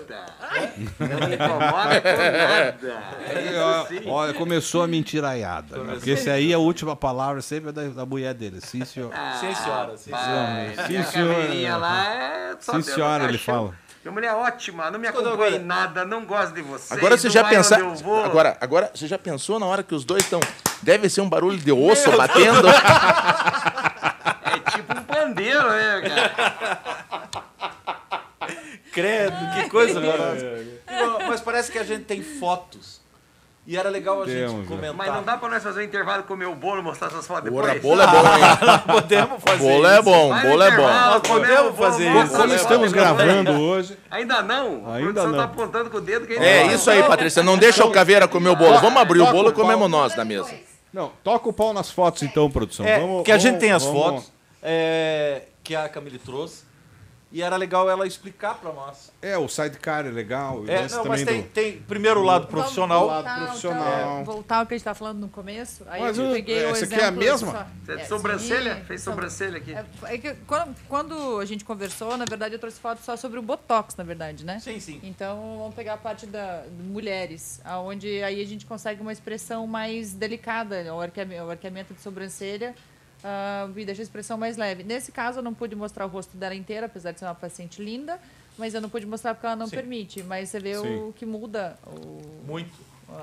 F: Não me incomoda por
C: [laughs]
E: É,
F: nada.
A: Aí, é, ó, olha, começou a mentiraiada. né? Porque esse aí é a última palavra sempre é da, da mulher dele. Sim, senhor.
E: Sim, senhora. Sim,
F: Ah, Pai,
A: senhora.
F: minha
A: Sim, senhora.
F: caveirinha lá é só
A: Sim,
F: Deus
A: senhora,
F: no
A: ele
F: caixão.
A: fala.
F: Minha mulher é ótima, não me
E: Quando
F: acompanha em
E: agora-
F: nada, não gosto de você.
C: Agora você
F: não
C: já
F: vai onde
C: pensar,
F: eu vou.
C: agora, agora você já pensou na hora que os dois estão Deve ser um barulho de osso batendo.
F: É tipo um pandeiro, né,
C: [laughs] Tá.
F: cara?
E: Credo, que coisa horrorosa. Não, Mas parece que a gente tem fotos. E era legal a gente
A: Temos, né?
E: comentar.
F: Mas não dá pra nós fazer um intervalo comer o bolo e mostrar essas fotos depois?
C: Ora, bolo é bom, hein?
A: Ah,
E: Podemos fazer
C: Bolo é
E: isso.
C: bom,
F: Vai no
C: bolo é
F: intervalo,
C: bom.
E: Nós
F: comemos
E: podemos
F: bolo,
E: fazer
F: vamos
E: isso,
A: Como
F: comer
E: né?
F: bolo,
A: estamos
F: vamos comer.
A: gravando hoje,
F: Ainda não? A
A: Ainda
F: produção
A: não.
F: tá apontando com o dedo que ainda
C: É
F: não.
C: isso aí, Patrícia, não deixa o caveira comer o bolo. Vamos abrir o bolo e comemos nós na mesa.
H: Depois.
A: Não, toca o pau nas fotos então, produção.
E: É,
A: Vamos-
E: que a gente
A: vamos-
E: tem as
A: vamos-
E: fotos é, que a Camille trouxe. E era legal ela explicar pra nós.
A: É, o sidecar é legal. o
E: É,
A: lance
E: não, mas
A: também
E: tem,
A: do-
E: tem primeiro o lado profissional.
A: lado profissional.
B: Então, voltar ao que a gente estava falando no começo. Aí
A: Mas
B: eu
A: o-
B: peguei o
A: essa aqui é a
B: exemplo
A: mesma?
B: só-
F: Você é de
B: É,
F: sobrancelha?
B: sim,
F: Fez
B: são-
F: sobrancelha aqui.
B: É, é que quando, quando a gente conversou, na verdade, eu trouxe foto só sobre o Botox, na verdade, né?
E: Sim, sim.
B: Então, vamos pegar a parte da de mulheres, aonde aí a gente consegue uma expressão mais delicada, né? o, arqueame- o arqueamento de sobrancelha ah, e deixa a expressão mais leve. Nesse caso, eu não pude mostrar o rosto dela inteira, apesar de ser uma paciente linda, mas eu não pude mostrar porque ela não permite. Mas você vê
A: Sim.
B: o que muda o-
E: Muito.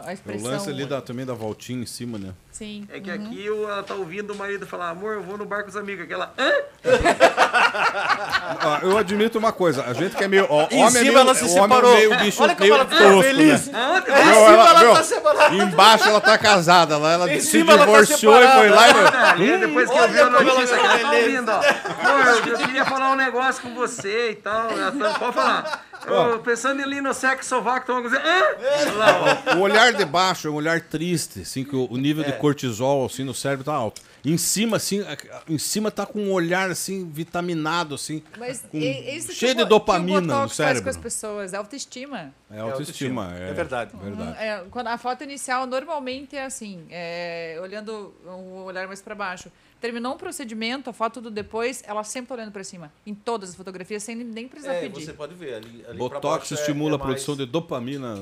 B: a
A: O
B: expressão.
A: lance ali da, também da voltinha em cima, né?
B: Sim.
F: É que aqui eu- ela tá ouvindo o marido falar, amor, eu vou no bar com os amigos. Aquela, hã?
A: Ah, eu admito uma coisa, a gente que é meio. Ó,
E: Em
A: homem é
E: cima
A: meio,
E: ela se
A: o
E: separou.
A: Homem é meio bicho
E: Olha como
A: meio
E: ela ficou
A: tosco,
E: feliz. Ah,
A: né?
F: Aonde?
E: Em
A: Não,
E: cima
A: ela-
E: ela
A: meu,
E: tá separada.
J: Embaixo ela tá casada, ela, ela
E: Em
J: se
E: cima ela tá
J: divorciou e foi lá e.
F: Olha, Depois que eu vi a
E: Olha como ela
F: notícia que ela tá
E: beleza.
F: ouvindo, ó. Amor, eu, eu queria falar um negócio com você e tal. Ela tá- Pode falar. Eu, pensando ali no sexo sovaco, tô dizendo, hã? Lá, ó.
A: O olhar de baixo é um olhar triste, assim, que o, o nível
E: É.
A: de cortisol assim, no cérebro tá alto. Em cima, assim, a- em cima tá com um olhar assim, vitaminado, assim.
B: Mas
A: com-
B: é isso que
A: cheio
B: o
A: de
B: bo-
A: dopamina
B: que
A: no
B: o Botox faz com
A: cérebro.
B: as pessoas, é autoestima.
A: É autoestima. É,
E: É verdade.
A: verdade.
B: É, quando a foto inicial normalmente é assim, é, olhando o olhar mais para baixo. Terminou um procedimento, a foto do depois, ela sempre tá olhando para cima, em todas as fotografias, sem nem precisar
E: É,
B: pedir.
E: você pode ver ali. ali pra
A: Botox
E: baixo é-
A: estimula
E: é
A: a produção
E: mais-
A: de dopamina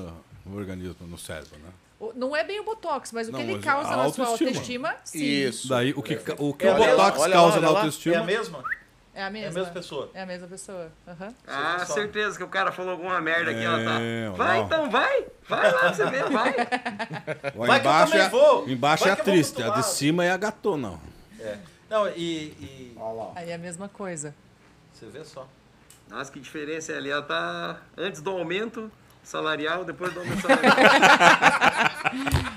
A: no organismo, no cérebro, né?
B: O- Não é bem o botox, mas o
A: Não,
B: que ele
A: mas
B: causa
A: a
B: na sua
A: autoestima.
B: autoestima, sim.
C: Isso.
A: Daí o que ca- o, que
E: É
A: o
E: mesmo?
A: Botox
C: Olha lá,
A: causa
C: olha
A: na
C: lá.
A: autoestima.
E: É a mesma?
B: É a
E: É a
B: mesma.
E: mesma pessoa.
B: É a mesma pessoa. aham.
F: Ah, certeza que o cara falou alguma merda aqui, ela
A: É,
F: tá. Vai
A: não.
F: então, vai. Vai lá pra você ver, vai.
A: Lá
E: Vai que eu
A: embaixo
E: também
A: é,
E: vou.
A: embaixo
E: Vai
A: é a
E: que eu vou
A: triste,
E: pro
A: a
E: outro
A: de
E: lado.
A: cima é a gatona. ó.
E: É. Não, e, e-
B: Aí é a mesma coisa.
E: Você vê só.
F: Nossa, que diferença é ali. Ela tá antes do aumento salarial, depois do aumento salarial.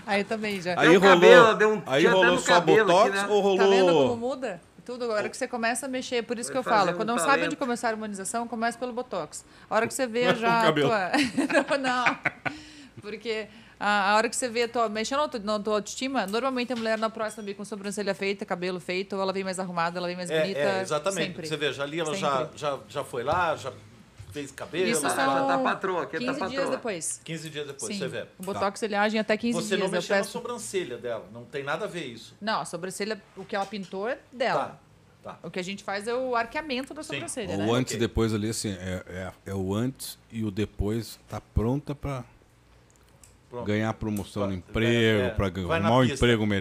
B: Aí também já.
A: Aí
F: o
A: rolou,
F: cabelo, deu um
A: aí
F: tchan até
A: rolou
F: no
A: só
F: cabelo
A: Botox
F: aqui, né?
A: ou rolou
B: Tá vendo como muda? Tudo agora que você começa a mexer, por isso que eu
F: fazer
B: falo,
F: um
B: quando não sabe
F: talento.
B: onde começar a harmonização, começa pelo botox. A hora que você
E: [laughs]
B: vê já
A: o
B: a
A: cabelo.
B: tua não, [laughs] não. Porque a, a hora que você vê a tua mexendo na tua- na tua autoestima, normalmente a mulher na próxima vem com sobrancelha feita, cabelo feito, ou ela vem mais arrumada, ela vem mais
E: É,
B: bonita.
E: é, exatamente.
B: sempre.
E: Você veja ali, ela
B: Sempre.
E: já, já, já foi lá, já fez cabelo.
B: Isso
E: já-
B: são
F: já tá patroa, aqui tá
B: 15 dias
F: patroa.
B: depois.
E: 15 dias depois,
B: Sim.
E: você vê. Tá.
B: O botox ele age em até 15
E: Você não
B: dias. eu
E: mexeu na
B: peço-
E: sobrancelha dela, não tem nada a ver isso.
B: Não, a sobrancelha, o que ela pintou é dela.
E: Tá, tá.
B: O que a gente faz é o arqueamento da
E: Sim.
B: sobrancelha, né?
A: É O antes e
E: Ok.
A: depois ali, assim, é, é- é o antes e o depois tá pronta pra
E: Pronto.
A: ganhar promoção no
E: Vai-
A: emprego,
E: é,
A: pra
E: vai
A: ganhar
E: na
A: um
E: pista,
A: emprego
E: Pra sair na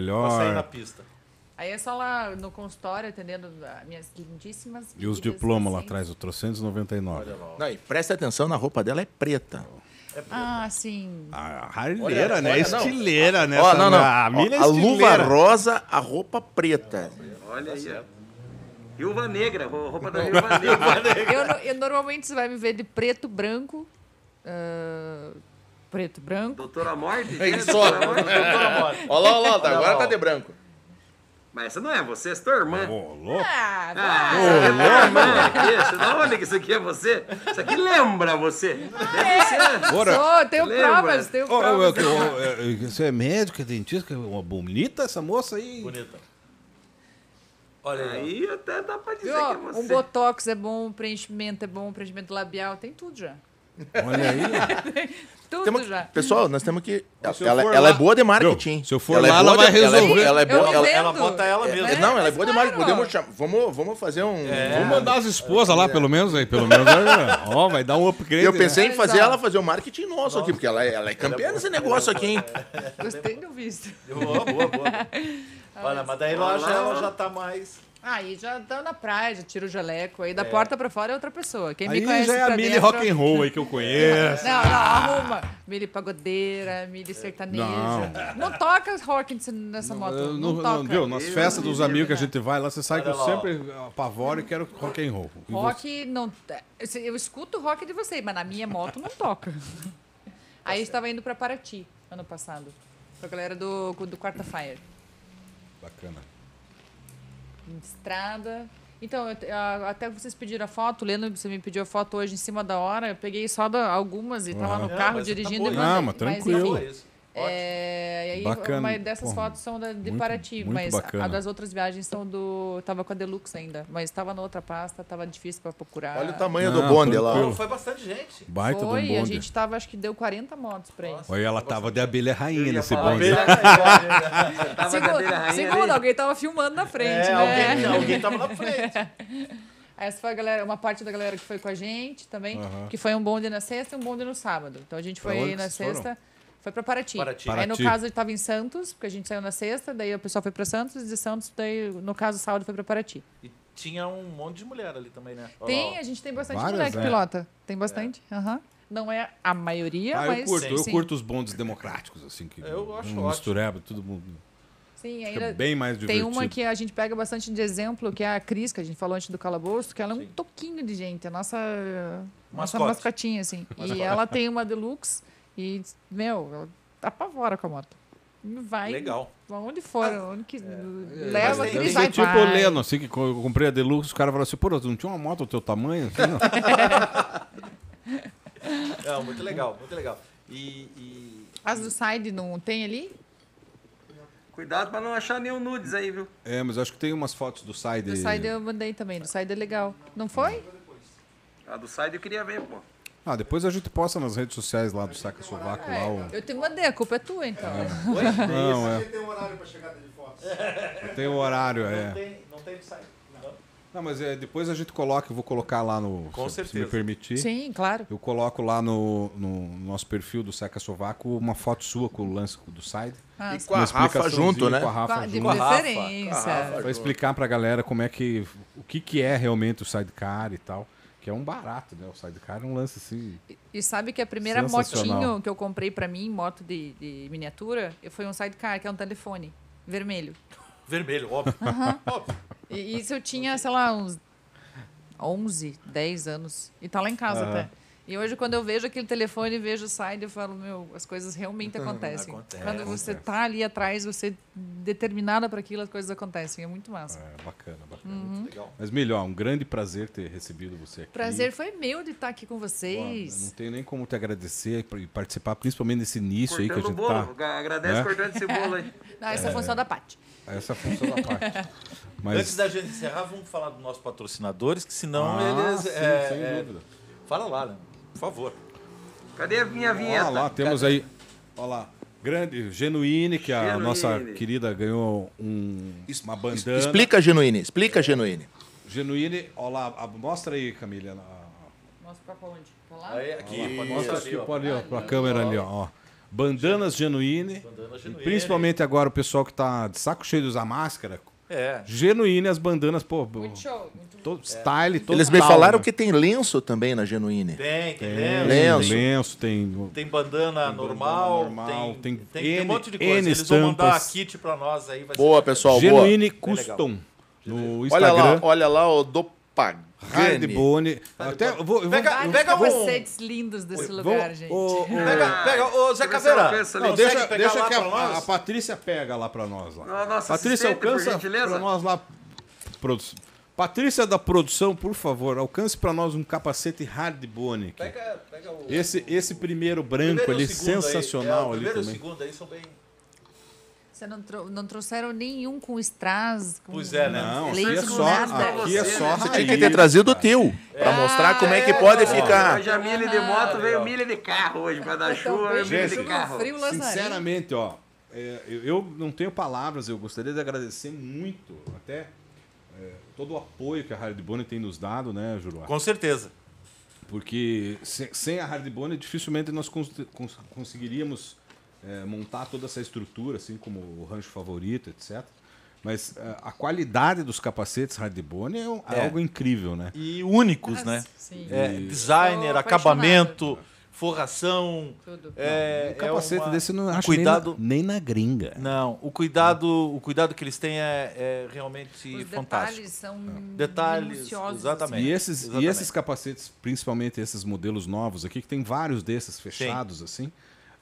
A: melhor.
E: pista.
B: Aí é só lá no consultório, atendendo as minhas lindíssimas.
A: E os
B: queridas
A: diplomas lá
B: pacientes.
A: atrás, o 399.
C: Não, e presta atenção na roupa dela, é preta.
B: Ah, sim.
A: A harleira, né?
C: olha, não.
A: Estileira, né?
C: Ó,
A: essa-
C: não, não.
A: A
C: Ó,
A: milha é
C: a luva
A: estileira.
C: rosa, a roupa preta.
F: Olha aí, ó. Viúva negra, ro- roupa da
E: [laughs]
F: viúva negra.
B: Eu, no- eu normalmente você vai me ver de preto, branco. ah, preto, branco.
F: Doutora Morte?
C: É
F: né?
C: isso, ó.
F: Doutora Morte.
K: É.
C: Olha lá, olha lá,
A: Tá
E: Olha lá, ó.
C: branco.
F: Mas essa não é você, essa é tua irmã.
A: Ô, louco.
B: Ah,
C: né,
F: Ah, essa é tua irmã. Isso, da onde que isso aqui é você? Isso aqui lembra você. Deve ser.
A: Ora,
B: sou, tenho
F: Lembra?
B: provas, tenho
A: Ô, ô,
B: provas.
A: ô, ô, é, Você é médico, é dentista, é uma bonita essa moça aí.
E: Bonita. Olha aí. ó.
F: Aí até dá pra dizer
B: E, ó,
F: que é
B: um
F: você.
B: botox é bom, um preenchimento é bom, um preenchimento labial, tem tudo já.
A: Olha aí.
K: Tudo
C: Temos-
K: já.
C: Pessoal, nós temos que.
A: se eu
C: Ela,
A: for
C: ela é
A: lá-
C: boa de marketing.
A: Viu? Se eu for lá,
C: ela é
A: ela
C: boa
A: vai
C: de- ela é-
A: resolver.
C: Ela é
K: Eu
C: boa.
K: não
C: Ela,
K: sei.
E: Ela
K: Vendo?
E: bota ela mesmo.
K: É,
C: não, ela é
K: mas
C: boa de
K: claro.
C: marketing. Podemos cham- Vamos, vamos fazer um.
A: Vamos mandar as esposas lá, pelo menos, aí. Pelo menos, aí, ó, vai dar um upgrade.
C: Eu pensei em
K: Exato.
C: fazer ela fazer o marketing nosso aqui, porque ela, é- ela é campeã nesse negócio aqui, hein?
K: Gostei de ouvir isso.
E: Boa, boa, boa. Olha, mas daí ela já, ela já tá mais.
B: Aí já tá na praia, já tira o jaleco. Aí da porta pra fora é outra pessoa. Quem
A: Né?
B: me
A: Aí
B: conhece
A: já é
B: pra
A: a Mili
B: dentro-
A: rock and roll aí que eu conheço.
B: Não, não, arruma. Mili pagodeira, Mili sertaneja.
A: É. Não.
B: Não, toca rock nesse- nessa moto.
A: Eu
B: Não,
A: não- não,
B: toca.
A: viu? Nas festas dos amigos que a gente vai lá, você sabe que eu
E: Olha lá, ó.
A: sempre apavoro e quero rock and roll. E você-
B: Rock não. assim, Eu escuto rock de você, mas na minha moto não
A: [laughs]
B: toca. Aí eu estava indo pra Paraty ano passado. Com a galera do, do Quarta Fire.
A: Bacana.
B: em estrada. Então, eu- a- até vocês pediram a foto, o Leno, você me pediu a foto hoje em cima da hora, eu peguei só da- algumas e tava no
E: Não,
B: carro
E: mas tá
B: dirigindo.
E: boa.
B: e
A: Ah,
B: mandei-
A: mas tranquilo.
B: enfim,
E: Boa isso.
B: é, e aí,
A: Bacana.
B: uma dessas
A: Porra,
B: fotos são da, de
A: muito-
B: Paraty,
A: muito
B: mas
A: bacana.
B: a das outras viagens são do... Tava com a Deluxe ainda, mas tava na outra pasta, tava difícil pra procurar.
C: Olha o tamanho
A: Ah,
C: do bonde lá.
A: tranquilo.
C: ó.
E: Foi bastante gente.
A: Baita do
B: Foi, a
A: tá bonde.
B: gente tava, acho que deu 40 motos pra ele.
A: Olha, ela tava de abelha rainha nesse
E: A
A: bonde.
E: abelha caiu, né?
F: Tava na beira
B: Segunda,
F: rainha
B: segunda,
F: ali.
B: alguém tava filmando na frente,
E: É,
B: né?
E: alguém, alguém tava na frente.
B: [laughs] Essa foi a galera, uma parte da galera que foi com a gente também, que foi um bonde na sexta e um bonde no sábado. Então a gente
A: Pra onde
B: foi
A: que
B: na
A: vocês
B: sexta, foi pra Paraty.
E: Paraty.
B: Aí no
A: Paraty.
B: caso ele tava em Santos, porque a gente saiu na sexta, daí o pessoal foi pra Santos, de Santos, daí no caso o sábado foi pra Paraty.
E: E tinha um monte de mulher ali também, né? Ó,
B: Tem, a gente tem bastante
A: Várias,
B: moleque
A: né?
B: pilota. Tem bastante. aham. Não é a maioria,
A: Ah,
B: mas.
A: eu curto, eu
B: sim.
A: curto os bondes democráticos, assim, que
E: Eu acho
A: um
E: ótimo.
A: mistureba, todo mundo.
B: Sim,
A: Fica
B: ainda
A: bem mais
B: Tem
A: divertido.
B: uma que a gente pega bastante de exemplo, que é a Cris, que a gente falou antes do calabouço, que ela é um toquinho de gente, a nossa, nossa
E: Mascote.
B: mascotinha, assim. E ela tem uma deluxe e, meu, ela apavora com a moto. Vai
E: Legal.
B: onde for, onde que
A: Mas
B: leva, a
A: tem-
B: Cris
A: tem
B: vai.
A: tipo o
B: vai.
A: Leno, assim, que quando eu comprei a Deluxe, os caras falaram assim, pô, tu não tinha uma moto do teu tamanho? Assim,
B: [laughs]
A: não.
E: Não, É, muito legal, muito legal. E, e-
B: As do side não tem ali?
F: Cuidado pra não achar nenhum nudes aí, viu?
A: é, mas eu acho que tem umas fotos do Side.
B: Do side eu mandei também, do side é legal. Não foi?
F: A do side eu queria ver, pô.
A: Ah, depois a gente posta nas redes sociais lá do Saca Sovaco lá o...
B: Eu te mandei, a culpa é tua, então.
A: Não, é. [laughs] Tem um horário, é.
E: tem, não tem sair.
A: Não, mas é, depois a gente coloca, eu vou colocar lá no...
E: Com
A: se, se
E: certeza.
A: me permitir.
B: Sim, claro.
A: Eu coloco lá no, no nosso perfil do Saca Sovaco uma foto sua com o lance do Side.
B: Ah,
C: E com a
A: Uma
C: Rafa
A: explicaçãozinha
C: junto, né?
A: Com a Rafa
B: de
A: junto.
B: preferência.
A: Pra explicar pra galera como é que. o que, que é realmente o sidecar e tal. Que é um barato, né? O sidecar é um lance assim.
B: E sabe que a primeira
A: Sensacional.
B: motinho que eu comprei pra mim, moto de, de miniatura, eu- foi um sidecar, que é um telefone vermelho.
E: Vermelho, óbvio. óbvio.
B: E isso eu tinha, sei lá, uns 11, 10 anos. E tá lá em casa até. E hoje, quando eu vejo aquele telefone e vejo o side, eu falo, meu, as coisas realmente acontecem.
E: Acontece.
B: Quando você tá ali atrás, você determinada para aquilo, as coisas acontecem. É muito massa.
A: É, bacana, bacana.
E: Hum. Legal.
A: Mas melhor, um grande prazer ter recebido você aqui.
B: Prazer foi meu de estar aqui com
A: Pô,
B: vocês.
A: Não tenho nem como te agradecer e participar, principalmente nesse início aí que
F: Cortando
A: a
F: o
A: gente
F: bolo. Agradece
A: né?
F: cortando esse bolo aí.
B: Não, essa é a função da Paty.
A: tá. Essa função da
E: [laughs]
A: parte.
E: Antes
A: Mas.
E: da gente encerrar, vamos falar dos nossos patrocinadores, que senão
A: Ah,
E: eles.
A: sim,
E: é,
A: sem
E: é,
A: dúvida.
E: fala lá, né? Por favor.
F: Cadê a minha vinheta?
A: Olha lá, temos aí. Olha lá. Grande, Genuíne, que a
F: Genuíne.
A: nossa querida ganhou um, uma bandana.
C: Explica a Genuíne, explica a Genuíne.
A: Genuíne, olha lá, a- mostra aí, Camila. a-
B: Mostra pra onde? Pra lá?
E: Aí, aqui,
A: Mostra
E: mostra ali, ó.
A: tipo ali, ó, pra câmera ali, ó. ó. Bandanas genuíne. E principalmente agora o pessoal que tá de saco cheio de usar máscara.
E: É.
A: Genuíne as bandanas, pô.
B: Muito show. Muito
A: Todo
E: É.
A: style, todo
C: Eles me falaram que tem lenço também na Genuíne.
E: Tem, tem
A: né? tem
E: lenço,
C: lenço.
A: lenço. lenço, tem.
E: tem bandana normal,
A: normal, tem
E: tem, tem, tem
A: N-
E: um monte de coisa.
A: N
E: Eles vão mandar
A: estampas.
E: kit pra nós aí. Vai ser
C: Boa,
E: bacana.
C: pessoal, boa.
A: Genuíne Custom. No
C: Olha lá,
A: Instagram.
C: olha lá o
A: Hard
C: Dopagani.
A: Bone. Até eu vou. eu vou-
E: então. Pega,
A: eu-
E: pega um.
B: Capacetes lindos desse
A: vou-
B: lugar, gente.
A: ô, ô,
L: É.
E: Pega, pega, ô Zé
F: Deixa eu ver se
E: Caveira.
F: alcança ali.
A: Não,
E: consegue
A: deixa
E: pegar
A: deixa
E: lá
A: que a,
E: pra nós?
A: a Patrícia pega lá pra nós. Lá.
F: A nossa
A: Patrícia,
F: assistente, por
A: alcança
F: gentileza.
A: pra nós lá. produ- Patrícia da produção, por favor, alcance pra nós um capacete hardbone. aqui.
E: Pega, pega o.
A: Esse, esse primeiro branco
E: primeiro e
A: ali,
E: o segundo aí. É, o
A: sensacional ali
E: primeiro e o
A: também.
E: segundo aí são bem.
L: Você não, trou- não trouxeram nenhum com strass? Com
E: Pois é, né?
A: Não, aqui
L: leite
A: é
L: com
A: só,
L: nada.
A: aqui é só
C: Você tinha
A: raiz.
C: que ter trazido o teu, pra mostrar como é que pode ficar.
F: Hoje a milha de moto veio milha de carro hoje, para dar
B: Então,
L: Então,
F: chuva, veio milha de
A: Gente,
F: carro.
L: Frio lazarento.
A: Sinceramente, ó, é, eu, eu não tenho palavras, eu gostaria de agradecer muito, até é, todo o apoio que a Hard Boni tem nos dado, né, Juruá?
E: Com certeza.
A: Porque se- sem a Hard Boni, dificilmente nós cons- cons- conseguiríamos é, montar toda essa estrutura, assim como o rancho favorito, etc. Mas é, a qualidade dos capacetes Hard Boni é, um-
E: É.
A: algo incrível, né?
E: E únicos, né?
L: Ah, Sim.
E: É, designer,
L: Sou apaixonada.
E: acabamento, forração.
B: Tudo.
E: É,
A: um capacete
E: é uma-
A: desse eu não
E: um
A: acho
E: cuidado.
A: nem, na, nem na gringa.
E: Não, o cuidado, o cuidado que eles têm é, é realmente
L: Os
E: fantástico.
L: detalhes
A: É.
L: são assim.
E: Detalhes,
L: minuciosos,
E: exatamente.
A: E esses, e
E: Exatamente.
A: esses capacetes, principalmente esses modelos novos aqui, que tem vários desses fechados, assim.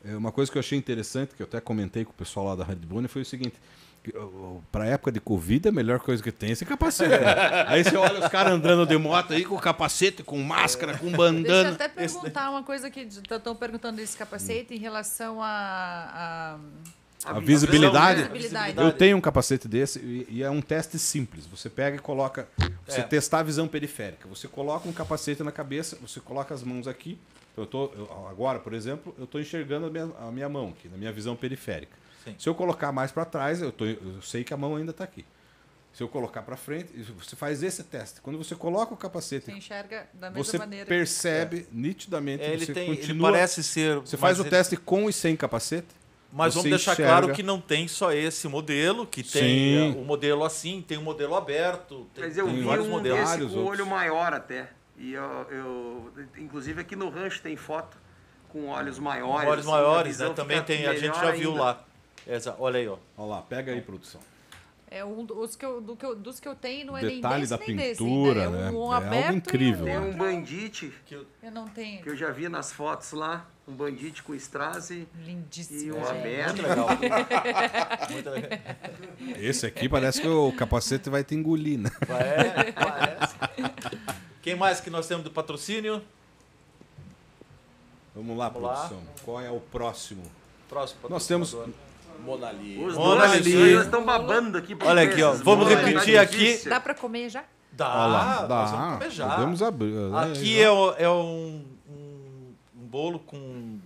A: é, Uma coisa que eu achei interessante, que eu até comentei com o pessoal lá da Red Bull, foi o seguinte. Para época de Covid, a melhor coisa que tem é esse capacete. né? aí você olha os caras andando de moto aí com capacete, com máscara, com
L: Deixa eu
A: bandana.
L: até perguntar uma coisa que estão perguntando desse capacete em relação à
A: A visibilidade.
L: visibilidade.
A: Eu tenho um capacete desse e, e é um teste simples. Você pega e coloca. Você
E: É.
A: testar a visão periférica. Você coloca um capacete na cabeça, você coloca as mãos aqui. Então, eu tô, eu- agora, por exemplo, eu estou enxergando a minha, a minha mão aqui, na minha visão periférica.
E: Sim.
A: Se eu colocar mais para trás, eu, tô- eu sei que a mão ainda está aqui. Se eu colocar para frente, você faz esse teste. Quando você coloca o
L: Você
A: capacete,
L: enxerga da mesma
A: você
L: maneira.
A: percebe nitidamente.
E: É, ele,
A: você
E: tem,
A: continua.
E: ele parece ser.
A: Você faz
E: mas
A: o
E: ele-
A: teste com e sem capacete?
E: Mas
A: você
E: vamos deixar
A: enxerga.
E: claro que não tem só esse modelo, que tem
A: Sim.
E: é, o modelo assim, tem o modelo aberto, tem,
F: Mas eu
E: tem
F: vi
E: vários
F: um
E: modelos.
F: desse
A: Vários
F: com o olho
A: outros.
F: maior até. E eu, eu- inclusive aqui no rancho tem foto com olhos maiores.
E: Vários
F: assim, a
E: maiores,
F: visão
E: né? Também
F: fica
E: tem, a gente
F: melhor
E: já viu
F: ainda.
E: lá. Essa, olha aí, ó.
A: Olha lá, pega aí, produção.
L: É um dos que eu, do que eu- dos que eu tenho não é
A: Detalhe
L: nem desse,
A: da
L: nem desse,
A: pintura,
L: ainda.
A: né?
L: É um,
A: É algo
L: aberto e um
A: incrível,
F: Tem
A: né?
F: um
L: outro
F: bandite
L: Eu não tenho.
F: que eu já vi nas fotos lá, um bandite com estrase e
L: Lindíssimo. gente.
B: É,
F: um
E: Muito
F: aberto.
E: legal. Muito legal.
A: Esse aqui parece que o capacete vai te engolir, né?
E: Parece, parece. É. Quem mais que nós temos do patrocínio?
A: Vamos lá,
E: Vamos lá.
A: produção. Qual é o próximo?
E: Próximo
A: Nós temos.
E: patrocinador.
F: Os
E: Olha
F: dois
E: ali.
F: senhores estão babando aqui. por
E: Olha aqui, ó.
F: vezes.
E: Vamos
F: Olha,
E: repetir
F: tá
E: aqui.
F: difícil.
L: Dá pra comer já?
E: Dá,
A: Olha lá,
E: Ah, nós vamos
A: dá.
E: comejar.
A: Podemos abrir.
E: Aqui é, o- é um, um- um bolo com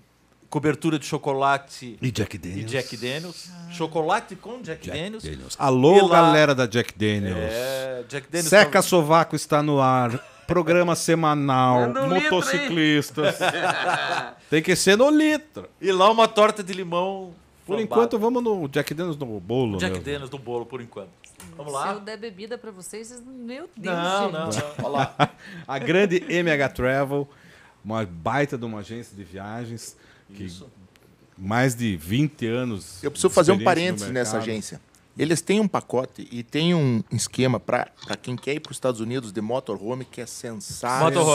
E: cobertura de chocolate
A: E Jack
E: e
A: Daniels.
E: Jack Daniels. Chocolate com Jack,
A: Jack
E: Daniels.
A: Daniels. Alô,
E: E lá-
A: galera da Jack Daniels.
E: É, Jack Daniels.
A: Seca Sovaco está no ar. Programa semanal.
E: Tá
F: Manda um
E: [laughs]
A: motociclistas. Tem que ser no litro.
E: E lá uma torta de limão.
A: Por
E: flambada.
A: enquanto, vamos no Jack Daniels no bolo.
E: Jack
A: mesmo.
E: Daniels do bolo, por enquanto. Vamos
L: Se eu
E: lá?
L: der bebida pra vocês, vocês- meu Deus,
E: Não,
L: gente.
E: não, não. Olha lá.
A: A grande MH Travel, uma baita de uma agência de viagens. Que Mais de 20 anos.
C: Eu preciso fazer um
A: de experiência
C: parênteses
A: no
C: nessa
A: mercado.
C: agência. Eles têm um pacote e tem um esquema para quem quer ir para os Estados Unidos de motorhome que é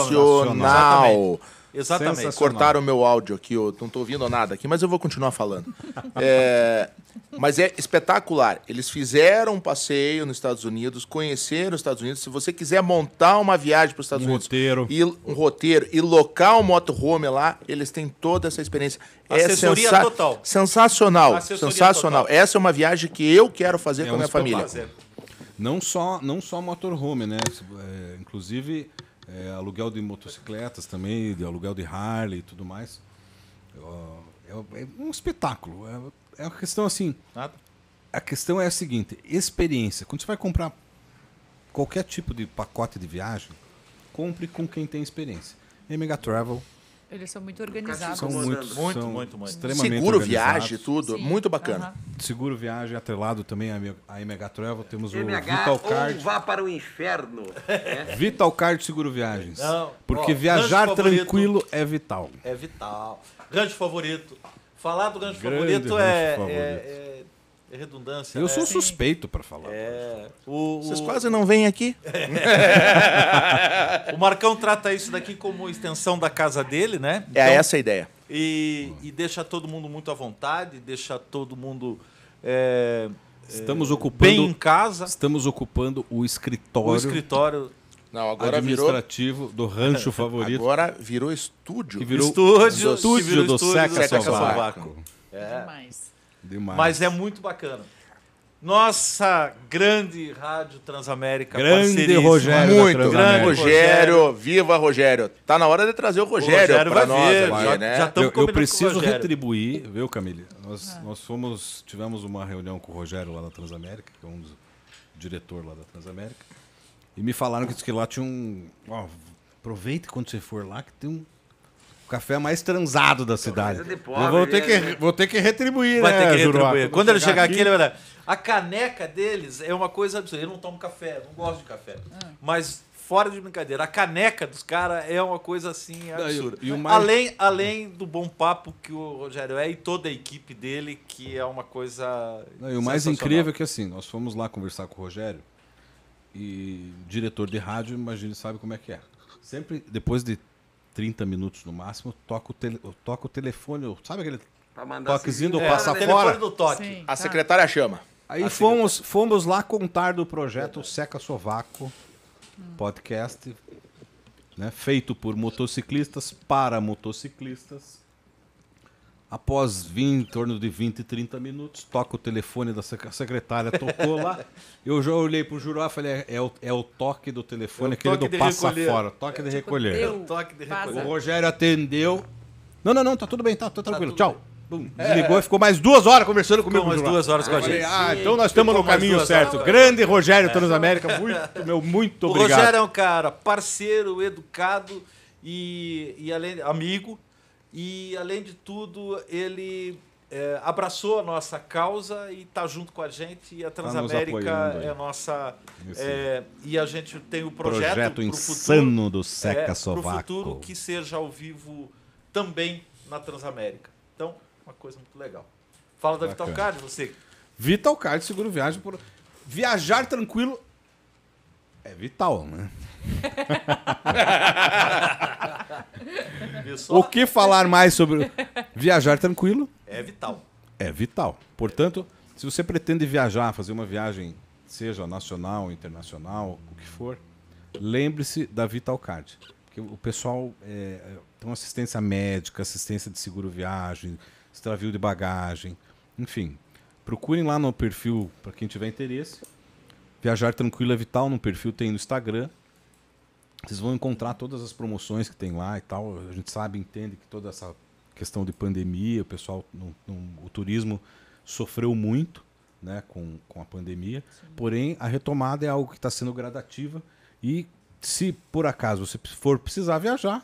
C: sensacional.
E: Exatamente. Exatamente.
A: Sensacional.
C: Cortaram o meu áudio aqui, eu não estou ouvindo nada aqui, mas eu vou continuar falando. É, mas é espetacular. Eles fizeram um passeio nos Estados Unidos, conheceram os Estados Unidos. Se você quiser montar uma viagem para os Estados
A: Um
C: Unidos,
A: roteiro.
C: E, um roteiro e local motorhome lá, eles têm toda essa experiência. É
E: Assessoria total.
C: Sensacional,
E: Assessoria
C: sensacional.
E: total.
C: Essa é uma viagem que eu quero fazer
A: É
C: com a
A: um
C: minha família.
E: Fazer.
A: Não só, não só motorhome, né? É, inclusive, é, aluguel de motocicletas também, de aluguel de Harley e tudo mais. Ó, É, é um espetáculo. É, é uma questão assim.
E: Nada.
A: A questão é a seguinte: experiência. Quando você vai comprar qualquer tipo de pacote de viagem, compre com quem tem experiência. MH Travel
L: Eles são muito
A: são
L: organizados. assim.
F: Incomodando.
A: muito,
E: Muito,
A: são
E: muito, muito.
A: extremamente
C: Tá Seguro
A: organizados.
C: viagem, tudo.
L: Sim.
C: Muito bacana.
L: Aham.
A: Seguro viagem, atrelado também a M- a MH Travel. Temos o
F: MH
A: Vital
F: ou
A: Card.
F: vá para o inferno. né?
A: Vital Card Seguro Viagens.
E: Não,
A: Porque
E: ó,
A: viajar
E: lanche favorito.
A: tranquilo é vital.
E: É vital. Rancho favorito. Falar do rancho
A: Grande
E: favorito,
A: rancho
E: é,
A: favorito.
E: é- é- é redundância.
A: Eu
E: né?
A: sou suspeito para falar.
E: É, o, o-
C: Vocês quase não vêm aqui? É
E: o Marcão trata isso daqui como extensão da casa dele, né?
C: É
E: Então,
C: essa a ideia.
E: E, e deixa todo mundo muito à vontade, deixa todo mundo é,
A: Estamos
E: bem em
A: ocupando,
E: casa.
A: estamos ocupando o escritório,
E: O escritório,
C: Não, agora virou.
A: administrativo do
C: [laughs]
A: rancho favorito
C: Agora virou estúdio.
A: que virou
E: estúdio, que
A: estúdio
E: virou
A: do
E: estúdio
A: Seca
E: do Seca
A: Sovaco.
E: Sovaco. É.
L: Demais.
A: Demais.
E: Mas é muito bacana. Nossa grande Rádio Transamérica
A: Grande
E: parceríssima.
A: Rogério da
C: é Muito grande
E: Transamérica.
C: Rogério, viva Rogério. Tá na hora de trazer o Rogério,
E: Rogério
C: pra
E: vai
C: nós
E: vir,
C: aqui,
E: já-
C: né?
E: já tamo
A: Eu, eu
E: combinando Então, com o
A: preciso
E: Rogério. Ah.
A: retribuir, viu, Camille? Nós, nós fomos, tivemos uma reunião com o Rogério lá da Transamérica, que é um dos diretor lá da Transamérica, e me falaram que, diz que lá tinha um. Ó, aproveita quando você for lá, que tem um café mais transado da cidade.
F: coisa de pobre,
A: Eu vou ter
F: né?
A: que, vou ter que retribuir,
E: Vai
A: né,
E: ter que
A: Juruá?
E: retribuir.
A: Quando
E: Quando ele chegar
A: aqui-
E: aqui, ele vai lá. A caneca deles é uma coisa absurda. Eu não tomo café, não gosto de café.
A: Ah.
E: Mas, fora de brincadeira, a caneca dos caras é uma coisa assim
A: Não, e o-
E: absurda.
A: e o mais-
E: além, além do bom papo que o Rogério é e toda a equipe dele, que é uma coisa.
A: Não, e o mais
E: sensacional.
A: incrível é que assim, nós fomos lá conversar com o Rogério e diretor de rádio, imagina, sabe como é que é. Sempre depois de 30 minutos no máximo, toca o, tele, eu toco o telefone, eu- sabe aquele
F: Pra mandar
A: toquezinho do
F: sinal,
E: É,
A: passa
E: o
F: né?
E: telefone
A: fora?
E: do toque.
L: Sim,
C: A
L: tá.
C: secretária chama.
A: Aí fomos, fomos lá contar do projeto Seca Sovaco podcast, né, feito por motociclistas para motociclistas. Após 20, em torno de 20 e 30 minutos, toca o telefone da sec- a secretária, tocou
E: [laughs]
A: lá. Eu já olhei pro Juruá e falei: é o, é o toque do telefone,
E: É o
A: aquele
E: toque
A: do
E: de
A: passa
E: recolher.
A: fora, toque de recolher.
E: É
B: deu.
E: o toque de
B: Vaza.
A: O
E: recolher.
A: Rogério atendeu. Não, não, não, tá tudo bem, tá, né? tá tranquilo. Tchau. Bum, desligou e ficou mais duas horas conversando comigo.
E: É. Ficou umas
A: Juruá.
E: duas horas com a
A: Eu falei,
E: gente.
A: ah, então nós estamos no
E: Ficou mais
A: caminho
E: duas
A: certo.
E: horas.
A: Grande Rogério Transamérica, muito, meu, muito
E: O
A: obrigado.
E: Rogério é um cara parceiro, educado e, e além, amigo. E, além de tudo, ele é, abraçou a nossa causa e está junto com a gente. E a
A: Tá nos
E: Transamérica
A: apoiando aí.
E: é a nossa.
A: Isso.
E: é, e a gente tem o um projeto.
A: projeto
E: pro
A: insano
E: futuro, é,
A: do Seca
E: pro
A: Sovaco.
E: futuro que seja ao vivo também na Transamérica. Então, uma coisa muito legal. Fala da Vital
A: Bacana.
E: Card, você.
A: Vital Card, seguro viagem. Por... Viajar tranquilo é vital, né?
E: Viu só?
A: O que falar mais
E: [laughs]
A: sobre viajar tranquilo?
E: É vital.
A: É vital. Portanto, se você pretende viajar, fazer uma viagem, seja nacional, internacional, o que for, lembre-se da Vital Card. Porque o pessoal é, tem uma assistência médica, assistência de seguro viagem, extravio de bagagem, enfim. Procurem lá no perfil, para quem tiver interesse. Viajar Tranquilo é Vital, no perfil tem no Instagram. Vocês vão encontrar todas as promoções que tem lá e tal. A gente sabe, entende que toda essa questão de pandemia, o pessoal, não- não- o turismo sofreu muito né, com, com a pandemia. Porém, a retomada é algo que está sendo gradativa. E se por acaso você for precisar viajar,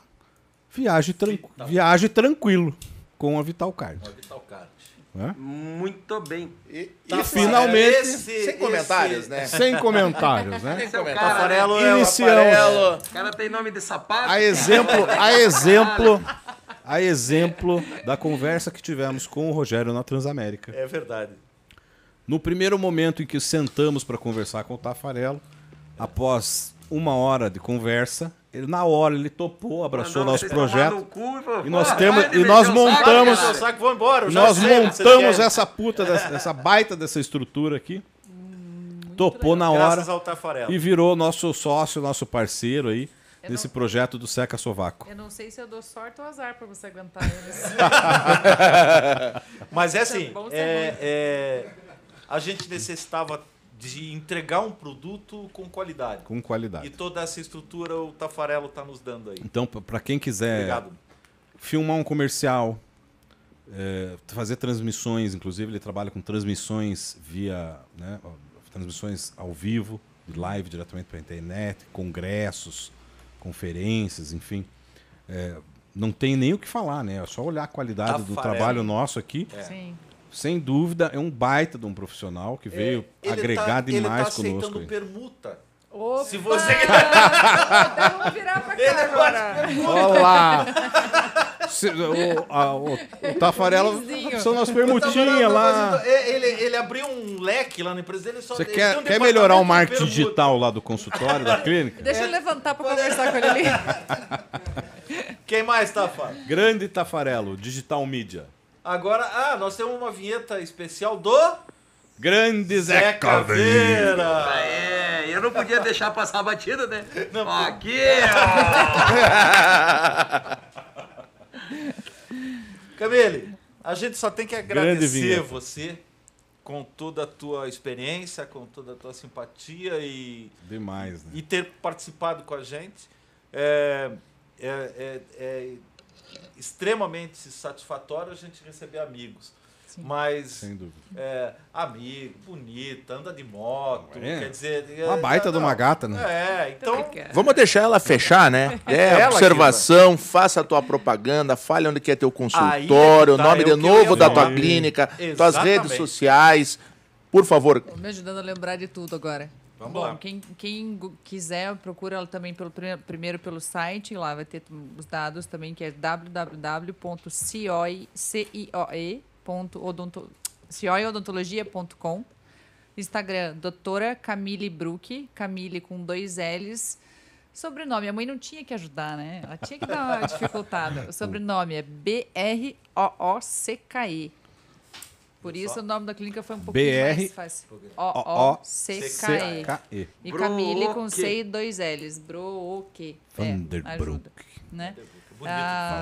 A: viaje, tran viaje tranquilo com a Vital Card.
E: É Vital Card.
A: né?
F: Muito bem.
C: E,
E: Tá,
C: e
A: finalmente-
E: esse-
C: sem comentários,
E: esse-
C: né?
A: É. Sem comentários, né?
C: Sem comentários.
E: Tafarelo é
A: [laughs]
E: o
A: Iniciamos.
C: Amarelo.
F: O cara tem nome de sapato.
A: A exemplo, a exemplo, a exemplo da conversa que tivemos com o Rogério na Transamérica.
E: É verdade.
A: No primeiro momento em que sentamos para conversar com o Tafarello, após uma hora de conversa, ele na hora ele topou, abraçou
F: Mandou
A: nosso
F: vocês tomar
A: projeto.
F: no cu falou,
A: E nós
F: "Porra,
A: temos-
F: vai
A: e
F: de
A: nós
F: mexer o saco,
A: montamos-
E: Seu
F: cara."
E: saco, vou embora. eu já
A: Nós
E: sei o que um vocês
A: montamos
E: querem.
A: essa puta, dessa, essa baita dessa estrutura aqui. Topou na hora
E: Graças ao Tafarel.
A: e virou nosso sócio, nosso parceiro aí desse projeto do Seca Sovaco.
L: Eu não sei se eu dou sorte ou azar pra você aguentar eles.
E: Mas é assim,
L: bom, isso é
E: é, é, a gente necessitava de entregar um produto com qualidade.
A: Com
E: E
A: qualidade.
E: toda essa estrutura o Tafarelo está nos dando aí.
A: Então, para quem quiser
E: Obrigado.
A: filmar um comercial, é, fazer transmissões, inclusive ele trabalha com transmissões via, né, ó, transmissões ao vivo, de live diretamente para a internet, congressos, conferências, enfim. É, não tem nem o que falar, né? É só olhar a qualidade do
E: Tafarel.
A: trabalho nosso aqui.
E: É.
L: Sim.
A: Sem dúvida, é um baita de um profissional que veio
E: Ele
A: agregar
E: tá- Ele tá
A: demais
E: aceitando
A: conosco. aí.
E: permuta.
L: Opa!
E: Se você-
L: Então vamos virar pra cá
E: tá
L: agora.
A: Olá! Se- o, a, o, o Tafarelo
L: Vizinho.
A: são nas
E: Não,
A: permutinhas
E: não,
A: lá.
E: mas então, é, Ele, ele abriu um leque lá na empresa dele. Só
A: Você
E: ele
A: quer,
E: tem um
A: quer melhorar o
E: departamento de
A: marketing
E: permuta.
A: digital lá do consultório, da clínica?
L: Deixa eu levantar pra conversar com ele ali.
E: Quem mais, Tafa?
A: Grande Tafarelo, Digital Media.
E: Agora, ah, nós temos uma vinheta especial do
A: Grande
E: Zé
A: Zeca Verde.
E: Caveira.
F: É, eu não podia deixar passar a batida, né? Aqui, ó.
E: Camille, A gente só tem que
A: Grande
E: agradecer
A: vinheta.
E: você com toda a tua experiência, com toda a tua simpatia e,
A: Demais, né?
E: e ter participado com a gente. É, é- é- é extremamente satisfatório a gente receber amigos. Mas
A: Sem dúvida.
E: é, amigo, bonita, anda de moto,
A: É.
E: quer dizer.
M: Uma baita de uma gata, né?
E: É, então.
C: Vamos deixar ela fechar,
E: [laughs]
C: né? É,
E: Ela
C: observação, faça a tua propaganda, fale onde quer teu consultório, o
E: tá,
C: nome
E: é
C: de
E: o que eu
C: novo
E: ia
C: da
E: falar.
C: tua clínica, tuas
E: Exatamente.
C: redes sociais. Por favor,
B: Me ajudando a lembrar de tudo agora.
E: Vamos
B: Bom,
E: lá.
B: Quem, quem gu- quiser, procura ela também pelo, pri- primeiro pelo site, lá vai ter os dados também, que é www.cioiodontologia.com. Instagram, doutora Camille Brook, Camille com dois L's. Sobrenome, a mãe não tinha que ajudar, né? Ela tinha que dar uma
E: [laughs]
B: dificultada. O sobrenome é B-R-O-O-C-K-E. Por isso o nome da clínica foi um pouquinho mais
A: BR
B: fácil.
A: C-
B: É, O-O-C-K-E.
A: K- E.
B: E
F: Brook.
B: Camille com C e dois L's. Brook. É, ajuda.
A: Vanderbroek.
B: Né?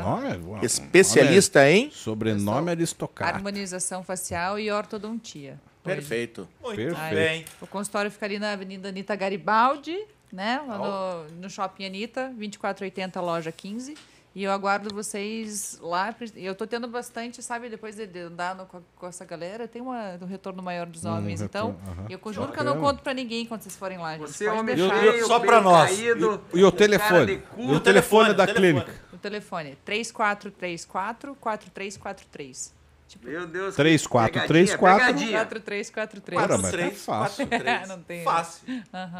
A: Nome? é Uau.
C: especialista em.
A: é Sobrenome aristocrata.
B: Harmonização facial e ortodontia. Então,
C: Perfeito.
E: Muito
A: Perfeito.
E: bem.
B: O consultório fica ali na Avenida Anitta Garibaldi, né? Lá no, no Shopping Anitta, 2480, loja 15. E eu aguardo vocês lá. pre- Eu tô tendo bastante, sabe, depois de de andar no- com, com essa galera, tem uma, um retorno maior dos homens. então,
A: retorno, aham.
B: eu juro que eu não
A: Bacana.
B: conto pra ninguém quando vocês forem lá. gente.
F: Você é
B: Pode
F: homem
B: deixar.
E: eu-
F: feio,
E: só
F: bem
E: pra nós.
F: caído, um
A: E o
F: cara
A: telefone?
F: de
A: E o
F: cu.
A: telefone
E: telefone,
A: da
E: telefone.
A: clínica?
B: O telefone, é 3434-4343.
F: Meu Deus.
A: Três,
F: que
A: quatro,
F: pegadinha,
A: três, quatro.
F: pegadinha.
B: 4343.
A: Cara, mas tá
E: três,
A: fácil.
E: quatro, três.
B: Não tem, né?
E: Fácil.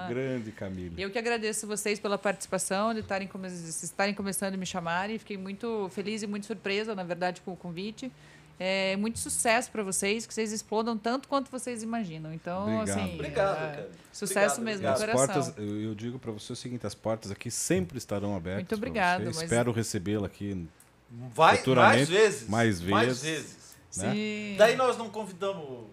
A: Grande Camille.
B: Eu que agradeço vocês pela participação, de estarem, come- de estarem começando a me chamarem. Fiquei muito feliz e muito surpresa, na verdade, com o convite. É, muito sucesso para vocês, que vocês explodam tanto quanto vocês imaginam. Então,
A: Obrigado.
B: assim.
E: Obrigado,
B: é,
E: cara.
B: Sucesso
E: Obrigado,
B: mesmo,
E: obrigado. né?
B: do
A: As
B: coração.
A: portas, eu eu digo para você o seguinte, as portas aqui sempre estarão abertas.
B: Muito
A: pra
B: obrigado,
A: você.
B: mas-
A: Espero recebê-la aqui.
E: Vai, mais
A: Futuramente,
E: vezes.
A: mais
E: Mais
A: vezes.
E: vezes.
A: Né?
B: Sim.
E: Daí nós não convidamos o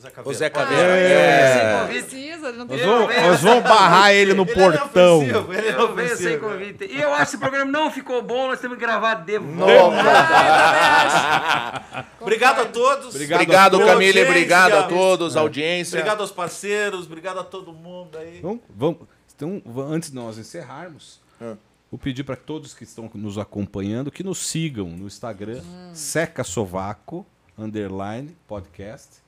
E: Zé Caveira.
C: O Zé
B: Ah,
C: Caveira. é
B: não precisa, não tem
A: Nós vamos,
F: venho-
A: nós vamos
C: Ah,
A: barrar ele no
E: Ele
A: portão.
E: é inofensivo, ele é
F: Eu venho sem
E: ofensivo.
F: convite. E eu acho que o programa não ficou bom, nós temos que gravar de volta.
E: Obrigado a todos.
A: Obrigado.
C: Obrigado,
A: a todos.
C: Camille. Obrigado a
E: Audiência. É.
C: todos, audiência.
E: Obrigado aos parceiros, obrigado a todo mundo aí.
A: Vamos, vamos. Então, va- antes de nós encerrarmos,
C: É.
A: vou pedir para todos que estão nos acompanhando que nos sigam no Instagram, Seca Sovaco, underline, podcast.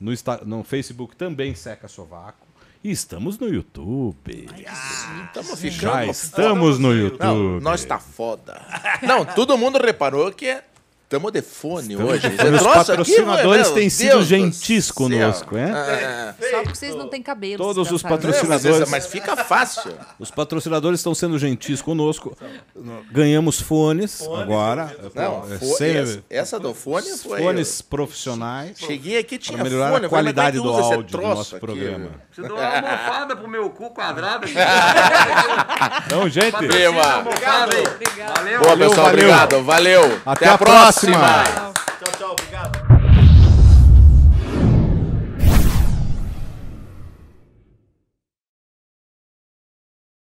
A: No, Insta- no Facebook também, Seca Sovaco. E estamos no YouTube.
C: Estamos
A: Já
C: ficando.
A: estamos no YouTube.
C: Ah, Não, nós tá foda. Não, todo mundo reparou que é. Tamo de fone hoje.
A: Os
C: Troço aqui,
A: patrocinadores
C: meu
A: têm
C: Deus
A: sido
C: do
A: gentis
C: céu.
A: conosco, né?
C: É,
B: Só porque vocês não têm cabelo.
A: Todos os
B: desgraçados.
C: é, mas,
A: Patrocinadores.
C: mas fica fácil.
A: Os patrocinadores estão sendo gentis conosco. Ganhamos fones, agora.
C: Não,
A: É,
C: fo-
A: sem-
C: essa, essa do fone foi.
A: fones profissionais.
C: Cheguei aqui tinha
A: Para melhorar a
C: fone. eu falei, mas como é
A: qualidade
C: que
A: do
C: usa esse
A: áudio do
C: troço
A: nosso
C: aqui? né?
A: programa.
F: Preciso dar uma almofada pro meu cu quadrado.
A: [laughs] Então, gente,
C: Prima.
F: Obrigado, hein?
B: Obrigada.
F: Valeu.
C: Boa, pessoal.
A: valeu.
C: Obrigado. Valeu.
A: até, a próxima.
E: Tchau, tchau. Obrigado.